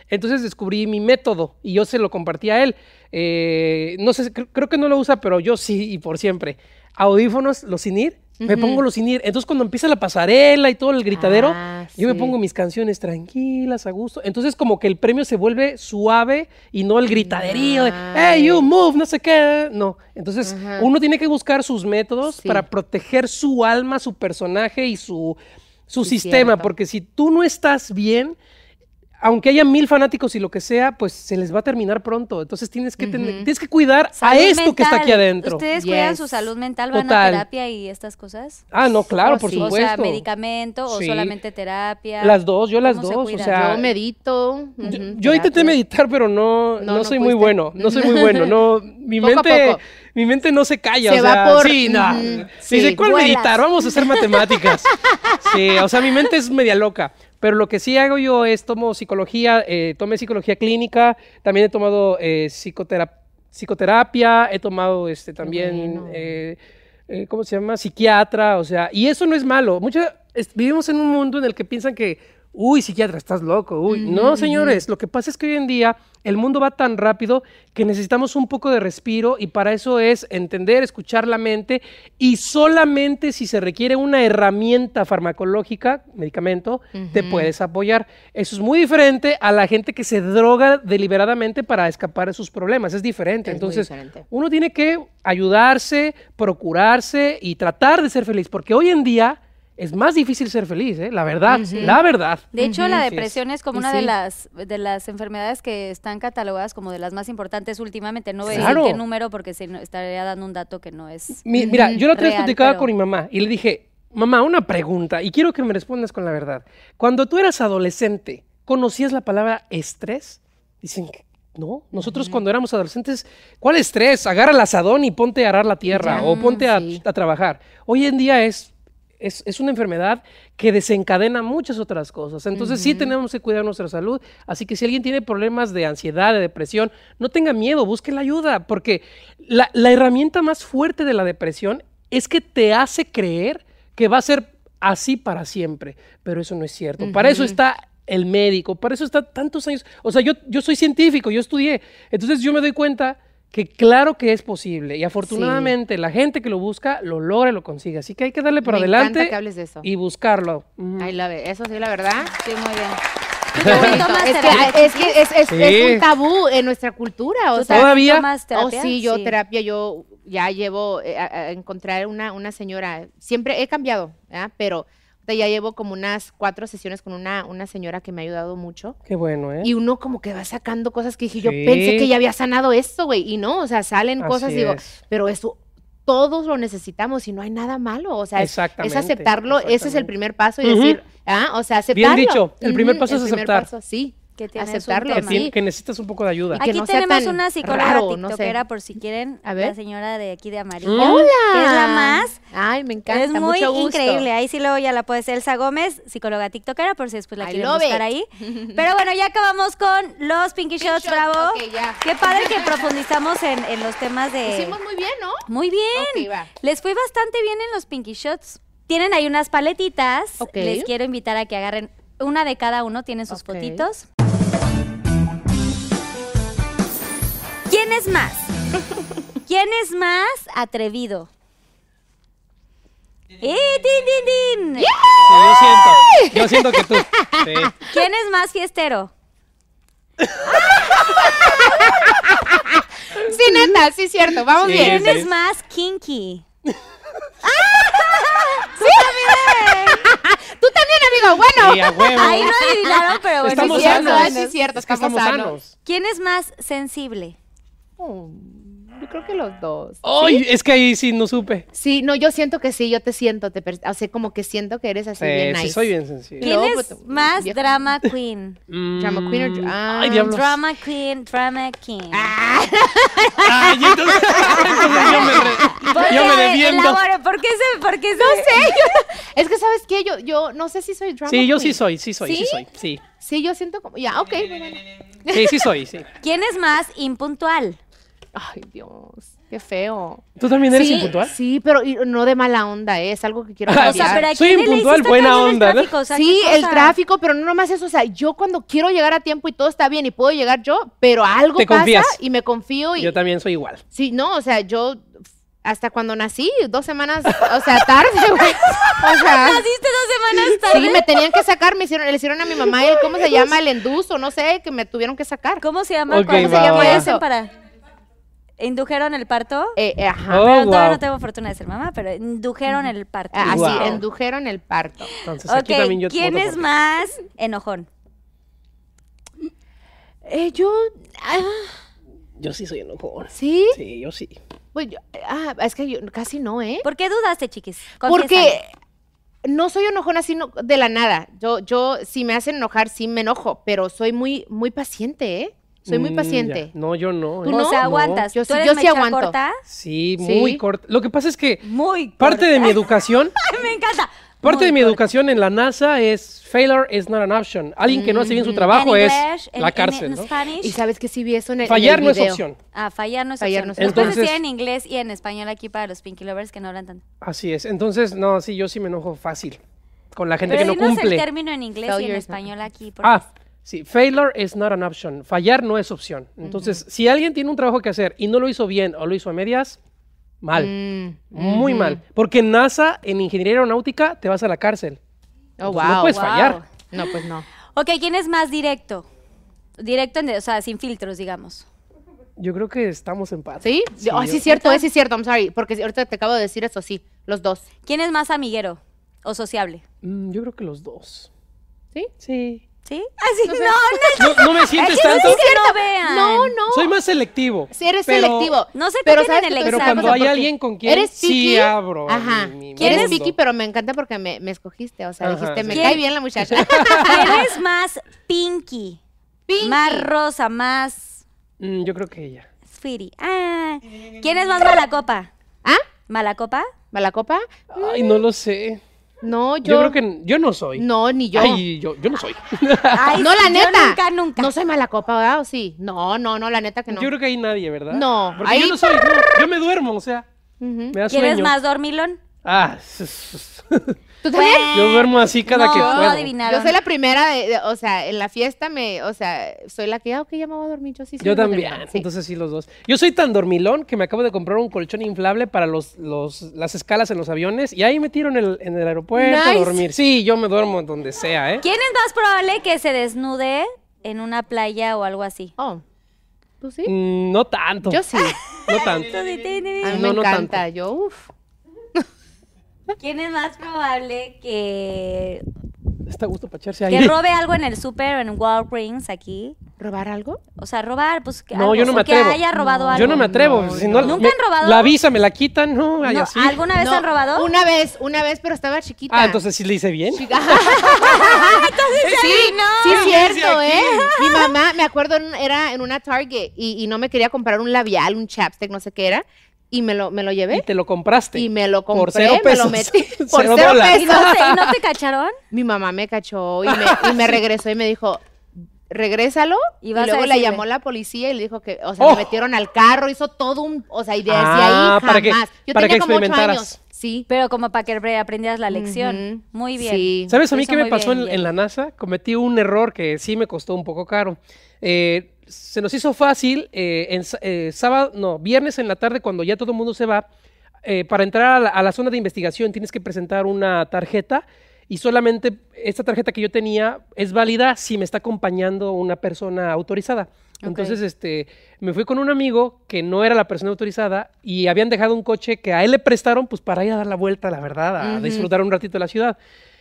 E: Entonces descubrí mi método y yo se lo compartí a él. Eh, no sé, cre- creo que no lo usa, pero yo sí y por siempre. audífonos, los INIR, me pongo los INIR. Entonces, cuando empieza la pasarela y todo el gritadero,
H: Ah,
E: yo me
H: sí.
E: pongo mis canciones tranquilas, a gusto. Entonces, como que el premio se vuelve suave y no el gritaderío de,
H: Ah.
E: hey,
C: Eh,
E: you move, no sé qué. No. Entonces, uno tiene que buscar sus métodos
H: Sí.
E: para proteger su alma, su personaje y su, su
H: Sí,
E: sistema.
H: cierto.
E: Porque si tú no estás bien, aunque haya mil fanáticos y lo que sea, pues se les va a terminar pronto. Entonces, tienes que, tener- tienes que cuidar a
C: Salud
E: esto que está
C: mental.
E: aquí adentro.
C: ¿Ustedes cuidan
H: Yes.
C: su salud mental, van a
E: Total.
C: terapia y estas cosas?
E: Ah, no, claro,
H: Oh,
E: por
H: sí.
E: supuesto.
C: O sea, medicamento o
E: Sí.
C: solamente terapia.
E: Las dos, yo las
C: ¿Cómo se
E: dos, o
C: cuidan?
E: sea,
D: Yo medito.
E: Yo,
D: ujú,
E: yo intenté
D: terapia.
E: meditar, pero no, no,
D: No, no
E: soy muy
D: pudiste.
E: bueno. No soy muy bueno. No, mi
D: Poco a
E: mente,
D: poco.
E: mi mente no se calla.
D: Se
E: o
D: va
E: sea,
D: por-
E: sí, no.
D: ujú,
E: Sí, dice,
D: sí.
E: ¿cuál
C: Vuelas.
E: meditar? Vamos a hacer matemáticas. sí, o sea, mi mente es media loca. Pero lo que sí hago yo es tomo psicología, eh, tomé psicología clínica, también he tomado eh, psicotera- psicoterapia, he tomado este también,
H: bueno.
E: eh, eh, ¿cómo se llama? Psiquiatra, o sea, y eso no es malo. Muchas, vivimos en un mundo en el que piensan que, uy, psiquiatra, estás loco, uy. No, señores, lo que pasa es que hoy en día el mundo va tan rápido que necesitamos un poco de respiro y para eso es entender, escuchar la mente y solamente si se requiere una herramienta farmacológica, medicamento, te puedes apoyar. Eso es muy diferente a la gente que se droga deliberadamente para escapar de sus problemas, es diferente.
D: Es muy
E: Entonces,
D: diferente.
E: uno tiene que ayudarse, procurarse y tratar de ser feliz, porque hoy en día es más difícil ser feliz, ¿eh? la verdad, la verdad.
C: De hecho, la
E: Así es.
C: depresión es como
D: Y
C: una de
D: sí.
C: las de las enfermedades que están catalogadas como de las más importantes últimamente. No voy a
E: Claro.
C: decir qué número porque si no, estaría dando un dato que no es.
E: Mi- mira, yo la otra vez
C: Real,
E: platicaba
C: pero-
E: con mi mamá y le dije, mamá, una pregunta, y quiero que me respondas con la verdad. Cuando tú eras adolescente, ¿conocías la palabra estrés? Dicen que no. Nosotros cuando éramos adolescentes, ¿cuál estrés? Agarra el asadón y ponte a arar la tierra
D: Ya,
E: o ponte a,
D: sí.
E: a trabajar. Hoy en día es, es, es una enfermedad que desencadena muchas otras cosas. Entonces sí tenemos que cuidar nuestra salud. Así que si alguien tiene problemas de ansiedad, de depresión, no tenga miedo, busque la ayuda, porque la, la herramienta más fuerte de la depresión es que te hace creer que va a ser así para siempre. Pero eso no es cierto. Para eso está el médico, para eso está tantos años. O sea, yo, yo soy científico, yo estudié. Entonces yo me doy cuenta que claro que es posible y afortunadamente la gente que lo busca lo logra y lo consigue. Así que hay que darle para
D: Me encanta
E: adelante
D: que hables de eso.
E: y buscarlo. Mm, Ujú.
D: Ay, la ve- Eso sí, la verdad.
C: Sí, muy bien.
D: Qué bonito.
C: tomas
D: es
C: terapia,
D: que, es, que es, es-
E: Sí.
D: es un tabú en nuestra cultura. O
C: ¿Tú
D: sea,
E: sabes ¿Todavía?
C: tomas terapia?
D: Oh, sí, yo terapia, yo ya llevo eh, a, a encontrar una, una señora. Siempre he cambiado, ¿verdad? pero ahorita ya llevo como unas cuatro sesiones con una, una señora que me ha ayudado mucho.
E: Qué bueno, ¿eh?
D: Y uno como que va sacando cosas que dije, yo
E: Sí.
D: pensé que ya había sanado esto, güey. Y no, o sea, salen cosas,
E: Así
D: digo,
E: es.
D: pero eso todos lo necesitamos y no hay nada malo. O sea, es, es
E: Exactamente,
D: aceptarlo, ese es el
E: exactamente.
D: primer paso y
E: Ujú.
D: decir, ah, o sea, aceptarlo.
E: dicho, el primer
D: Ujú,
E: paso es
D: primer
E: aceptar.
D: paso, sí,
C: Que tienes un
D: aceptarlo,
E: que,
C: tema.
E: tien-
D: sí.
E: que necesitas un poco de ayuda.
D: que
C: Aquí
D: no sea
C: tenemos
D: tan
C: una psicóloga
D: raro, no sé.
C: tiktokera, por si quieren, la
D: A ver.
C: señora de aquí de amarillo.
E: Mm.
C: Que es la más.
D: Ay, me encanta.
C: es muy
D: mucho gusto.
C: increíble. Ahí sí luego ya la puedes. Elsa Gómez, psicóloga tiktokera, por si después la
D: I
C: quieren
D: love
C: buscar
D: it.
C: ahí. Pero bueno, ya acabamos con los Pinky Shots,
D: Shots,
C: bravo.
D: ok, ya.
C: Qué padre que profundizamos en, en los temas de...
D: Hicimos muy bien, ¿no?
C: Muy bien.
D: Ok, va.
C: Les fue bastante bien en los Pinky Shots. Tienen ahí unas paletitas.
D: Ok.
C: Les quiero invitar a que agarren una de cada uno. Tienen sus
D: Ok.
C: fotitos. ¿Quién es más? ¿Quién es más atrevido? ¡Eh, tin, tin, tin!
E: Sí, yo siento, yo siento que tú. Sí.
C: ¿Quién es más fiestero?
D: Sí, neta, sí, cierto. Vamos
E: Sí.
D: bien.
C: ¿Quién es más kinky? ¡Ah! ¡Tú
D: Tú también, amigo. Bueno.
E: Sí, a huevo.
C: también! Ahí no adivinaron, pero bueno.
E: Estamos
C: sí,
D: cierto, ah,
E: sanos.
D: sí, es cierto,
E: Es que
D: estamos
E: estamos sanos.
C: ¿Quién es más sensible?
D: Mm, Yo creo que los dos.
E: Ay, es que ahí sí no supe.
D: Sí, no, yo siento que sí, yo te siento, te per- o sea, como que siento que eres así
E: Sí,
D: bien
E: sí,
D: nice.
E: soy bien sencillo.
C: ¿Quién
D: luego,
C: es
D: pues,
C: más
D: viejo.
C: drama queen?
D: Drama queen o dra-
E: Mm,
D: ah,
E: Ay, diablos.
C: Drama queen, drama king.
E: Ah, Ay, entonces, entonces yo me, re- yo me debiendo.
C: Elabora, ¿por qué se, por qué se- No sé.
D: Es que sabes qué, yo, yo no sé si soy drama.
E: Sí, yo sí
D: queen.
E: soy, sí soy, sí,
D: ¿Sí?
E: soy. Sí,
D: Sí, yo siento como ya, ok, muy bueno.
E: sí, sí soy, sí.
C: ¿Quién es más impuntual?
D: Ay, Dios, qué feo.
E: ¿Tú también eres
D: sí,
E: impuntual?
D: Sí, pero y- no de mala onda, eh, es algo que quiero
E: Ah,
C: O sea,
E: sí.
D: cambiar.
C: pero ¿a
E: Soy
C: quién le
E: impuntual,
C: hiciste
E: buena
C: también el
E: onda, ¿no?
C: tráfico? O sea, ¿qué
D: sí, el
C: cosa?
D: tráfico, pero no nomás eso. O sea, yo cuando quiero llegar a tiempo y todo está bien y puedo llegar yo, pero algo
E: Te
D: pasa
E: confías.
D: y me confío y
E: Yo también soy igual.
D: sí, no, o sea, yo hasta cuando nací, dos semanas, o sea, tarde, güey. O sea,
C: Naciste dos semanas tarde.
D: sí, me tenían que sacar, me hicieron, le hicieron a mi mamá el, ¿cómo se llama? El enduso, no sé, que me tuvieron que sacar.
C: ¿Cómo se llama?
E: Ok,
C: ¿Cómo se
E: va,
C: llama
E: va, va.
C: eso? Para... ¿Indujeron el parto?
D: Eh, eh, ajá.
E: Oh,
C: Pero todavía
E: wow.
C: no tengo fortuna de ser mamá, pero indujeron el parto.
D: Ah, Así,
E: Wow.
D: indujeron el parto.
E: Entonces,
C: Ok,
E: Pues aquí también yo
C: ¿quién
E: voto
C: es
E: por-
C: más enojón?
D: Eh, yo, ah,
E: Yo sí soy enojón.
D: sí,
E: Sí, yo sí.
D: pues yo- ah, es que yo casi no, ¿eh?
C: ¿Por qué dudaste, chiquis?
D: Porque no soy enojona así no- de la nada. Yo, yo, si me hacen enojar, sí me enojo, pero soy muy, muy paciente, ¿eh? Soy muy
E: Mm,
D: paciente.
E: ya. No, yo no.
D: ¿Tú
E: ¿eh?
C: no? O
D: no?
C: sea,
E: No.
C: aguantas.
D: yo
C: ¿Tú
D: sí-
C: eres
D: yo sí
C: mecha
D: aguanto.
C: corta?
E: Sí,
D: Sí.
E: muy corta. Lo que pasa es que
C: Muy
E: parte de mi educación,
C: corta. Me encanta.
E: parte
C: Muy
E: de mi
C: corta.
E: educación en la NASA es failure is not an option. Alguien que no hace bien su trabajo
C: En
E: es
C: inglés, en-
E: la
C: en-
E: cárcel,
C: en
E: ¿no?
C: Spanish.
D: Y sabes que sí vi eso en el en
E: Fallar
D: el
E: no es
D: video.
E: opción.
C: Ah, fallar no es
D: Fallar
C: opción.
D: no es
E: opción.
C: Entonces,
E: Entonces-
C: en inglés y en español aquí para los Pinky Lovers que no hablan tanto.
E: Así es. Entonces, no, sí, yo sí me enojo fácil con la gente
C: Pero
E: que no
C: dinos el
E: cumple.
C: término en inglés y en
D: Failure is not-
B: español aquí. por
E: Ah, sí, failure is not an option. Fallar no es opción. Entonces, si alguien tiene un trabajo que hacer y no lo hizo bien o lo hizo a medias, mal.
D: Mm,
E: Muy
D: ujú.
E: mal. Porque en NASA, en ingeniería aeronáutica, te vas a la cárcel.
D: Oh,
E: Entonces, no
D: wow.
E: puedes
D: wow.
E: fallar.
D: No, pues no.
C: Ok, ¿quién es más directo? Directo, en de- o sea, sin filtros, digamos.
E: Yo creo que estamos en paz.
D: ¿Sí?
E: Sí,
D: Oh,
E: yo-
D: sí, cierto, es sí, cierto. I'm sorry. Porque ahorita te acabo de decir eso, sí. Los dos.
C: ¿Quién es más amiguero o sociable?
E: Mm, yo creo que los dos.
D: ¿Sí?
E: Sí.
C: ¿Sí? Así, no, no,
E: No, no me sientes tanto.
C: no, que no vean.
D: No, no.
E: Soy más selectivo.
D: Sí, eres
E: pero-
D: selectivo.
C: No se
D: pero
C: toquen
D: ¿sabes
C: en el
D: qué?
E: Pero
C: Exacto.
E: cuando
C: ¿Por
E: hay
D: qué?
E: alguien con quien
D: ¿Eres
E: sí
D: picky?
E: abro.
D: Ajá.
E: mi- mi
D: ¿Quieres
E: mundo.
D: piqui? Pero me encanta porque me, me escogiste. O sea,
E: Ajá,
D: dijiste, me
C: sí.
D: cae
C: ¿Quién?
D: bien la muchacha.
C: ¿Quién es más pinky?
D: Pinky.
C: Más rosa, más
E: Mm, yo creo que ella.
C: sweetie. Ah. ¿Quién es más mala copa?
D: ¿Ah?
C: ¿Mala copa?
D: ¿Mala copa?
E: Ay, no lo sé.
D: No, Mm. yo.
E: Yo, creo que n- yo no soy.
D: No, ni yo. Ah,
E: Ay, yo, yo no soy.
C: Ay,
D: no, la
C: yo
D: neta.
C: nunca, nunca.
D: No soy mala copa, ¿verdad? ¿O sí? No, no, no, la neta que no.
E: Yo creo que ahí nadie, ¿verdad?
D: No,
E: Porque
D: ahí-
E: yo no soy. no, yo me duermo, o sea,
D: Ujú.
E: me da
C: ¿Quién
E: sueño.
C: es más dormilón?
E: Ah,
D: ¿Tú también?
E: yo duermo así cada
C: no,
E: que
C: no
E: puedo.
C: adivinaron.
D: Yo soy la primera, de- de- o sea, en la fiesta me, o sea, soy la que, ah, ok, ya me voy a dormir, yo sí. soy
E: Yo
D: muy
E: también,
D: dormilona, sí.
E: entonces sí los dos. Yo soy tan dormilón que me acabo de comprar un colchón inflable para los, los, las escalas en los aviones y ahí me tiro en el, en el aeropuerto a
D: Nice.
E: dormir. Sí, yo me duermo donde sea, ¿eh?
C: ¿Quién es más probable que se desnude en una playa o algo así?
D: Oh, ¿tú sí?
E: Mm, No tanto.
D: Yo sí.
E: No tanto.
C: Tú di, di, di, di.
D: A mí
E: No,
D: me
E: no
D: encanta,
E: tanto.
D: yo, uff.
C: ¿Quién es más probable que,
E: Está a gusto pacharse ahí.
C: que robe algo en el súper o en Walgreens aquí?
D: ¿Robar algo?
C: O sea, robar, pues que,
E: No,
C: algo,
E: yo no
C: o
E: me
C: que
E: atrevo.
C: haya robado algo.
E: Yo no me atrevo. si no-
C: ¿Nunca
E: me-
C: han robado?
E: La visa me la quitan, no, ay,
C: No,
E: así.
C: ¿Alguna vez
D: No,
C: han robado?
D: Una vez, una vez, pero estaba chiquita.
E: Ah, entonces sí le hice bien.
D: Chica. sí, sí es cierto, ¿eh? Mi mamá, me acuerdo, en- era en una Target y, y no me quería comprar un labial, un chapstick, no sé qué era, y me lo, me lo
E: Y
D: llevé
E: te lo compraste.
D: ¿eh? y me lo compré,
E: Por cero
D: me lo
E: pesos.
D: metí
E: Cero
D: por cero,
E: dólares.
C: ¿Y
D: pesos.
C: no, te, y no te cacharon?
D: Mi mamá me cachó y me, y me regresó y me dijo, regrésalo.
C: Y
D: Y,
C: vas a
D: luego le
C: decirle.
D: llamó la policía y le dijo que, o sea,
E: Oh.
D: me metieron al carro, hizo todo un, o sea, y desde
E: Ah,
D: ahí jamás.
E: para que-
D: Yo
E: para
D: tenía
E: que
D: como ocho
E: experimentaras.
D: años. Sí.
C: Pero como para que re- aprendieras la lección.
D: Ujú.
C: Muy bien.
D: Sí.
E: ¿Sabes a mí
C: Eso
E: qué me
C: muy
E: pasó
C: bien,
E: en,
C: bien.
E: en la NASA? Cometí un error que sí me costó un poco caro. Eh, se nos hizo fácil eh, en s- eh, sábado, no, viernes en la tarde cuando ya todo el mundo se va. eh, para entrar a la, a la zona de investigación tienes que presentar una tarjeta y solamente esta tarjeta que yo tenía es válida si me está acompañando una persona autorizada. Entonces, este, me fui con un amigo que no era la persona autorizada y habían dejado un coche que a él le prestaron pues para ir a dar la vuelta, la verdad, a disfrutar un ratito de la ciudad.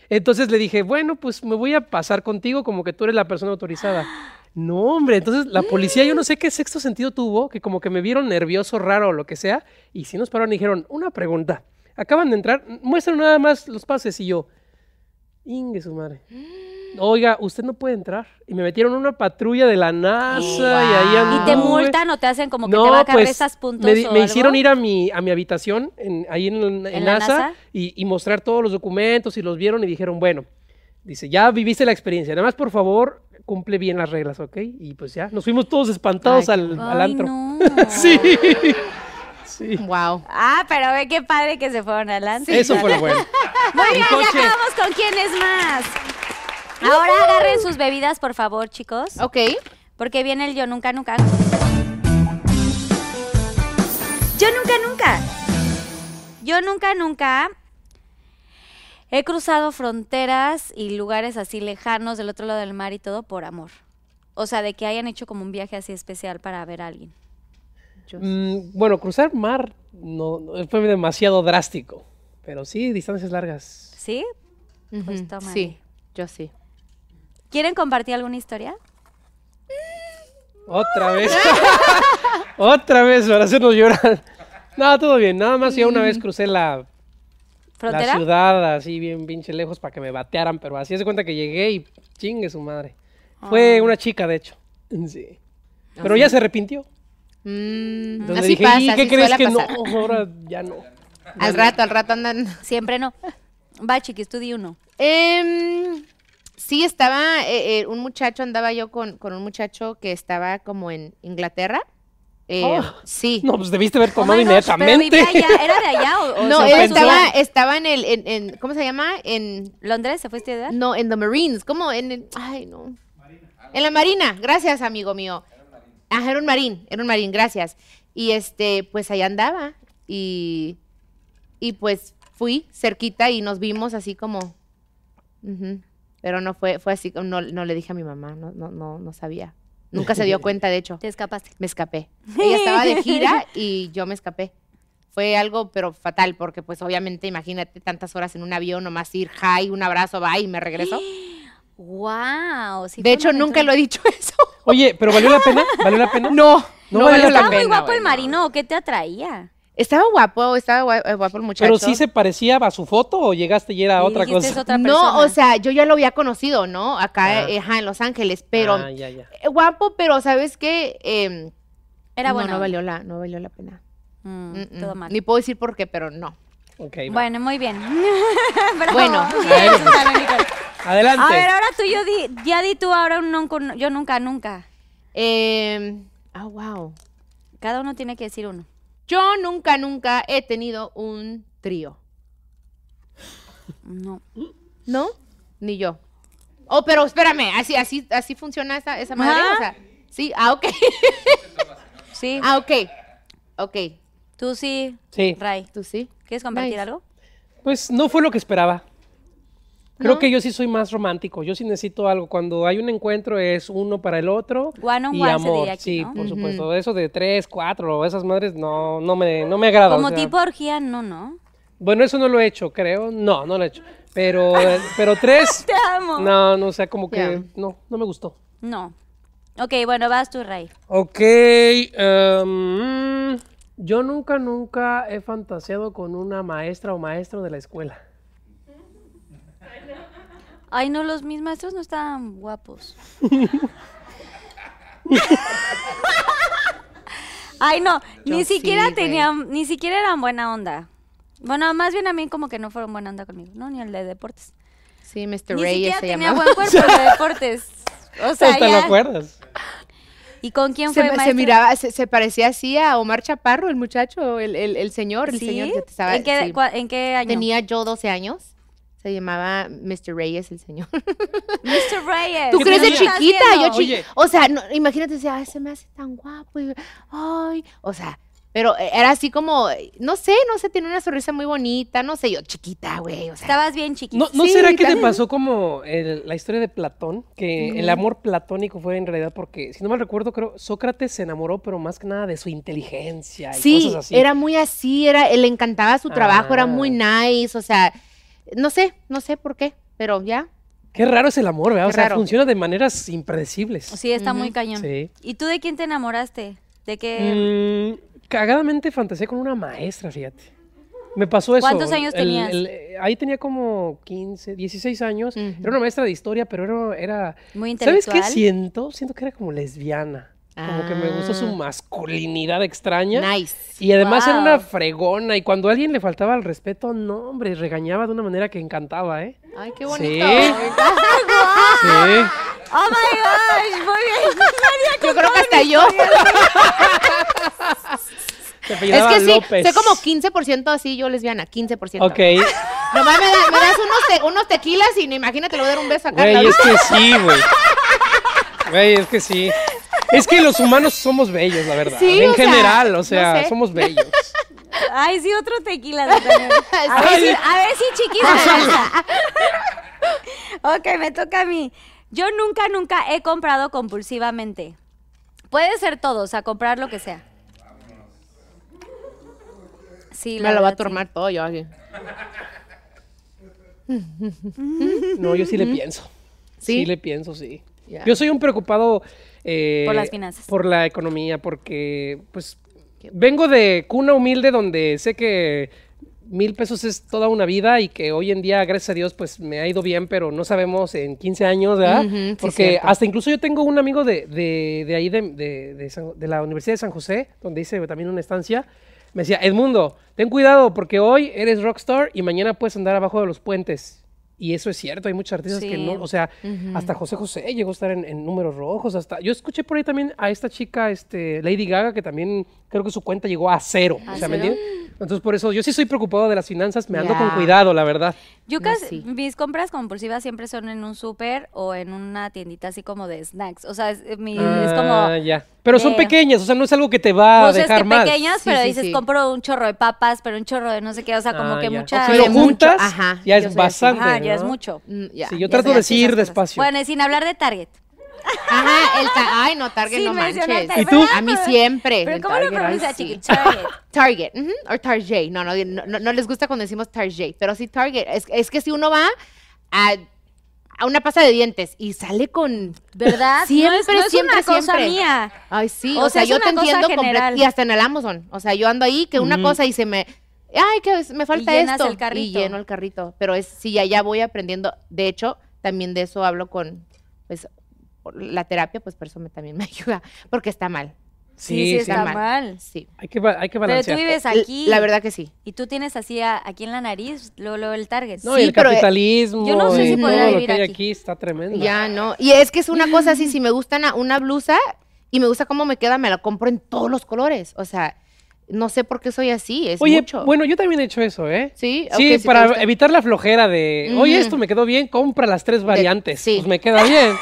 E: Entonces le dije, bueno, pues me voy a pasar contigo como que tú eres la persona autorizada. No, hombre, entonces la policía, yo no sé qué sexto sentido tuvo, que como que me vieron nervioso, raro o lo que sea, y si nos pararon y dijeron, una pregunta, acaban de entrar, muestran nada más los pases y yo, ingue su madre. Oiga, usted no puede entrar. Y me metieron una patrulla de la NASA y ahí
C: ¿Y te
E: anduve.
C: multan o te hacen como que te va a esas puntos
E: pues, Me, di-
C: o
E: me
C: algo?
E: hicieron ir a mi, a mi habitación en- ahí en, en
C: la
E: NASA,
C: NASA?
E: Y, y mostrar todos los documentos y los vieron y dijeron, bueno, dice, ya viviste la experiencia, nada más por favor cumple bien las reglas, ¿ok? Y pues ya, nos fuimos todos espantados
D: Ay, qué
E: al, al
C: Ay,
E: antro.
C: no.
E: Sí, sí.
D: Wow.
C: Ah, pero ve qué padre que se fueron adelante.
E: Eso fue lo bueno.
C: Muy bien, ya
E: coche.
C: acabamos con quién es más. Ahora agarren sus bebidas, por favor, chicos.
D: Ok.
C: Porque viene el yo nunca nunca. Yo nunca nunca. Yo nunca, nunca he cruzado fronteras y lugares así lejanos del otro lado del mar y todo por amor. O sea, de que hayan hecho como un viaje así especial para ver a alguien.
E: Mm, bueno, cruzar mar no, no, fue demasiado drástico, pero sí, distancias largas.
C: ¿Sí? Pues
I: Ujú,
C: tómale.
I: Sí, yo sí.
C: ¿Quieren compartir alguna historia?
D: Ah.
E: Otra vez. Otra vez para hacernos llorar. No, todo bien. Nada más ya una
D: Mm.
E: vez crucé la, la
C: ¿Frontera?
E: ciudad así bien pinche lejos para que me batearan, pero así se cuenta que llegué y chingue su madre. Fue
D: Ah.
E: una chica, de hecho. Sí. Pero ya se arrepintió.
D: Mm,
E: Donde
D: así
E: dije,
D: pasa,
E: "¿Y qué
D: así
E: crees
D: suele
E: que
D: pasar.
E: no? Ahora ya no.
D: Al rato, al rato andan.
C: Siempre no. Va, chiquis, tú di uno.
D: Em, sí, estaba eh, eh, un muchacho, andaba yo con, con un muchacho que estaba como en Inglaterra. Eh,
E: Oh.
D: Sí.
E: No, pues debiste haber
C: Oh
E: tomado
C: my gosh, pero
E: inmediatamente.
C: vivía allá. ¿Era de allá o, o
D: No,
C: se
D: él
C: fue a
D: estaba,
C: estudiar?
D: estaba en el, en, en- ¿cómo se llama? En,
C: ¿Londres? ¿Se fuiste a estudiar?
D: no, en the Marines, ¿cómo? En el, ay, no. En la Marina, gracias, amigo mío. Ajá, era un marín, era un marín, gracias. Y este, pues allá andaba y, y pues fui cerquita y nos vimos así como, ujú. pero no fue, fue así, no, no le dije a mi mamá, no, no, no, no sabía. Nunca se dio cuenta, de hecho
C: Te escapaste.
D: me escapé. Ella estaba de gira y yo me escapé. Fue algo, pero fatal, porque pues obviamente, imagínate tantas horas en un avión, nomás ir, hi, un abrazo, bye, y me regreso.
C: ¡Wow!
D: de hecho, nunca lo he dicho eso.
E: Oye, pero valió la pena, valió la pena.
D: No,
E: no
D: no,
E: valió
D: valió
E: la
C: ¿Estaba
D: la
C: muy
D: pena.
C: guapo
D: güey,
C: el
D: no.
C: marino o qué te atraía?
D: Estaba guapo, estaba gua- eh, guapo el muchacho.
E: Pero sí se parecía a su foto o llegaste y era
C: Y
E: otra
C: dijiste,
E: cosa.
C: "Es otra
D: No,
C: persona".
D: o sea, yo ya lo había conocido, ¿no? Acá,
E: Ah.
D: eh, ajá, en Los Ángeles, pero
E: Ah, ya, ya.
D: eh, guapo, pero ¿sabes qué? Em,
C: Era
D: no,
C: bueno.
D: No valió la, no valió la pena.
C: Mm,
D: Mm, mm.
C: Todo mal.
D: Ni puedo decir por qué, pero no.
E: Ok, va.
C: Bueno, muy bien. Bravo.
D: Bueno.
C: Bien, Nicole, Nicole.
E: Adelante.
C: A ver, ahora tú yo di, ya di tú ahora un nunca, un- yo nunca, nunca.
D: Em, ah, wow.
C: Cada uno tiene que decir uno.
D: Yo nunca, nunca he tenido un trío.
C: No.
D: ¿No? Ni yo. Oh, pero espérame, así, así, así funciona esa, esa madre.
C: Ajá.
D: O sea, sí, ah, ok.
C: Sí.
D: ah, ok. Ok.
C: Tú sí,
E: Sí,
C: Ray.
D: ¿Tú sí?
C: ¿Quieres compartir
D: Nice.
C: algo?
E: pues no fue lo que esperaba. Creo
D: ¿No?
E: que yo sí soy más romántico. Yo sí necesito algo. Cuando hay un encuentro es uno para el otro.
C: One on
E: y
C: one se
E: amor.
C: diría aquí,
E: sí,
C: ¿no?
E: por
D: Ujú.
E: supuesto. Eso de tres, cuatro, o esas madres no, no me, no me agrada. o
C: Como
E: sea,
C: tipo orgía, no, no.
E: Bueno, eso no lo he hecho, creo. No, no lo he hecho. Pero, eh, pero tres.
C: Te amo. No.
E: No, no, o sea, como que
D: Ya.
E: no, no me gustó.
C: Ok, bueno, vas tú, Ray.
E: Ok. em, yo nunca, nunca he fantaseado con una maestra o maestro de la escuela.
C: Ay, no, los mis maestros no estaban guapos. Ay, no, ni siquiera tenían, ni siquiera eran buena onda. Bueno, más bien a mí como que no fueron buena onda conmigo, no, ni el de deportes.
D: Sí, Mr.
C: ni
D: Reyes
C: siquiera
D: se
C: tenía
D: llamaba.
C: buen cuerpo el de deportes. O sea,
E: ¿Te lo
C: ya.
E: acuerdas?
C: ¿Y con quién
D: Se,
C: fue
D: se
C: maestro?
D: miraba, se, se parecía así a Omar Chaparro, el muchacho, el, el, el señor, el
C: ¿Sí?
D: señor que te estaba-
C: ¿En, qué,
D: sí.
C: cua- en qué año?
D: Tenía yo 12 años. Se llamaba Mr. Reyes, el señor.
C: Mr. Reyes.
D: ¿Tú
C: ¿qué
D: crees de
C: estás
D: chiquita? Yo
C: haciendo?
D: chi-
E: Oye.
D: O sea, no, imagínate, decía, ay, se me hace tan guapo. y- ay, o sea, pero eh, era así como, eh, no sé, no sé, tiene una sonrisa muy bonita, no sé, yo chiquita, güey, o sea.
C: Estabas bien chiquita.
E: ¿No, ¿no
D: Sí,
E: será que te
D: también.
E: pasó como el- la historia de Platón? Que el amor platónico fue en realidad porque, si no mal recuerdo, creo Sócrates se enamoró, pero más que nada de su inteligencia y
D: Sí,
E: cosas así.
D: era muy así, era, eh, le encantaba su trabajo, era muy nice, o sea, no sé, no sé por qué, pero ya.
E: Qué raro es el amor, ¿verdad? O
D: Qué
E: sea,
D: raro.
E: funciona de maneras impredecibles.
C: Sí, está muy cañón.
E: Sí.
C: ¿Y tú de quién te enamoraste? ¿De qué?
D: Em,
E: Mm, cagadamente fantaseé con una maestra, fíjate. Me pasó eso.
C: ¿Cuántos años tenías?
E: eh, ahí tenía como 15, 16 años.
D: Ujú.
E: Era una maestra de historia, pero era...
C: Muy
E: era ¿Sabes qué
C: intelectual.
E: siento? Siento que era como lesbiana. Como que me gustó su
D: Ah.
E: masculinidad extraña.
D: Nice.
E: Y además era una
C: Wow.
E: fregona. Y cuando a alguien le faltaba el respeto, no, hombre, regañaba de una manera que encantaba, ¿eh?
D: Ay, qué
E: Sí.
D: bonito.
E: Sí.
C: ¡Oh, my gosh! Muy bien.
D: Yo creo que hasta yo.
E: Se
D: Es
E: apellidaba
D: que sí,
E: López.
D: sé como 15% así yo lesbiana, 15%.
E: Ok.
D: Nomás me, da- me das unos, te- unos tequilas y no, imagínate, le voy a dar un beso a Carla.
E: Güey, es que sí, güey. Güey, es que sí. Es que los humanos somos bellos, la verdad.
D: Sí,
E: en
D: o sea,
E: general, o
D: no
E: sea,
D: sé.
E: somos bellos.
C: Ay, sí, otro tequila. doctora. A ver, si, a ver si chiquis regresa. ok, me toca a mí. Yo nunca, nunca he comprado compulsivamente. Puede ser todo, o sea, comprar lo que sea. Sí, la
D: Me lo va a
C: verdad, sí.
D: tomar todo yo aquí.
E: No, yo sí le pienso.
D: ¿Sí?
E: ¿Sí? le pienso, sí.
D: Ya.
E: Yo soy un preocupado... eh,
B: Por las finanzas.
E: Por la economía, porque pues vengo de cuna humilde donde sé que mil pesos es toda una vida y que hoy en día, gracias a Dios, pues me ha ido bien, pero no sabemos en 15 años, ¿verdad?
D: Ujú, sí,
E: porque
D: cierto.
E: hasta incluso yo tengo un amigo de, de, de ahí, de, de- de San- de la Universidad de San José, donde hice también una estancia. Me decía, Edmundo, ten cuidado porque hoy eres rockstar y mañana puedes andar abajo de los puentes. Y eso es cierto, hay muchos artistas que
B: Sí.
E: no, o sea, hasta José José llegó a estar en, en números rojos, hasta yo escuché por ahí también a esta chica, este, Lady Gaga, que también creo que su cuenta llegó a cero, o sea, ¿me
B: cero?
E: entiendes? Entonces por eso yo sí soy preocupado de las finanzas, me ando con
D: Ya.
E: cuidado, la verdad.
B: Yo
D: No,
B: casi,
D: sí.
B: mis compras compulsivas siempre son en un súper o en una tiendita así como de snacks. O sea, es, eh, mi- es como...
E: Ah, ya. Pero son
B: de-
E: pequeñas, o sea, no es algo que te va a
B: Pues es
E: dejar
B: que
E: mal.
B: pequeñas,
D: Sí,
B: pero
D: sí,
B: dices,
D: sí.
B: compro un chorro de papas, pero un chorro de no sé qué, o sea, como
E: Ah,
B: que
E: ya.
B: muchas...
E: O si lo
D: Sí, mucho,
E: juntas,
D: ajá,
E: ya
D: yo
E: es
D: soy así.
E: bastante.
B: Ajá, ya
E: ¿no?
B: es mucho.
D: Mm, ya,
E: Sí, yo
D: ya
E: trato
D: soy
E: de
D: así.
E: ir
B: Esas cosas.
E: despacio.
B: Bueno, y sin hablar de Target.
D: Ajá, el ta- Ay, no, Target
B: Sin
D: no
B: mencionar
D: manches.
B: Target.
E: ¿Y tú?
D: A mí siempre.
B: Pero
D: el
B: ¿cómo lo
D: Target, ay,
B: pronuncia,
D: sí.
B: chiqui? Target.
D: Target, ujú, o Target. No, no, no, no- no les gusta cuando decimos Target, pero sí Target. Es, es que si uno va a, a una pasta de dientes y sale con...
B: ¿Verdad? no es,
D: Siempre,
B: no es
D: siempre,
B: una cosa
D: siempre.
B: mía.
D: Ay, sí,
B: O
D: o,
B: sea,
D: sea,
B: es
D: yo
B: una
D: te
B: cosa
D: entiendo
B: general.
D: completamente. Y hasta en el Amazon. O sea, yo ando ahí que una
E: Mm.
D: cosa y se me... Ay, que es- me falta
B: llenas
D: esto.
B: el carrito.
D: Y lleno el carrito. Pero es, sí, ya, ya voy aprendiendo. De hecho, también de eso hablo con... Pues por la terapia, pues por eso me, también me ayuda. Porque está mal.
B: Sí, sí, está
D: está
B: mal.
D: mal. Sí.
E: Hay que, ba- hay que
B: Pero
E: balancear.
B: tú vives aquí.
D: La verdad que sí.
B: Y tú tienes así a- aquí en la nariz, luego, luego el Target.
E: No,
D: Sí,
E: y el
D: pero, eh,
E: capitalismo.
B: yo no sé
E: y
B: si
E: todo
B: podría
E: lo
B: vivir
E: que hay
B: aquí.
E: aquí está tremendo.
D: Ya, no. Y es que es una cosa así, si me gusta una, una blusa y me gusta cómo me queda, me la compro en todos los colores. O sea, no sé por qué soy así, es
E: Oye,
D: mucho.
E: bueno, yo también he hecho eso, ¿eh?
D: Sí, ok,
E: Sí,
D: si te
E: para
D: gusta.
E: evitar la flojera de, oye,
D: Ujú.
E: esto me quedó bien, compra las tres variantes.
D: sí.
E: Pues me queda bien.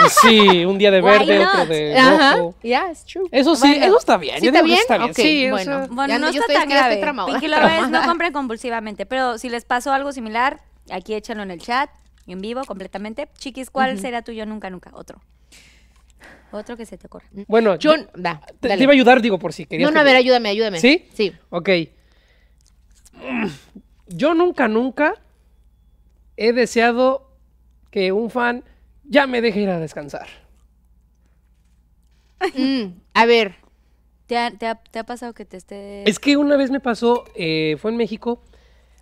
E: Pues sí, un día de
B: Why
E: verde,
B: not?
E: otro de
D: Ajá.
E: rojo.
D: Yeah, it's true.
E: Eso sí,
D: Bueno.
E: eso está bien.
D: ¿Sí
E: yo
D: está
E: digo que
D: bien?
E: está bien.
D: Ok,
E: sí, o
D: bueno.
E: sea,
B: Bueno,
D: Ya
B: no
D: no,
B: está
D: yo estoy- este es
B: tan
D: que ya estoy
B: grave.
D: traumada,
B: Pinky Lovers, no
D: traumada.
B: compren compulsivamente, pero si les pasó algo similar, aquí échalo en el chat, en vivo, completamente. Chiquis, ¿cuál será tu yo nunca, nunca? Otro. Otro que se te
D: Mm.
B: ocurra.
E: bueno,
D: Yo,
E: yo
D: da,
E: te,
D: dale.
E: te iba a ayudar, digo, por si querías.
D: No, no,
E: que
D: a
E: te-
D: ver, ayúdame, ayúdame.
E: ¿Sí?
D: Sí.
E: Ok. Yo nunca, nunca he deseado que un fan ya me deje ir a descansar.
D: Mm, a ver,
B: ¿Te ha, te ha- te ha pasado que te esté...?
E: Es que una vez me pasó, eh, fue en México,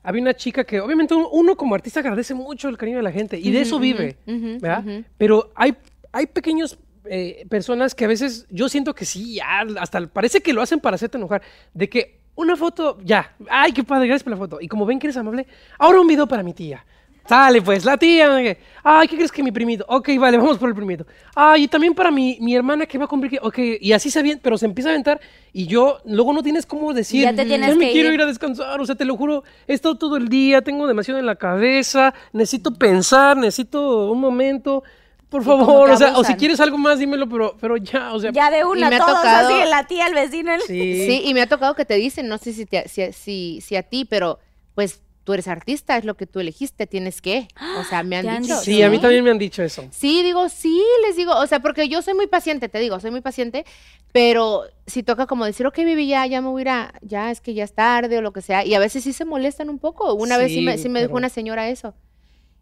E: había una chica que obviamente uno, uno como artista agradece mucho el cariño de la gente y de eso vive,
D: ujú,
E: ¿verdad?
D: ujú.
E: Pero hay, hay pequeños eh, personas que a veces yo siento que sí, ya, hasta parece que lo hacen para hacerte enojar, de que una foto, ya, ay, qué padre, gracias por la foto. Y como ven que eres amable, ahora un video para mi tía. Sale pues, la tía. no sé qué. Ay, ¿qué crees que mi primito? Ok, vale, vamos por el primito. Ay, y también para mi, mi hermana que va a cumplir. que- Ok, y así se avienta, pero se empieza a aventar y yo luego no tienes cómo decir decir,
B: Ya te tienes
E: "Ya me
B: que
E: quiero
B: ir".
E: ir a descansar, o sea, te lo juro, he estado todo el día, tengo demasiado en la cabeza, necesito pensar, necesito un momento, por
B: como
E: favor,
B: que
E: o sea, o si
B: abusan.
E: quieres algo más, dímelo, pero, pero ya, o sea,
B: Ya de
D: Y
B: una,
D: me ha
B: todos
D: tocado-
B: así, la tía, el vecino, el...
E: sí.
D: sí, y me ha tocado que te dicen, no sé si, te- si, si, si a ti, pero pues tú eres artista, es lo que tú elegiste, tienes que. O sea, me
B: Te han
D: han dicho.
B: dicho,
E: Sí, a mí
B: ¿no?
E: también me han dicho eso.
D: Sí, digo, sí, les digo, o sea, porque yo soy muy paciente, te digo, soy muy paciente, pero si toca como decir, ok, baby, ya, ya me voy a ir a, ya es que ya es tarde o lo que sea, y a veces sí se molestan un poco. Una vez sí
E: Sí,
D: me, sí me dijo
E: pero-
D: una señora eso.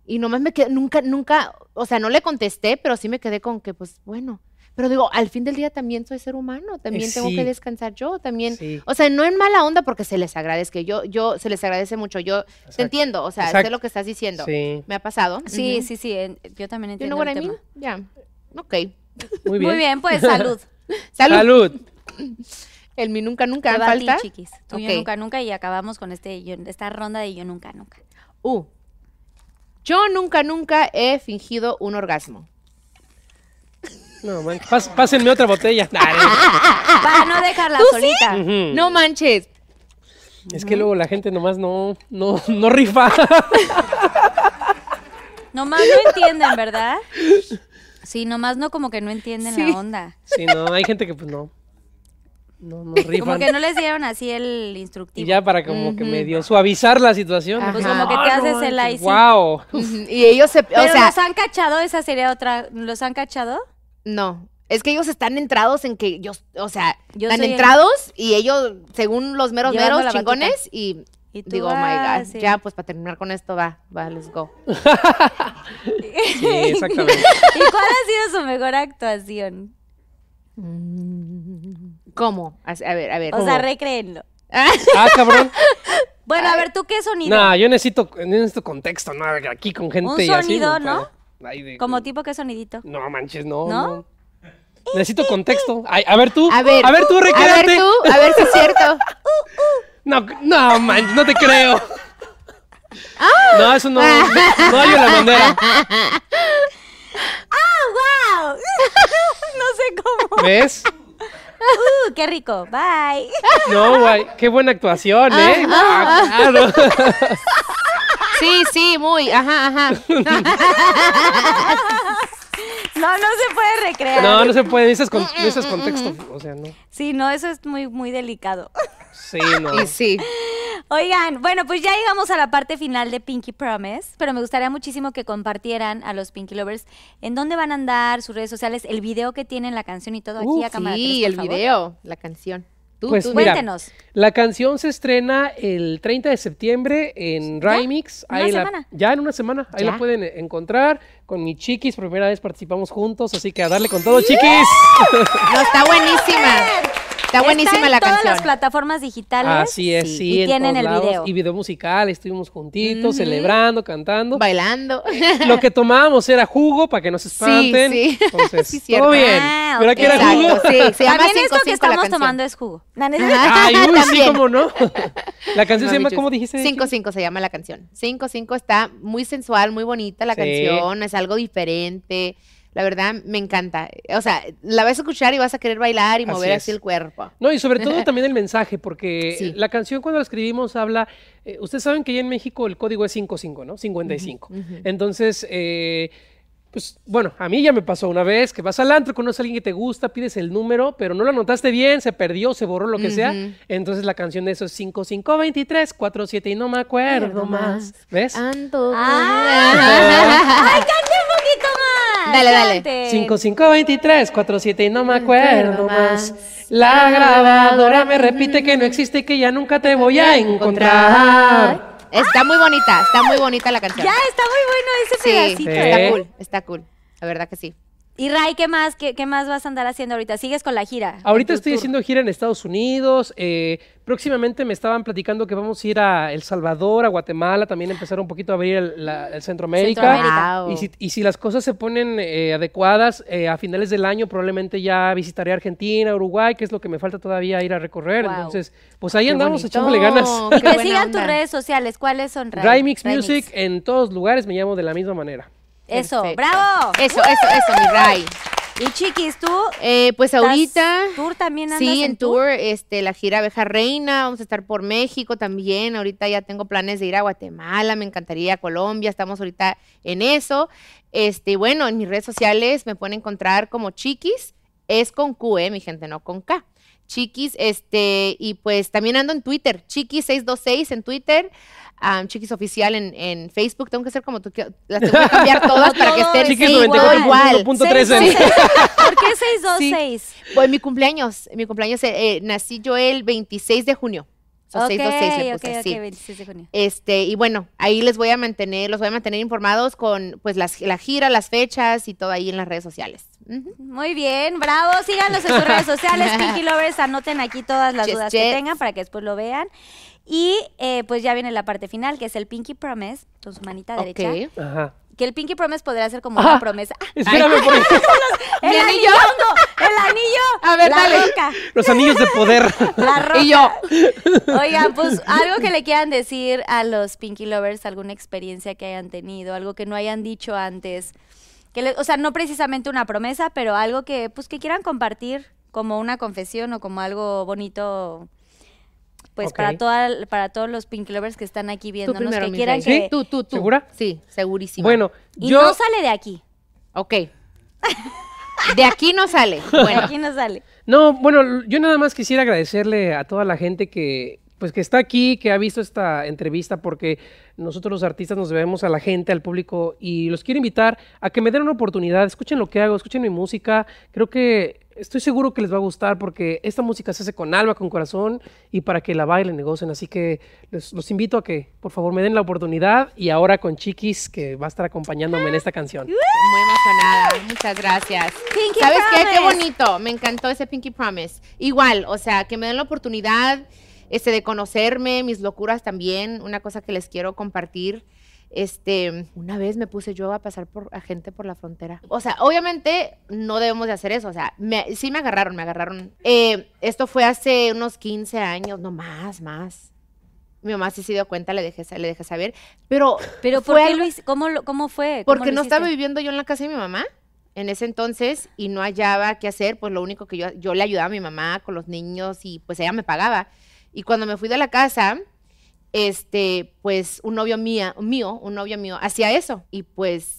D: Y nomás me quedé, nunca, nunca, o sea, no le contesté, pero sí me quedé con que, pues, bueno. Pero digo, al fin del día también soy ser humano, también tengo
E: sí.
D: que descansar yo, también.
E: Sí.
D: O sea, no en mala onda porque se les agradezca, yo, yo, se les agradece mucho, yo
E: Exacto.
D: te entiendo, o sea, sé
E: Exacto.
D: lo que estás diciendo.
E: Sí,
D: Me ha pasado.
B: Sí,
D: ujú.
B: sí, sí, en- yo también
D: You
B: entiendo
D: know what
B: el
D: I mean?
B: tema.
D: Ya. Ok.
E: muy bien.
B: Muy bien, pues, salud.
D: Salud.
E: Salud.
D: El mi nunca nunca
B: Te va a ti,
D: falta.
B: chiquis. Tú, yo
D: Ok.
B: nunca, nunca, y acabamos con este, yo- esta ronda de yo nunca, nunca.
D: Uh. Yo nunca nunca he fingido un orgasmo.
E: No, man, pas- pásenme otra botella. Nah,
D: Ah.
B: Para no dejarla solita.
E: ujú.
D: No manches.
E: Es que luego la gente nomás no, no, no rifa.
B: Nomás no entienden, ¿verdad? Sí, nomás no como que no entienden la onda.
E: Sí, no, hay gente que pues no. no, no
C: Como
E: rifan.
C: que no les dieron así el instructivo.
E: Y ya para como que medio suavizar la situación.
D: Ajá.
E: Ah,
D: Ah,
C: Pues como que te haces el IC.
E: Wow.
D: Ujú, Y ellos se.
C: Pero
D: o sea,
C: los han cachado, esa sería otra. ¿Los han cachado?
D: no. Es que ellos están entrados en que yo, o sea,
C: Yo
D: están
C: soy el-
D: entrados y ellos, según los meros
C: Llevando
D: meros,
C: la
D: chingones, y
C: Y tú,
D: digo, oh
C: ah,
D: my god,
C: sí.
D: ya, pues para terminar con esto, va, va, let's go.
E: Sí, exactamente.
C: ¿Y cuál ha sido su mejor actuación?
D: ¿Cómo? A, a ver, a ver.
C: O sea, recréenlo.
E: Ah, cabrón.
C: Bueno, a ver, ¿tú qué sonido?
E: No, yo necesito, necesito contexto, ¿no? Aquí con gente y así.
C: sonido,
E: puedo. Ay, de-
C: Como tipo, ¿qué sonidito?
E: No manches, no.
C: ¿No?
E: no. Necesito contexto. Ay, a ver tú.
D: A ver,
E: tú,
D: a
E: recréate.
D: ver tú, a ver si es cierto.
E: No, no manches, no te creo.
D: Ah.
E: No, eso no. No hay una manera.
C: ¡Wow! ¡Ah, no sé cómo.
E: ¿Ves?
C: Uh, ¡Qué rico! ¡Bye!
E: No, güey. Qué buena actuación, ¿eh? Ah, claro.
D: Sí, sí, muy, ajá, ajá.
C: No, no se puede recrear.
E: No, no se puede. Necesitas, con, necesitas contexto. O sea, no.
C: Sí, no, eso es muy, muy delicado.
E: Sí, no.
D: Y sí.
C: Oigan, bueno, pues ya llegamos a la parte final de Pinky Promise, pero me gustaría muchísimo que compartieran a los Pinky Lovers en dónde van a andar, sus redes sociales, el video que tienen, la canción y todo aquí
E: Uh,
C: a cámara. tres,
D: Sí,
C: por
D: el
C: favor.
D: video, la canción. Tú,
E: Pues
D: tú,
E: mira,
C: Cuéntenos.
E: La canción se estrena el 30 de septiembre en Rymix.
C: ¿En
E: Ahí
C: una
E: la-
C: semana?
E: ya en una semana. Ahí
D: Ya.
E: la pueden eh, encontrar. Con mi chiquis, primera vez participamos juntos, así que a darle con todo, chiquis.
D: No, está buenísima. Está buenísima
C: Está en
D: la
C: todas
D: canción.
C: las plataformas digitales.
E: Así es, sí.
C: Y
E: en
C: tienen
E: todos
C: el
E: lados.
C: video.
E: Y video musical, estuvimos juntitos, celebrando, cantando.
D: Bailando.
E: Lo que tomábamos era jugo, para que no se espanten.
D: sí.
E: Entonces,
D: Sí, cierto.
E: todo bien.
C: Ah,
E: Pero aquí era jugo.
D: Exacto, sí. Se llama
C: También esto
D: 5-5
C: que
D: la
C: estamos
D: canción.
C: tomando es jugo. No, no es-
D: Ajá,
E: Ay, uy, sí,
D: también.
E: cómo no. La canción se llama,
D: Mamichus.
E: ¿cómo dijiste?
D: 5-5 se llama la canción. 5-5 está muy sensual, muy bonita la
E: Sí.
D: canción, es algo diferente. La verdad, me encanta. O sea, la vas a escuchar y vas a querer bailar y
E: Así
D: mover así
E: es.
D: el cuerpo.
E: No, y sobre todo también el mensaje, porque
D: Sí.
E: la canción cuando la escribimos habla, eh, ustedes saben que ya en México el código es 55, ¿no? 55. Entonces, eh, pues bueno, a mí ya me pasó una vez que vas al antro, conoces a alguien que te gusta, pides el número, pero no lo anotaste bien, se perdió, se borró, lo que sea.
D: Ujú.
E: Entonces la canción de eso es 5523 47 y no me acuerdo más. ¿Ves?
D: Ando.
C: Ah. ¡Ay, cante un poquito más!
D: Dale, dale.
C: Canten.
E: 5523 47 y no me acuerdo
D: acuerdo
E: Mm, más.
D: más.
E: La grabadora me repite que no existe y que ya nunca te voy a encontrar.
D: Está muy bonita, está muy bonita la canción.
C: Ya, está muy bueno ese
D: sí,
C: pedacito.
E: Sí.
D: está cool, está cool. La verdad que sí.
C: Y Ray, ¿qué más? ¿Qué, qué más vas a andar haciendo ahorita? ¿Sigues con la gira? Tu
E: Ahorita estoy
C: tour.
E: haciendo gira en Estados Unidos. eh, próximamente me estaban platicando que vamos a ir a El Salvador, a Guatemala, también empezar un poquito a abrir el, la- el Centroamérica.
C: Centroamérica.
E: Y, si, y si las cosas se ponen eh, adecuadas, eh, a finales del año probablemente ya visitaré Argentina, Uruguay, que es lo que me falta todavía ir a recorrer.
C: Wow.
E: Entonces, pues ahí andamos
D: bonito.
E: echándole ganas.
D: Oh, Qué
C: Y que
D: buena
C: sigan tus
D: onda.
C: redes sociales. ¿Cuáles son, Ray?
E: Rymix
C: Ray
E: Music
C: Mix.
E: en todos lugares me llamo de la misma manera.
C: Eso,
D: Perfecto.
C: bravo.
D: Este, Eso, eso, eso, mi Ray.
C: Y Chiquis, tú.
D: Eh, pues
C: estás-
D: ahorita.
C: ¿Tour también andas
D: Sí,
C: en
D: en tour, este, la gira Abeja Reina, vamos a estar por México también, ahorita ya tengo planes de ir a Guatemala, me encantaría Colombia, estamos ahorita en eso. Este, bueno, en mis redes sociales me pueden encontrar como Chiquis, es con Q, eh, mi gente, no con K. Chiquis, este, y pues también ando en Twitter, Chiquis626 en Twitter, am, Chiquis Oficial en, en Facebook, tengo que hacer como tú, que- las tengo que cambiar todas Pues, para que estén
E: Chiquis
D: sí, igual.
E: 94.1.13.
C: ¿Por
D: Oh,
C: qué 626?
D: Pues mi cumpleaños, mi cumpleaños, eh, eh, nací yo el 26 de junio. So,
C: Ok,
D: 626 le
C: ok,
D: puse,
C: ok,
D: sí. pues,
C: 26 de junio.
D: Este, y bueno, ahí les voy a mantener, los voy a mantener informados con pues las, la gira, las fechas y todo ahí en las redes sociales. Ujú.
C: Muy bien, bravo. Síganlos en sus redes sociales. Pinky Lovers, anoten aquí todas las
D: Yes,
C: dudas que
D: yes.
C: tengan para que después lo vean. Y eh, pues ya viene la parte final, que es el Pinky Promise, con su manita derecha.
D: Ok.
E: Ajá.
C: Que el Pinky Promise podría ser como una
E: Ah.
C: promesa.
E: Espérame, porque
C: ¡El
D: ¿Mi
C: anillo!
D: anillo?
C: hongo! ¡El anillo!
D: A ver,
C: la
D: dale.
C: roca,
E: los anillos de poder.
C: La roca.
D: Y yo,
C: Oigan, pues algo que le quieran decir a los Pinky Lovers, alguna experiencia que hayan tenido, algo que no hayan dicho antes. Que le- o sea, no precisamente una promesa, pero algo que, pues, que quieran compartir como una confesión o como algo bonito. Pues
E: Ok.
C: para toda, para todos los Pinky Lovers que están aquí
D: tú
C: viéndonos,
D: primero,
C: que
D: mi
C: quieran
D: Rey.
C: que.
D: Tú, tú, tú.
E: ¿Segura?
D: Sí, segurísima.
E: Bueno,
C: Y
E: yo.
C: no sale de aquí.
D: Ok. De aquí no sale.
C: Bueno, aquí no sale.
E: No, bueno, yo nada más quisiera agradecerle a toda la gente que pues que está aquí, que ha visto esta entrevista, porque nosotros los artistas nos debemos a la gente, al público, y los quiero invitar a que me den una oportunidad, escuchen lo que hago, escuchen mi música, creo que estoy seguro que les va a gustar porque esta música se hace con alma, con corazón y para que la bailen, negocien. Así que les- los invito a que, por favor, me den la oportunidad y ahora con Chiquis, que va a estar acompañándome en esta canción.
D: Muy emocionada. Muchas gracias.
C: Pinky
D: ¿Sabes qué? Qué
C: Promise.
D: bonito. Me encantó ese Pinky Promise. Igual, o sea, que me den la oportunidad este, de conocerme, mis locuras también. Una cosa que les quiero compartir. Este, una vez me puse yo a pasar por a gente por la frontera. O sea, obviamente no debemos de hacer eso. O sea, me- sí me agarraron, me agarraron. Eh, esto fue hace unos 15 años, no más, más. Mi mamá sí se dio cuenta, le dejé, sa- le dejé saber. Pero
B: Pero
D: fue
B: ¿por qué
D: algo-
B: Luis? ¿Cómo, lo- cómo fue? ¿Cómo
D: porque
B: lo
D: no estaba
B: hiciste?
D: viviendo yo en la casa de mi mamá en ese entonces y no hallaba qué hacer, pues lo único que yo, yo le ayudaba a mi mamá con los niños y pues ella me pagaba. Y cuando me fui de la casa, este, pues un novio mía, mío, un novio mío, hacía eso. Y pues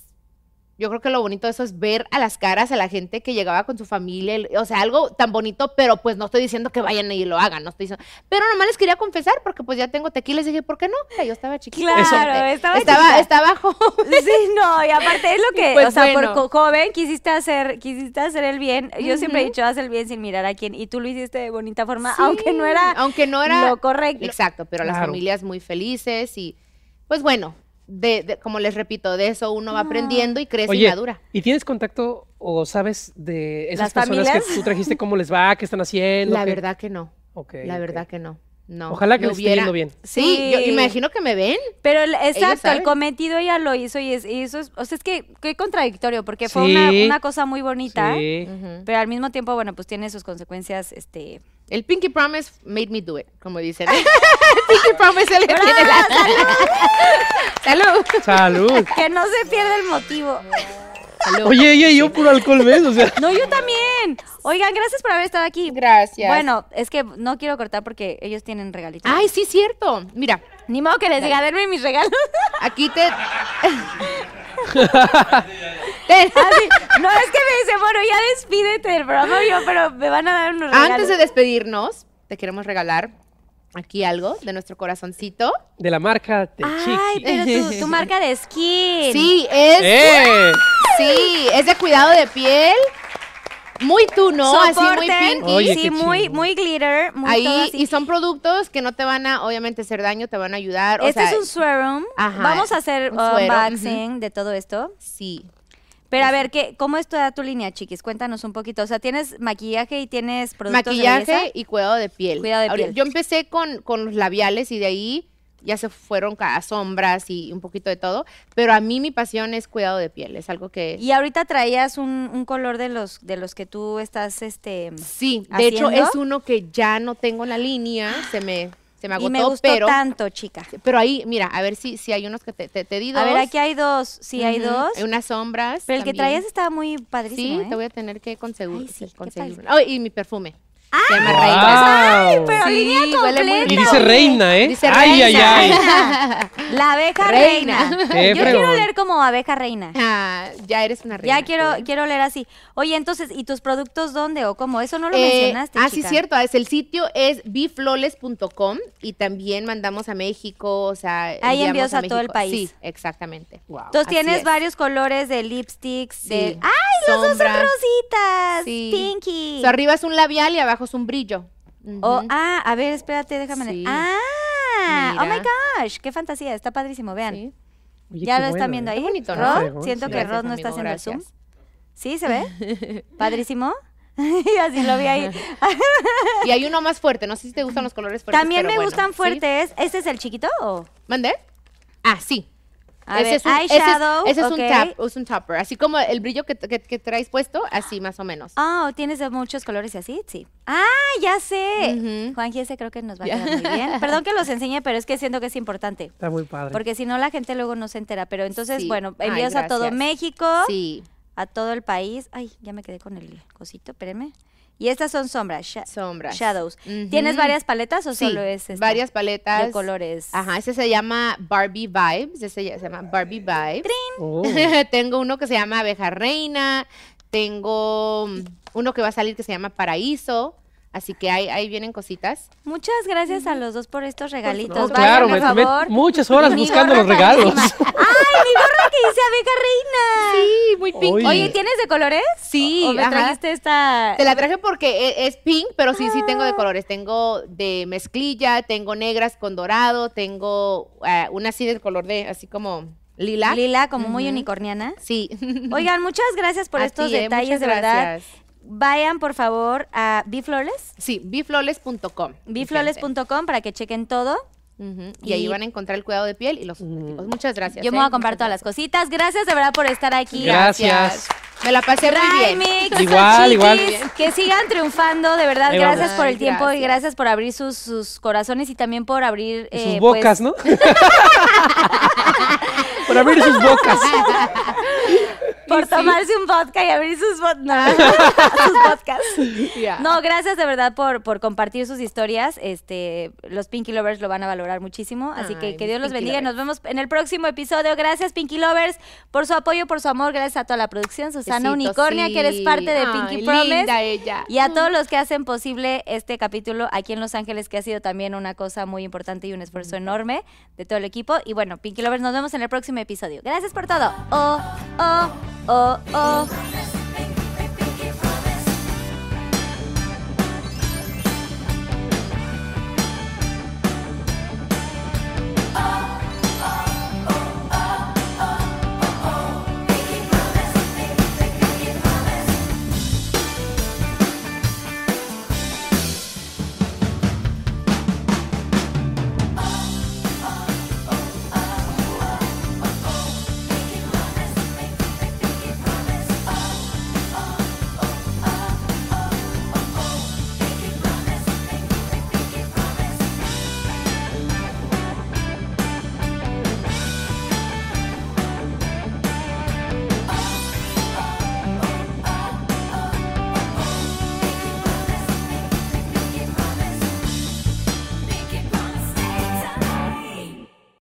D: yo creo que lo bonito de eso es ver a las caras a la gente que llegaba con su familia, el- o sea, algo tan bonito, pero pues no estoy diciendo que vayan y lo hagan, no estoy diciendo, pero nomás les quería confesar porque pues ya tengo tequila y dije, ¿por qué no? O sea, Yo estaba chiquita.
C: Claro, estaba
D: estaba,
C: chiquita.
D: estaba joven.
C: Sí, no, y aparte es lo que,
D: Pues
C: o sea,
D: bueno.
C: por co- joven quisiste hacer, quisiste hacer el bien. Yo siempre he
D: Ujú.
C: dicho, haz el bien sin mirar a quién. Y tú lo hiciste de bonita forma,
D: Sí,
C: aunque no era,
D: aunque no era
C: lo correcto.
D: exacto pero las
E: Claro.
D: familias muy felices y pues bueno de, de- como les repito de eso uno va
C: Ah.
D: aprendiendo y crece y
E: Oye,
D: madura
E: ¿y tienes contacto o sabes de esas
C: ¿Las
E: personas
C: familias?
E: que tú trajiste cómo les va, qué están haciendo?
D: la
E: qué-
D: verdad que no
E: Ok,
D: la
E: ok.
D: verdad que no no
E: Ojalá que
D: me
E: les esté
D: hubiera-
E: yendo bien.
D: sí, yo
C: Sí.
D: imagino que me ven
C: Pero el- exacto, el
D: saben.
C: cometido ella lo hizo y, es, y eso es, o sea, es que qué contradictorio, porque fue
E: Sí.
C: una, una cosa muy bonita,
E: Sí.
D: Ujú.
C: pero al mismo tiempo, bueno, pues tiene sus consecuencias, este...
D: el pinky promise made me do it como dicen pinky promise le tiene la- salud
E: Salud.
C: Que no se pierda el motivo.
E: Oye, ella y yo puro alcohol, ¿ves? O sea,
C: No, yo también. Oigan, gracias por haber estado aquí.
D: gracias Ah,
C: Bueno, es que no quiero cortar porque ellos tienen regalitos.
D: ay sí cierto mira
C: Ni modo que les diga, denme mis regalos.
D: aquí te Ten.
C: Así, no, es que me dice, bueno, ya despídete del programa yo, pero me van a dar unos regalos.
D: Antes de despedirnos, te queremos regalar aquí algo de nuestro corazoncito.
E: de la marca de
C: Ay, pues,
E: Chiqui.
C: pero tu, tu marca de skin.
D: Sí, es,
E: ¡Eh!
D: sí, es de cuidado de piel. Muy tú, ¿no? Así muy
C: Soporten,
D: pinky.
E: Oye,
C: sí,
E: qué
C: muy,
E: chingón.
C: muy glitter, muy todo
D: Ahí,
C: así.
D: y son productos que no te van a, obviamente, hacer daño, te van a ayudar. o
C: este
D: sea,
C: es un serum.
D: Ajá,
C: Vamos a hacer
D: un suero,
C: unboxing de todo esto.
D: Sí.
C: Pero a ver, ¿qué, ¿cómo es toda tu línea, chiquis? Cuéntanos un poquito. O sea, tienes maquillaje y tienes productos de
D: Maquillaje
C: belleza.
D: y cuidado de piel.
C: Cuidado de
D: Ahori-
C: piel.
D: Yo empecé con, con los labiales y de ahí ya se fueron a sombras y un poquito de todo. Pero a mí mi pasión es cuidado de piel. Es algo que
C: Y ahorita traías un, un color de los de los que tú estás, este...
D: Sí, de hecho
C: haciendo.
D: es uno que ya no tengo en la línea, se me, se me agotó,
C: y me gustó
D: pero,
C: tanto, chica.
D: pero ahí, mira, a ver si, si hay unos que te, te, te di
C: A ver,
D: dos.
C: aquí hay dos. Sí, hay
D: Ujú,
C: dos.
D: Hay unas sombras.
C: Pero el que
D: también.
C: traías estaba muy padrísimo,
D: Sí,
C: ¿eh?
D: te voy a tener que
C: Ay,
D: conseguir.
C: sí, qué
D: conseguir
C: padre.
D: uno. Oh, y mi perfume. Se llama Reina.
E: ¡Wow!
C: ¡Ah! Pero
D: Sí,
C: línea
D: huele muy
C: completa,
E: Y dice
C: oye.
E: reina, ¿eh?
D: Dice
E: ay,
D: reina.
E: ay, ay.
C: La abeja reina.
D: Reina.
E: Qué
C: Yo quiero
E: fregón.
C: oler como abeja reina.
D: Ah, ya eres una reina.
C: ya quiero,
D: tú, ¿eh?
C: quiero oler así. Oye, entonces, ¿y tus productos dónde o cómo? Eso no lo
D: Eh,
C: mencionaste,
D: ah, sí,
C: chica.
D: cierto. Es, el sitio es bifloles.com y también mandamos a México, o sea,
C: Hay envíos a todo el
D: México.
C: país.
D: Sí, exactamente.
C: Entonces
D: Así
C: tienes
D: es.
C: varios colores de lipsticks, de...
D: Sí.
C: ¡Ay, los dos son
D: Sombra.
C: rositas!
D: Sí.
C: ¡Pinky!
D: So, arriba es un labial y abajo es un brillo.
C: O-
D: Ujú.
C: ah, a ver, espérate, déjame...
D: Sí.
C: ¡Ah! ¡Oh,
D: Mira.
C: my gosh! ¡Qué fantasía! Está padrísimo, vean.
D: Sí.
E: Oye,
C: Ya
E: qué
C: lo
E: bueno,
C: están viendo
E: ¿eh?
C: ahí.
D: Qué bonito,
E: ¿no?
C: Ro,
E: Fregón,
C: siento
E: sí.
C: que
D: Gracias,
C: Rod no está
D: amigo,
C: haciendo el Zoom.
D: gracias.
C: ¿Sí se ve? Padrísimo. Y así lo vi ahí.
D: Y hay uno más fuerte. No sé si te gustan los colores fuertes.
C: También
D: pero
C: me
D: bueno,
C: gustan
D: ¿sí?
C: fuertes. ¿Este es el chiquito? o?
D: ¿Mandé? Ah, sí.
C: A ver,
D: es un, ese es-
C: eyeshadow,
D: ese es un
C: ok.
D: tap, es un topper. Así como el brillo que, que- que traes puesto, así más o menos.
C: Oh, tienes de muchos colores y así, sí. Ah, ya sé.
D: Ujú.
C: Juanji, ese creo que nos va a
D: Ya.
C: quedar muy bien. Perdón que los enseñe, pero es que siento que es importante.
E: Está muy padre.
C: Porque si no, la gente luego no se entera. Pero entonces,
D: Sí.
C: bueno,
D: Ay,
C: envíos a todo
D: gracias.
C: México,
D: Sí.
C: a todo el país. Ay, ya me quedé con el cosito, espérenme. Y estas son sombras. sha-
D: Sombras.
C: Shadows.
D: Ujú.
C: ¿Tienes varias paletas o
D: Sí,
C: solo es esta?
D: varias paletas.
C: de colores.
D: Ajá, ese se llama Barbie Vibes. Ese ya se llama Barbie Vibes.
E: Oh.
D: Tengo uno que se llama Abeja Reina. Tengo uno que va a salir que se llama Paraíso. Así que ahí, ahí vienen cositas.
C: Muchas gracias a los dos por estos regalitos.
E: No, claro,
C: Vayan,
E: me
C: por
E: tomé
C: favor.
E: muchas horas
C: Mi
E: buscando
C: gorra
E: los regalos.
C: padrísima. ¡Ay, mi gorra que dice abeja reina!
D: Sí, muy pink.
E: Oye.
C: Oye, ¿tienes de colores?
D: Sí,
C: ¿O me
D: ajá.
C: trajiste esta?
D: Te la traje porque e- es pink, pero sí, sí
C: Ah.
D: tengo de colores. Tengo de mezclilla, tengo negras con dorado, tengo ah, una así del color de, así como lila.
C: Lila, como muy
D: Ujú.
C: unicorniana.
D: Sí.
C: Oigan, muchas gracias por
D: A
C: estos
D: ti, eh,
C: detalles,
D: muchas
C: de verdad.
D: gracias.
C: Vayan, por favor, a biflores,
D: Sí, biflores.com.
C: biflores.com para que chequen todo.
D: Ujú, Y, ahí
C: Y- Mm.
D: van a encontrar el cuidado de piel y los cosméticos. Muchas gracias.
C: Yo me
D: ¿eh?
C: voy a comprar
D: Muchas
C: todas las cositas. Gracias de verdad por estar aquí.
E: Gracias.
D: Me la pasé muy
C: Ray
D: bien.
C: Mix,
E: Igual, igual.
C: Chiquis, Que sigan triunfando, de verdad.
E: Ahí vamos.
C: gracias por el
D: Ay,
C: tiempo y
D: gracias.
C: gracias por abrir sus, sus corazones y también por abrir
E: Y
C: eh,
E: sus bocas,
C: pues,
E: ¿no? Por abrir sus bocas.
C: Por tomarse un vodka y abrir sus, vo- no, sus podcasts.
D: Ya.
C: No, gracias de verdad por, por compartir sus historias. Este, los Pinky Lovers lo van a valorar muchísimo. Así
D: Ay,
C: que que
D: mis
C: Dios los
D: Pinky
C: bendiga. y Nos
D: Lovers.
C: vemos en el próximo episodio. Gracias, Pinky Lovers, por su apoyo, por su amor. Gracias a toda la producción. Susana
D: Besitos,
C: Unicornia,
D: sí.
C: que eres parte de
D: Ay,
C: Pinky
D: linda
C: Promise.
D: ella.
C: Y a todos los que hacen posible este capítulo aquí en Los Ángeles, que ha sido también una cosa muy importante y un esfuerzo enorme de todo el equipo. Y bueno, Pinky Lovers, nos vemos en el próximo episodio. Gracias por todo. Oh, oh, oh, oh,